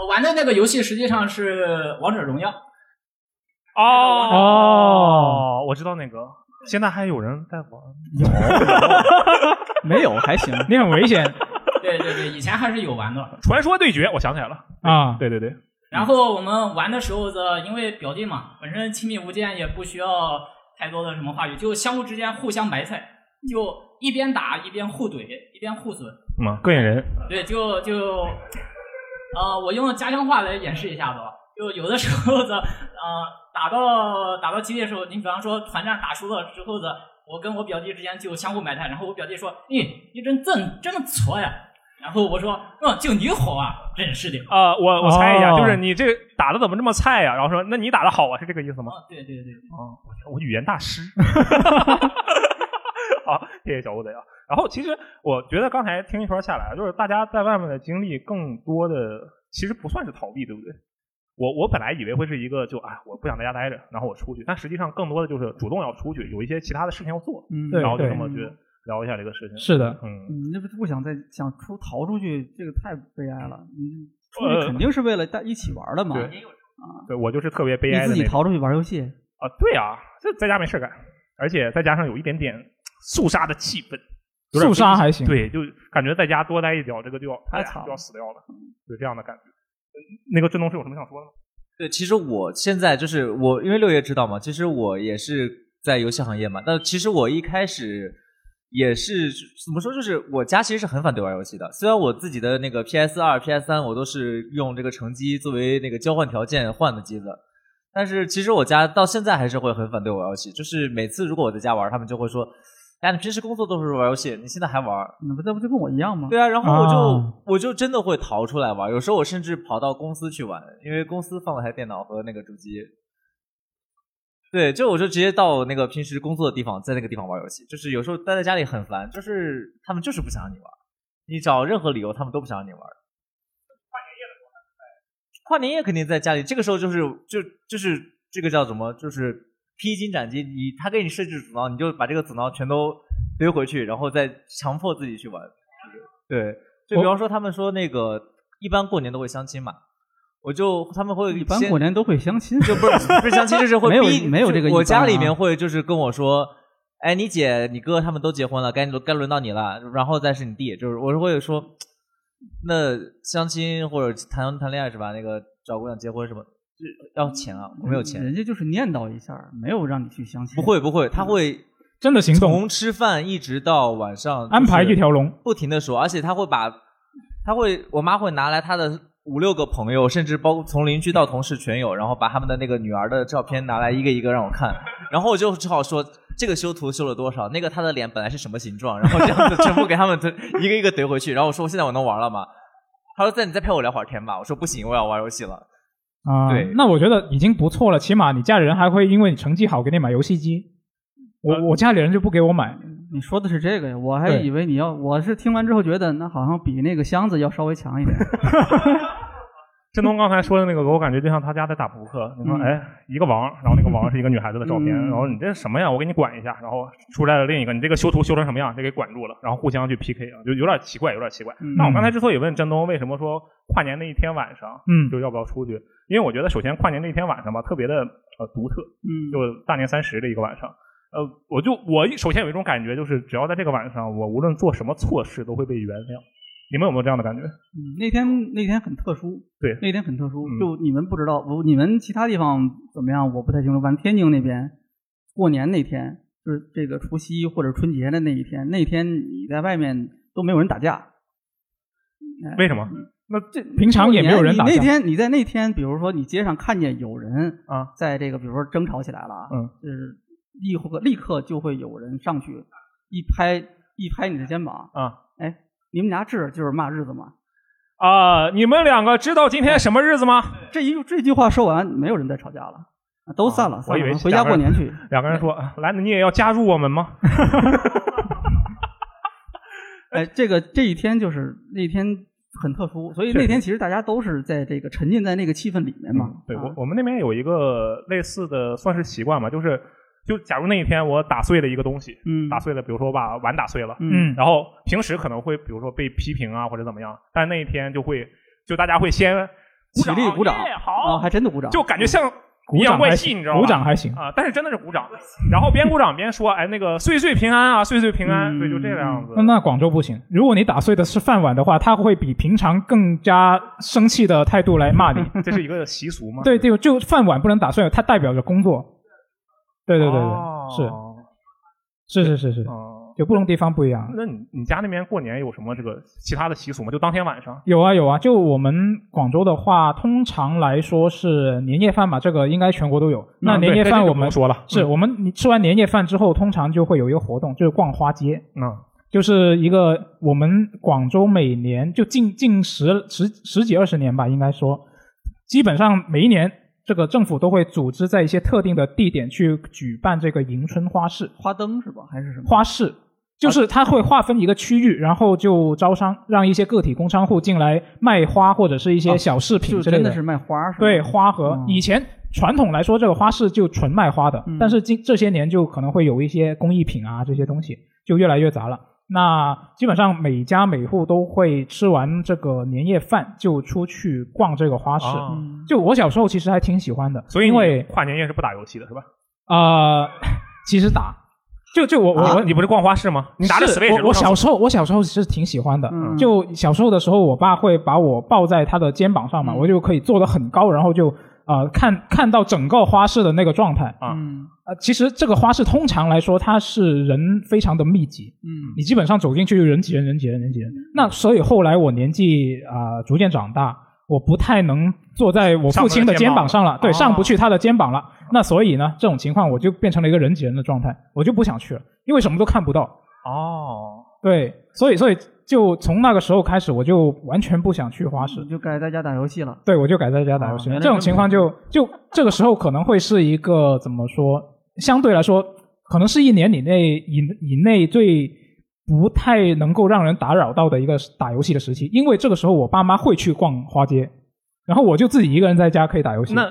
Speaker 5: 我玩的那个游戏实际上是《王者荣耀》。
Speaker 1: 哦，我知道那个，现在还有人在玩，有
Speaker 3: 没有还行，
Speaker 2: 你很危险
Speaker 5: 对对对，以前还是有玩的。
Speaker 1: 传说对决，我想起来了
Speaker 2: 啊，
Speaker 1: 对对对，
Speaker 5: 然后我们玩的时候的，因为表弟嘛，本身亲密无间，也不需要太多的什么话语，就相互之间互相埋菜，就一边打一边互怼，一边互损。
Speaker 1: 嗯，膈应人，
Speaker 5: 对，就就，呃，我用家乡话来演示一下吧。就有的时候的，呃，打到打到激烈的时候，你比方说团战打输了之后的，我跟我表弟之间就相互埋汰，然后我表弟说：“你你真真真矬呀。”然后我说：“嗯，就你好啊，真是的。”
Speaker 1: 啊，我我猜一下，
Speaker 5: 哦
Speaker 1: 就是你这打的怎么这么菜呀、然后说，那你打的好啊，是这个意思吗？
Speaker 5: 对对对，
Speaker 1: 哦，我语言大师。 好，谢谢小乌贼啊。然后其实我觉得刚才听一圈下来啊，就是大家在外面的经历更多的其实不算是逃避，对不对？我我本来以为会是一个就啊，我不想在家待着，然后我出去，但实际上更多的就是主动要出去，有一些其他的事情要做，
Speaker 3: 嗯
Speaker 1: 然后就
Speaker 3: 对
Speaker 1: 这么
Speaker 3: 对
Speaker 1: 去聊一下这个事情。
Speaker 2: 是的
Speaker 1: 嗯，
Speaker 3: 你那不不想再想出逃出去，这个太悲哀了。你出
Speaker 1: 呃
Speaker 3: 去肯定是为了在一起玩的嘛。啊
Speaker 1: 对，对我就是特别悲哀的
Speaker 3: 你自己
Speaker 1: 那种
Speaker 3: 逃出去玩游戏
Speaker 1: 啊，对啊，这在家没事干，而且再加上有一点点肃杀的气氛，有点
Speaker 2: 肃杀
Speaker 1: 危险
Speaker 2: 还行
Speaker 1: 对，就感觉在家多待一脚，这个就要哎呀就要死掉了，
Speaker 3: 嗯
Speaker 1: 有这样的感觉。嗯那个振东是有什么想说的吗？
Speaker 6: 对，其实我现在就是我，因为六爷知道嘛，其实我也是在游戏行业嘛。那其实我一开始也是怎么说，就是我家其实是很反对玩游戏的。虽然我自己的那个 PS 二、PS 三，我都是用这个成绩作为那个交换条件换的机子，但是其实我家到现在还是会很反对我玩游戏。就是每次如果我在家玩，他们就会说：“哎，你平时工作都是玩游戏，你现在还玩？”
Speaker 3: 那不这不就跟我一样吗？
Speaker 6: 对啊，然后我就、
Speaker 3: 嗯啊
Speaker 6: 我就真的会逃出来玩，有时候我甚至跑到公司去玩，因为公司放了台电脑和那个主机。对，就我就直接到那个平时工作的地方，在那个地方玩游戏。就是有时候待在家里很烦，就是他们就是不想让你玩，你找任何理由他们都不想让你玩。跨年夜肯定在家里，这个时候就是就就是这个叫什么，就是披荆斩棘。你他给你设置阻挠，你就把这个阻挠全都堆回去，然后再强迫自己去玩。对，就
Speaker 3: 哦
Speaker 6: 比方说他们说那个一般过年都会相亲嘛，我就他们会一
Speaker 3: 一般过年都会相亲，
Speaker 6: 就不是不是相亲，就是会
Speaker 3: 没有
Speaker 6: 逼
Speaker 3: 没有
Speaker 6: 就
Speaker 3: 这个一般啊。
Speaker 6: 我家里面会就是跟我说，哎，你姐、你哥他们都结婚了，该轮该轮到你了，然后再是你弟，就是我是会说，那相亲或者谈谈恋爱是吧？那个找姑娘结婚什么，就要钱啊，我没有
Speaker 2: 嗯
Speaker 6: 钱。
Speaker 3: 人家就是念叨一下，没有让你去相亲。
Speaker 6: 不会不会，他会
Speaker 2: 真的行动
Speaker 6: 从吃饭一直到晚上
Speaker 2: 安排一条龙，
Speaker 6: 不停的说，而且他会把，他会，我妈会拿来她的五六个朋友，甚至包括从邻居到同事全有，然后把他们的那个女儿的照片拿来一个一个让我看，然后我就 只好说这个修图修了多少，那个她的脸本来是什么形状，然后这样子全部给他们 一个一个怼回去，然后我说现在我能玩了吗？他说再你再陪我聊会儿天吧，我说不行，我要玩游戏了。
Speaker 2: 啊，
Speaker 6: 对
Speaker 2: 那我觉得已经不错了，起码你家里人还会因为你成绩好给你买游戏机。我、我家里人就不给我买，
Speaker 3: 呃你说的是这个呀？我还
Speaker 2: 对
Speaker 3: 以为你要，我是听完之后觉得那好像比那个箱子要稍微 强一点。
Speaker 1: 振东刚才说的那个，我感觉就像他家在打扑克。你说，
Speaker 3: 嗯
Speaker 1: 哎，一个王，然后那个王是一个女孩子的照片，
Speaker 3: 嗯
Speaker 1: 然后你这是什么呀？我给你管一下，然后出来了另一个，你这个修图修成什么样？这给管住了，然后互相去 PK 啊，就有点奇怪，有点奇怪。
Speaker 2: 嗯
Speaker 1: 那我刚才之所以问振东为什么说跨年那一天晚上，
Speaker 2: 嗯
Speaker 1: 就要不要出去？因为我觉得首先跨年那一天晚上吧，特别的呃独特，
Speaker 3: 嗯
Speaker 1: 就大年三十的一个晚上。呃，我就我首先有一种感觉，就是只要在这个晚上，我无论做什么错事都会被原谅。你们有没有这样的感觉？
Speaker 3: 嗯，那天那天很特殊，
Speaker 1: 对，
Speaker 3: 那天很特殊。就你们不知道，我你们其他地方怎么样，我不太清楚。反正天津那边过年那天，就是这个除夕或者春节的那一天，那天你在外面都没有人打架。哎
Speaker 1: 为什么？那
Speaker 3: 这
Speaker 2: 平常也没有人打架
Speaker 3: 你那天你在那天，比如说你街上看见有人
Speaker 1: 啊，
Speaker 3: 在这个比如说争吵起来了，啊
Speaker 1: 嗯，
Speaker 3: 就是立刻立刻就会有人上去一拍一拍你的肩膀
Speaker 1: 啊，
Speaker 3: 哎，你们家这就是骂日子嘛。
Speaker 1: 啊、你们两个知道今天什么日子吗？
Speaker 3: 这一这句话说完，没有人再吵架了，啊都散了，
Speaker 1: 我
Speaker 3: 散
Speaker 1: 以为
Speaker 3: 了，回家过年去。
Speaker 1: 两个人说：“兰子，你也要加入我们吗
Speaker 3: 哎，这个这一天就是那一天很特殊，所以
Speaker 1: 确实
Speaker 3: 那天其实大家都是在这个沉浸在那个气氛里面嘛？”。
Speaker 1: 嗯
Speaker 3: 啊
Speaker 1: 对我，我们那边有一个类似的，算是习惯吧，就是就假如那一天我打碎了一个东西，
Speaker 3: 嗯
Speaker 1: 打碎了，比如说我把碗打碎了，
Speaker 2: 嗯
Speaker 1: 然后平时可能会比如说被批评啊或者怎么样，但那一天就会就大家会先
Speaker 3: 起立鼓掌
Speaker 1: 耶，
Speaker 3: 啊，
Speaker 1: 好，
Speaker 3: 还真的鼓掌，
Speaker 1: 就感觉像
Speaker 3: 鼓
Speaker 1: 阴阳
Speaker 3: 掌
Speaker 1: 怪
Speaker 3: 还
Speaker 1: 气，
Speaker 3: 行
Speaker 1: 你知道吗？
Speaker 3: 鼓掌还行
Speaker 1: 啊，但是真的是鼓掌，然后边鼓掌边说，哎，那个岁岁平安啊，岁岁平
Speaker 3: 嗯
Speaker 1: 安，对，就这个样子。
Speaker 2: 那那广州不行，如果你打碎的是饭碗的话，他会比平常更加生气的态度来骂 你。
Speaker 3: 嗯
Speaker 1: 这是一个习俗吗？
Speaker 2: 对对，就饭碗不能打碎，它代表着工作。对对对对，
Speaker 3: 哦
Speaker 2: 是是是是是，就不同地方不一样。
Speaker 1: 那你你家那边过年有什么这个其他的习俗吗？就当天晚上
Speaker 2: 有啊有啊，就我们广州的话，通常来说是年夜饭嘛，这个应该全国都有。那
Speaker 1: 嗯
Speaker 2: 年
Speaker 1: 对
Speaker 2: 夜
Speaker 1: 这
Speaker 2: 饭
Speaker 1: 这个
Speaker 2: 我
Speaker 1: 不
Speaker 2: 们
Speaker 1: 用说了
Speaker 2: 是
Speaker 1: 嗯
Speaker 2: 我们你吃完年夜饭之后，通常就会有一个活动，就是逛花街。
Speaker 1: 嗯，
Speaker 2: 就是一个我们广州每年就近近十十十几二十年吧，应该说，基本上每一年这个政府都会组织在一些特定的地点去举办这个迎春花市。
Speaker 3: 花灯是吧？还是什么？
Speaker 2: 花市，
Speaker 3: 啊
Speaker 2: 就是它会划分一个区域，然后就招商，让一些个体工商户进来卖花或者是一些小饰品
Speaker 3: 哦就
Speaker 2: 之类
Speaker 3: 真
Speaker 2: 的。
Speaker 3: 的是卖花是吧？哦
Speaker 2: 对花和、以前传统来说，这个花市就纯卖花的，
Speaker 3: 嗯
Speaker 2: 但是今这些年就可能会有一些工艺品啊这些东西，就越来越杂了。那基本上每家每户都会吃完这个年夜饭，就出去逛这个花市。
Speaker 3: 哦
Speaker 1: 啊
Speaker 2: 就我小时候其实还挺喜欢的，
Speaker 1: 所以
Speaker 2: 因
Speaker 1: 你
Speaker 2: 为
Speaker 1: 跨年夜是不打游戏的，是吧？
Speaker 2: 呃， 其实打，就就我我、
Speaker 1: 啊
Speaker 2: 我
Speaker 1: 你不是逛花市吗？你打着
Speaker 2: 是
Speaker 1: Switch，
Speaker 2: 我
Speaker 1: 路
Speaker 2: 我
Speaker 1: 上
Speaker 2: 小
Speaker 1: 走
Speaker 2: 时候我小时候是挺喜欢的，
Speaker 1: 嗯
Speaker 2: 就小时候的时候，我爸会把我抱在他的肩膀上嘛，
Speaker 1: 嗯
Speaker 2: 我就可以坐得很高，然后就呃看看到整个花市的那个状态
Speaker 1: 啊。
Speaker 2: 呃，其实这个花市通常来说，它是人非常的密集，
Speaker 3: 嗯，
Speaker 2: 你基本上走进去就人挤人、人挤人、人
Speaker 1: 嗯
Speaker 2: 挤人。那所以后来我年纪啊、呃逐渐长大，我不太能坐在我父亲的肩膀上了，
Speaker 1: 上不了肩膀
Speaker 2: 对，
Speaker 1: 哦
Speaker 2: 上不去他的肩膀了。那所以呢，这种情况我就变成了一个人挤人的状态，我就不想去了，因为什么都看不到。
Speaker 1: 哦，
Speaker 2: 对，所以所以就从那个时候开始，我就完全不想去花市，
Speaker 3: 嗯就改在家打游戏了。哦
Speaker 2: 对我就改在家打游戏。
Speaker 3: 原来
Speaker 2: 这种
Speaker 3: 这么
Speaker 2: 情况就就这个时候可能会是一个怎么说？相对来说，可能是一年以内以以内最不太能够让人打扰到的一个打游戏的时期，因为这个时候我爸妈会去逛花街，然后我就自己一个人在家可以打游戏。
Speaker 1: 那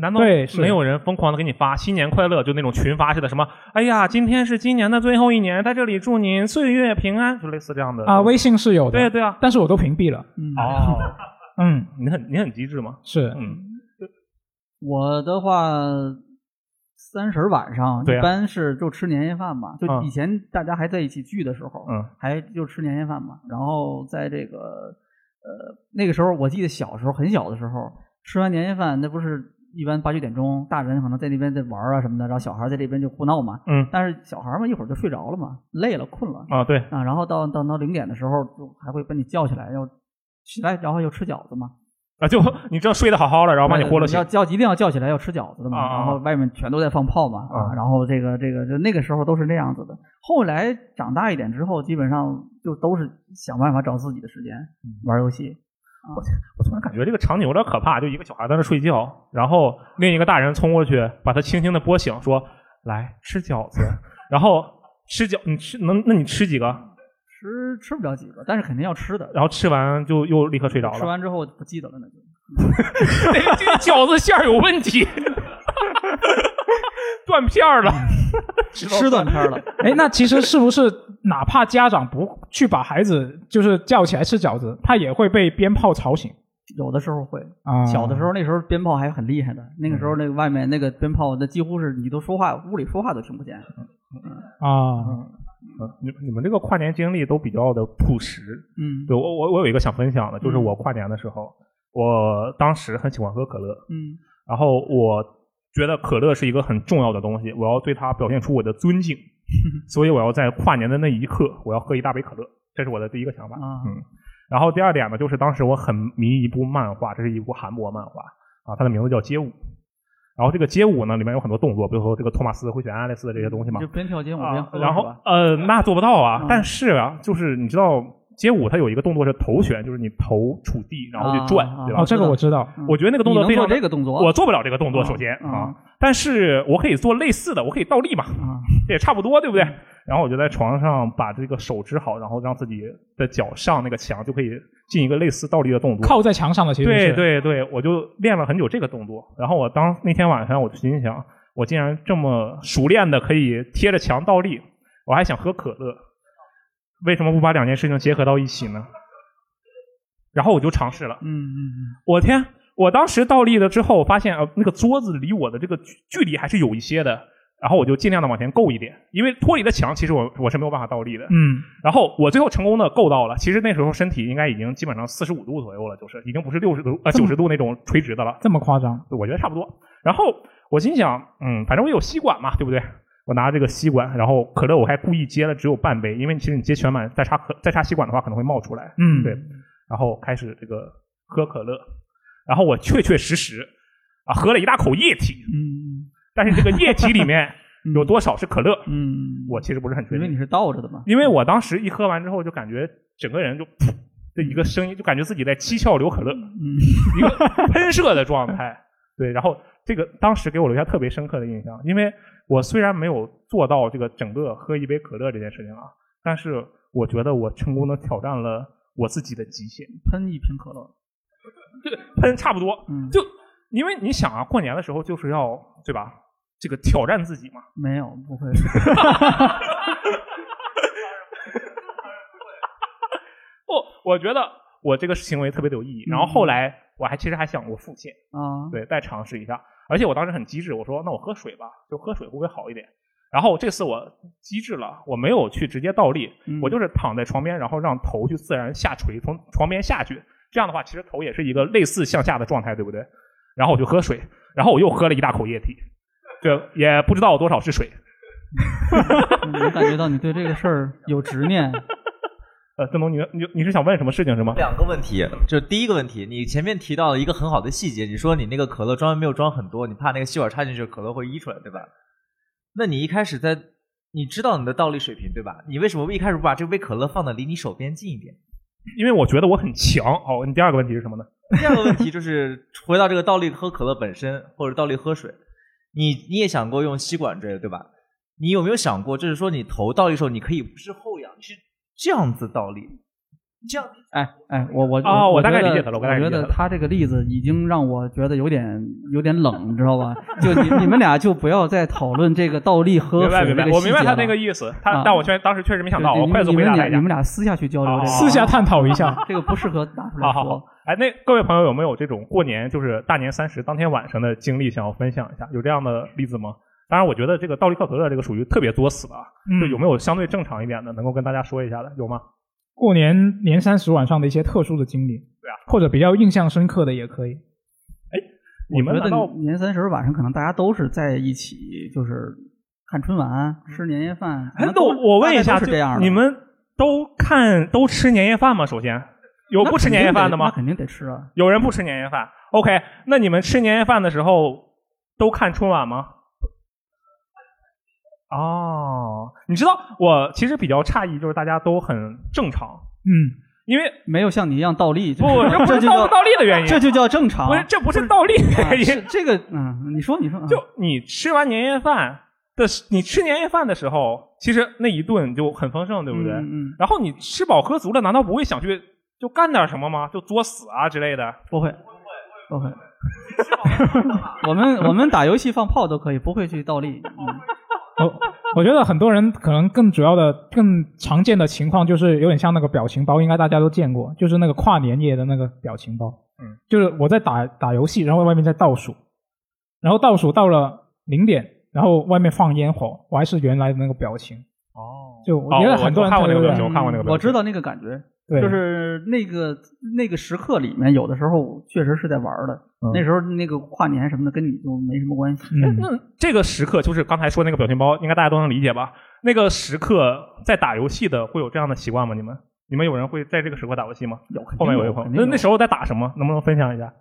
Speaker 1: 难道
Speaker 2: 对是
Speaker 1: 没有人疯狂的给你发新年快乐，就那种群发式的什么？哎呀，今天是今年的最后一年，在这里祝您岁月平安，就类似这样的
Speaker 2: 啊，微信是有的，
Speaker 1: 对啊对啊，
Speaker 2: 但是我都屏蔽了。
Speaker 1: 哦，
Speaker 2: 嗯，
Speaker 1: 你很你很机智吗？
Speaker 2: 是，
Speaker 1: 嗯，
Speaker 3: 我的话，三十晚上
Speaker 1: 对啊
Speaker 3: 一般是就吃年夜饭嘛，就
Speaker 1: 嗯
Speaker 3: 以前大家还在一起聚的时候，
Speaker 1: 嗯，
Speaker 3: 还就吃年夜饭嘛。然后在这个呃那个时候，我记得小时候很小的时候，吃完年夜饭，那不是一般八九点钟，大人可能在那边在玩啊什么的，然后小孩在这边就胡闹嘛，
Speaker 1: 嗯
Speaker 3: 但是小孩嘛一会儿就睡着了嘛，累了困了，
Speaker 1: 啊，对，
Speaker 3: 啊，然后到到到零点的时候，就还会把你叫起来，要起来，然后要吃饺子嘛。
Speaker 1: 啊，就 你知道睡得好好的，然后把你豁了
Speaker 3: 对
Speaker 1: 醒
Speaker 3: 要，叫一定要叫起来要吃饺子的嘛，
Speaker 1: 啊啊啊
Speaker 3: 然后外面全都在放炮嘛，
Speaker 1: 啊
Speaker 3: 然后这个这个就那个时候都是那样子的。后来长大一点之后，基本上就都是想办法找自己的时间
Speaker 1: 嗯
Speaker 3: 玩游戏。嗯
Speaker 1: 我突然感觉这个场景有点可怕，就一个小孩在那睡觉，然后另一个大人冲过去把他轻轻的拨醒，说：“来吃饺子。”然后吃饺，你吃能？那你吃几个？
Speaker 3: 吃吃不了几个，但是肯定要吃的。
Speaker 1: 然后吃完就又立刻睡着了。
Speaker 3: 吃完之后不记得了，那就
Speaker 1: 这个饺子馅儿有问 题，断片儿了，
Speaker 3: 嗯 吃断片儿 了。
Speaker 2: 哎，那其实是不是哪怕家长不去把孩子就是叫起来吃饺子，他也会被鞭炮吵醒？
Speaker 3: 有的时候会
Speaker 2: 啊
Speaker 3: 小的时候那时候鞭炮还很厉害的，那个
Speaker 1: 嗯
Speaker 3: 时候那个外面那个鞭炮，那几乎是你都说话，屋里说话都听不见。嗯
Speaker 2: 啊。
Speaker 1: 呃你你们这个跨年经历都比较的朴实。
Speaker 3: 嗯
Speaker 1: 对我我我有一个想分享的，就是我跨年的时候，我当时很喜欢喝可乐，
Speaker 3: 嗯，
Speaker 1: 然后我觉得可乐是一个很重要的东西，我要对它表现出我的尊敬，所以我要在跨年的那一刻，我要喝一大杯可乐，这是我的第一个想法。
Speaker 3: 啊
Speaker 1: 嗯，然后第二点呢，就是当时我很迷一部漫画，这是一部韩国漫画啊，它的名字叫《街舞》。然后这个街舞呢，里面有很多动作，比如说这个托马斯会旋、爱丽丝这些东西嘛。
Speaker 3: 就边跳街舞边喝、
Speaker 1: 啊然
Speaker 3: 是吧
Speaker 1: 后呃，那做不到啊
Speaker 3: 嗯。
Speaker 1: 但是啊，就是你知道街舞它有一个动作是头旋，就是你头触地然后就转
Speaker 2: 啊，
Speaker 1: 对吧？
Speaker 2: 哦这个我知道嗯
Speaker 1: 我觉得那个动作
Speaker 2: 你能
Speaker 1: 非常
Speaker 2: 做这个动作
Speaker 1: 我做不了这个动作，
Speaker 2: 嗯
Speaker 1: 首先
Speaker 2: 嗯
Speaker 1: 啊，但是我可以做类似的，我可以倒立嘛，
Speaker 2: 嗯
Speaker 1: 这也差不多，对不对？然后我就在床上把这个手支好，然后让自己的脚上那个墙，就可以进一个类似倒立的动作，
Speaker 2: 靠在墙上的其实
Speaker 1: 对
Speaker 2: 是
Speaker 1: 对对，我就练了很久这个动作。然后我当那天晚上，我就心想，我竟然这么熟练的可以贴着墙倒立，我还想喝可乐，为什么不把两件事情结合到一起呢？然后我就尝试了，
Speaker 3: 嗯嗯嗯，
Speaker 1: 我天，我当时倒立了之后，发现呃那个桌子离我的这个距距离还是有一些的，然后我就尽量的往前够一点，因为脱离了墙，其实我我是没有办法倒立的。
Speaker 2: 嗯，
Speaker 1: 然后我最后成功的够到了，其实那时候身体应该已经基本上四十五度左右了，就是已经不是六十度呃
Speaker 2: 这
Speaker 1: 九
Speaker 2: 么
Speaker 1: 十度那种垂直的了，
Speaker 2: 这么夸张？
Speaker 1: 我觉得差不多。然后我心想，嗯，反正我有吸管嘛，对不对？我拿这个吸管，然后可乐我还故意接了只有半杯，因为其实你接全满再插可再插吸管的话可能会冒出来。
Speaker 2: 嗯
Speaker 1: 对。然后开始这个喝可乐，然后我确确实实啊喝了一大口液体，
Speaker 3: 嗯，
Speaker 1: 但是这个液体里 面有多少是可乐？
Speaker 3: 嗯，
Speaker 1: 我其实不是很确定，
Speaker 3: 因为你是倒着的嘛。
Speaker 1: 因为我当时一喝完之后，就感觉整个人就噗的一个声音，就感觉自己在七窍流可乐，
Speaker 3: 嗯，
Speaker 1: 一个喷射的状态。对，然后这个当时给我留下特别深刻的印象，因为我虽然没有做到这个整个喝一杯可乐这件事情啊，但是我觉得我成功的挑战了我自己的极限。
Speaker 3: 喷一瓶可乐，
Speaker 1: 喷差不多，
Speaker 3: 嗯
Speaker 1: 就因为你想啊，过年的时候就是要对吧？这个挑战自己嘛，
Speaker 3: 没有，不会。
Speaker 1: 不，哦我觉得 我这个行为特别的有意义。
Speaker 3: 嗯
Speaker 1: 然后后来我还其实还想过复现
Speaker 3: 啊
Speaker 1: 对，再尝试一下。而且我当时很机智，我说那我喝水吧，就喝水会不会好一点？然后这次我机智了，我没有去直接倒立，
Speaker 3: 嗯
Speaker 1: 我就是躺在床边，然后让头去自然下垂，从床边下去。这样的话，其实头也是一个类似向下的状态，对不对？然后我就喝水，然后我又喝了一大口液体，这也不知道多少是水，
Speaker 3: 我感觉到你对这个事儿有执念。
Speaker 1: 呃，郑东，你你你是想问什么事情是吗？
Speaker 6: 两个问题，就第一个问题，你前面提到了一个很好的细节，你说你那个可乐装没有装很多，你怕那个吸管插进去可乐会溢出来，对吧？那你一开始在你知道你的倒立水平对吧？你为什么一开始不把这杯可乐放的离你手边近一点？
Speaker 1: 因为我觉得我很强。好，你第二个问题是什么呢？
Speaker 6: 第二个问题就是回到这个倒立喝可乐本身，或者倒立喝水，你你也想过用吸管之类的对吧？你有没有想过，就是说你头倒立的时候，你可以不是后仰，你是这样子倒立，这样
Speaker 3: 哎哎，我我
Speaker 6: 哦我
Speaker 3: 我
Speaker 6: 大概
Speaker 3: 觉得
Speaker 6: 理解他了我
Speaker 3: 我
Speaker 6: 大概理解
Speaker 3: 觉
Speaker 6: 他了
Speaker 3: 得他这个例子已经让我觉得有点有点冷，你知道吧？就你你们俩就不要再讨论这个倒立喝
Speaker 1: 明白
Speaker 3: 水
Speaker 1: 明白
Speaker 3: 这，个
Speaker 1: 我
Speaker 3: 细
Speaker 1: 明白
Speaker 3: 节
Speaker 1: 他
Speaker 3: 了
Speaker 1: 那个意思，他、
Speaker 3: 啊
Speaker 1: 但我确当时确实没想到，
Speaker 3: 对
Speaker 1: 我
Speaker 3: 你
Speaker 1: 快速
Speaker 3: 你
Speaker 1: 回
Speaker 3: 们
Speaker 1: 答
Speaker 3: 俩
Speaker 1: 他一
Speaker 3: 你
Speaker 1: 下
Speaker 3: 们。俩私下去交流这个，
Speaker 1: 私下
Speaker 2: 探讨一下，
Speaker 3: 啊这个不适合拿出来
Speaker 1: 好
Speaker 3: 说。
Speaker 1: 好好，哎，那各位朋友有没有这种过年就是大年三十当天晚上的经历想要分享一下？有这样的例子吗？当然，我觉得这个倒立喝可乐这个属于特别作死的啊，
Speaker 2: 嗯
Speaker 1: 就有没有相对正常一点的，能够跟大家说一下的，有吗？
Speaker 2: 过年年三十晚上的一些特殊的经历，对
Speaker 1: 啊，
Speaker 2: 或者比较印象深刻的也可以。
Speaker 1: 你们
Speaker 3: 我觉
Speaker 1: 难道
Speaker 3: 得年三十晚上可能大家都是在一起，就是看春晚、吃年夜饭。可
Speaker 1: 嗯哎
Speaker 3: 能
Speaker 1: 那
Speaker 3: 都
Speaker 1: 我我问一
Speaker 3: 大
Speaker 1: 下，
Speaker 3: 概都是这样
Speaker 1: 就
Speaker 3: 的。
Speaker 1: 你们都看都吃年夜饭吗？首先，有
Speaker 3: 那
Speaker 1: 不吃
Speaker 3: 肯
Speaker 1: 年
Speaker 3: 定
Speaker 1: 夜饭
Speaker 3: 得
Speaker 1: 的吗？
Speaker 3: 那肯定得吃啊。
Speaker 1: 有人不吃年夜饭，OK？那你们吃年夜饭的时候都看春晚吗？哦，你知道我其实比较诧异，就是大家都很正常，
Speaker 2: 嗯，
Speaker 1: 因为
Speaker 3: 没有像你一样倒立，
Speaker 1: 不这不是
Speaker 3: 这就
Speaker 1: 倒
Speaker 3: 叫
Speaker 1: 不倒立的原因
Speaker 3: 这就叫正常。
Speaker 1: 不是这不是倒立原因
Speaker 3: 啊是这个嗯，你说你说，啊
Speaker 1: 就你吃完年夜饭的时，你吃年夜饭的时候，其实那一顿就很丰盛，对不对？
Speaker 3: 嗯嗯
Speaker 1: 然后你吃饱喝足了，难道不会想去就干点什么吗？就作死啊之类的？
Speaker 3: 不会 不会。我们我们打游戏放炮都可以，不会去倒立。嗯
Speaker 2: 我觉得很多人可能更主要的、更常见的情况就是有点像那个表情包，应该大家都见过，就是那个跨年夜的那个表情包。
Speaker 1: 嗯，
Speaker 2: 就是我在打打游戏，然后外面在倒数，然后倒数到了零点，然后外面放烟火，我还是原来的那个表情。
Speaker 1: 哦，
Speaker 2: 就我觉得很多人特别有
Speaker 3: 嗯我知道那个感觉，
Speaker 2: 对
Speaker 3: 就是那个那个时刻里面，有的时候确实是在玩儿的。那时候那个跨年什么的，跟你就没什么关系。嗯
Speaker 1: 哎那这个时刻就是刚才说那个表情包，应该大家都能理解吧？那个时刻在打游戏的会有这样的习惯吗？你们你们有人会在这个时刻打游戏吗？
Speaker 3: 有，
Speaker 1: 后面
Speaker 3: 有
Speaker 1: 一朋友，
Speaker 3: 肯定
Speaker 1: 那
Speaker 3: 有
Speaker 1: 那时候在打什么？能不能分享一下？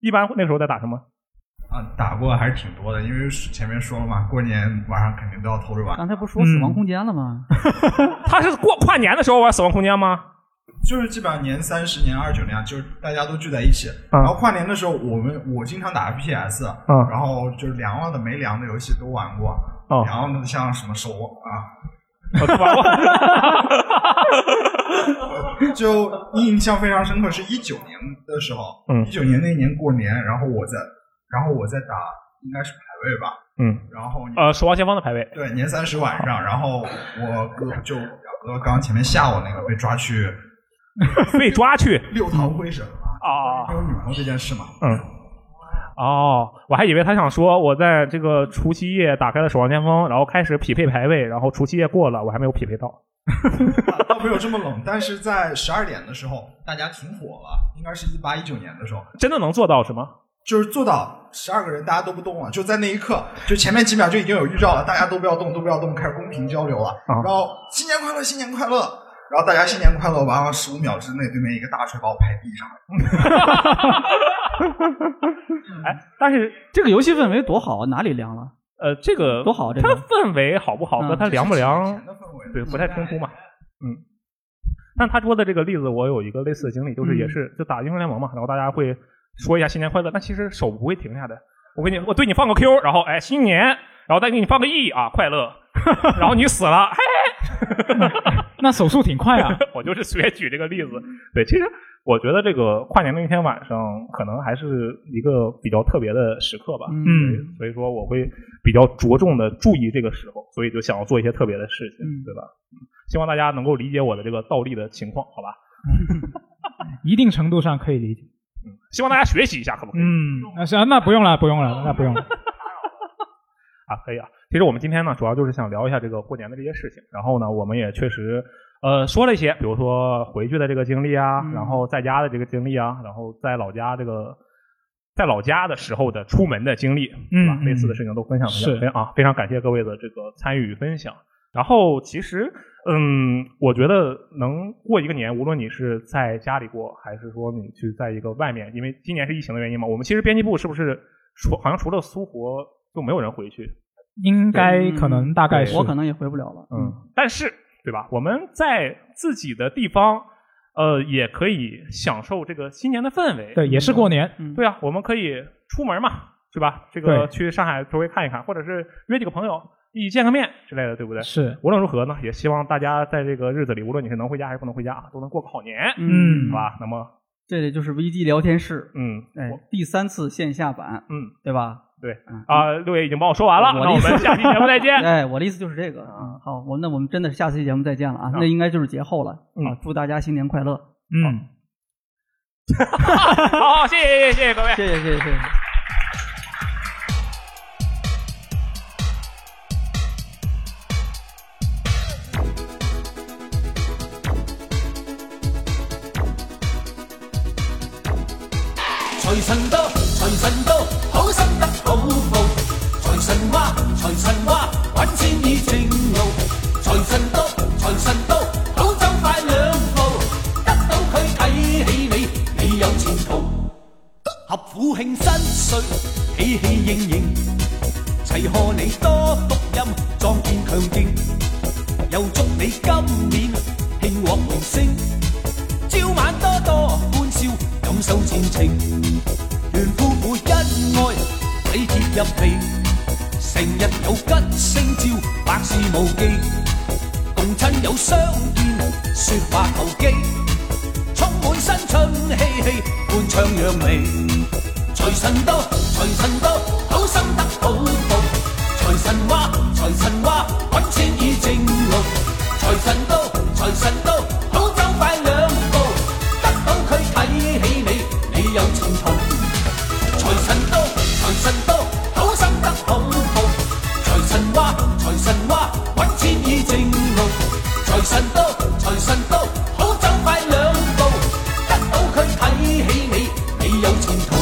Speaker 1: 一般那时候在打什么？
Speaker 12: 啊，打过还是挺多的，因为前面说了嘛，过年晚上肯定都要偷着玩。
Speaker 3: 刚才不说死亡空间了吗？
Speaker 1: 他是过跨年的时候玩《死亡空间》吗？
Speaker 12: 就是基本上年三十、年二九那样，就是大家都聚在一起。
Speaker 1: 嗯
Speaker 12: 然后跨年的时候，我们我经常打 PS，、
Speaker 1: 嗯
Speaker 12: 然后就是凉了的、没凉的游戏都玩过。
Speaker 1: 哦
Speaker 12: 然后呢，像什么手啊，
Speaker 1: 我都玩 过。
Speaker 12: 就印象非常深刻，是一九年的时候，
Speaker 1: 嗯
Speaker 12: 一九年那年过年，然后我在，然后我在打，应该是排位吧，
Speaker 1: 嗯，
Speaker 12: 然后
Speaker 1: 呃，守望先锋的排位。
Speaker 12: 对，年三十晚上，然后我哥就我表哥刚前面吓我那个被抓去
Speaker 1: 被抓去
Speaker 12: 六堂会审了。
Speaker 1: 啊，
Speaker 12: 有女朋友这件事嘛。
Speaker 1: 嗯。哦，我还以为他想说，我在这个除夕夜打开了《守望先锋》，然后开始匹配排位，然后除夕夜过了，我还没有匹配到。
Speaker 12: 倒没有这么冷，但是在十二点的时候，大家挺火了，应该是一八一九年的时候，
Speaker 1: 真的能做到是吗？
Speaker 12: 就是做到十二个人大家都不动了，就在那一刻，就前面几秒就已经有预兆了，大家都不要动，都不要动，开始公平交流了。
Speaker 1: 啊
Speaker 12: 然后新年快乐，新年快乐，然后大家新年快乐完了，十五秒之内，对面一个大锤把我拍地上了。
Speaker 1: 但是
Speaker 3: 这个游戏氛围多好啊，哪里凉了？
Speaker 1: 呃，这个
Speaker 3: 多好，这
Speaker 1: 它
Speaker 3: 个
Speaker 1: 氛围好不好和
Speaker 3: 嗯
Speaker 1: 它凉不
Speaker 3: 这是
Speaker 1: 凉
Speaker 3: 以前的氛，
Speaker 1: 对，不太冲突嘛。嗯，但他说的这个例子，我有一个类似的经历，就是也是就打英雄联盟嘛，然后大家会说一下新年快乐，但其实手不会停下的。我给你，我对你放个 Q，然后哎新年，然后再给你放个 E 啊快乐， 然后你死了，嘿，
Speaker 2: 那手速挺快啊。
Speaker 1: 我就是随便举这个例子。对，其实我觉得这个跨年那天晚上，可能还是一个比较特别的时刻吧。
Speaker 2: 嗯
Speaker 1: 对，所以说我会比较着重的注意这个时候，所以就想要做一些特别的事情，对吧？嗯希望大家能够理解我的这个倒立的情况，好吧？
Speaker 2: 一定程度上可以理解。
Speaker 1: 希望大家学习一下，可不可以？
Speaker 2: 嗯，那行，那不用了，不用了，那不用了。
Speaker 1: 啊，可以啊。其实我们今天呢，主要就是想聊一下这个过年的这些事情。然后呢，我们也确实呃说了一些，比如说回去的这个经历啊，
Speaker 2: 嗯
Speaker 1: 然后在家的这个经历啊，然后在老家这个在老家的时候的出门的经历，对吧？
Speaker 2: 嗯
Speaker 1: 类似的事情都分享分
Speaker 2: 是
Speaker 1: 享啊，非常感谢各位的这个参与与分享。然后其实，嗯，我觉得能过一个年，无论你是在家里过，还是说你去在一个外面，因为今年是疫情的原因嘛，我们其实编辑部是不是除好像除了苏活就没有人回去？
Speaker 2: 应该可能大概是，
Speaker 1: 我可能
Speaker 3: 也回不了了。
Speaker 1: 嗯，但是对吧？我们在自己的地方，呃，也可以享受这个新年的氛围。
Speaker 2: 对，也是过年。嗯
Speaker 1: 对啊，我们可以出门嘛，是吧？这个
Speaker 2: 对
Speaker 1: 去上海周围看一看，或者是约几个朋友一起见个面之类的，对不对？
Speaker 2: 是。
Speaker 1: 无论如何呢，也希望大家在这个日子里，无论你是能回家还是不能回家啊，都能过个好年，
Speaker 3: 嗯
Speaker 1: 好吧？那么
Speaker 3: 这里就是 VG 聊天室，
Speaker 1: 嗯，
Speaker 3: 哎，第三次线下版，
Speaker 1: 嗯，
Speaker 3: 对吧？嗯
Speaker 1: 对啊，六爷已经帮我说完了，那
Speaker 3: 我的
Speaker 1: 我
Speaker 3: 意思
Speaker 1: 们下期节目再见。
Speaker 3: 哎，我的意思就是这个啊。好，我那我们真的是下期节目再见了啊，那应该就是节后了
Speaker 1: 嗯
Speaker 3: 啊。祝大家新年快乐！
Speaker 2: 嗯，
Speaker 1: 好，谢谢谢谢 各位，
Speaker 3: 谢谢谢谢谢谢。
Speaker 14: 财神到，财神到，好心得好报。财神话，财神话，揾錢已正路。財神到，財神到，好走快兩步，得到佢睇起你，你有前途。合府慶新歲，喜氣盈盈，齊賀你多福音，壯健強勁，又祝你今年興旺榮升。朝晚多多歡笑，感受前程。đoàn phu phụ nhân ái, tỷ thiếp nhập bì, thành nhật có吉星照, bách sự vô kỵ, cùng thân có 相见, nói bạc cầu kỵ, 充满新春气气，欢唱扬眉，财神到，财神到，好心得好报，财神话，财神话，揾钱已正路，财神到，财神到，好走快两步，得到佢睇起你，你有前途。财神到，财神到，好心得好报。财神话，财神话，揾钱已正路。财神到，财神到，好走快两步，得到佢睇起你，你有前途。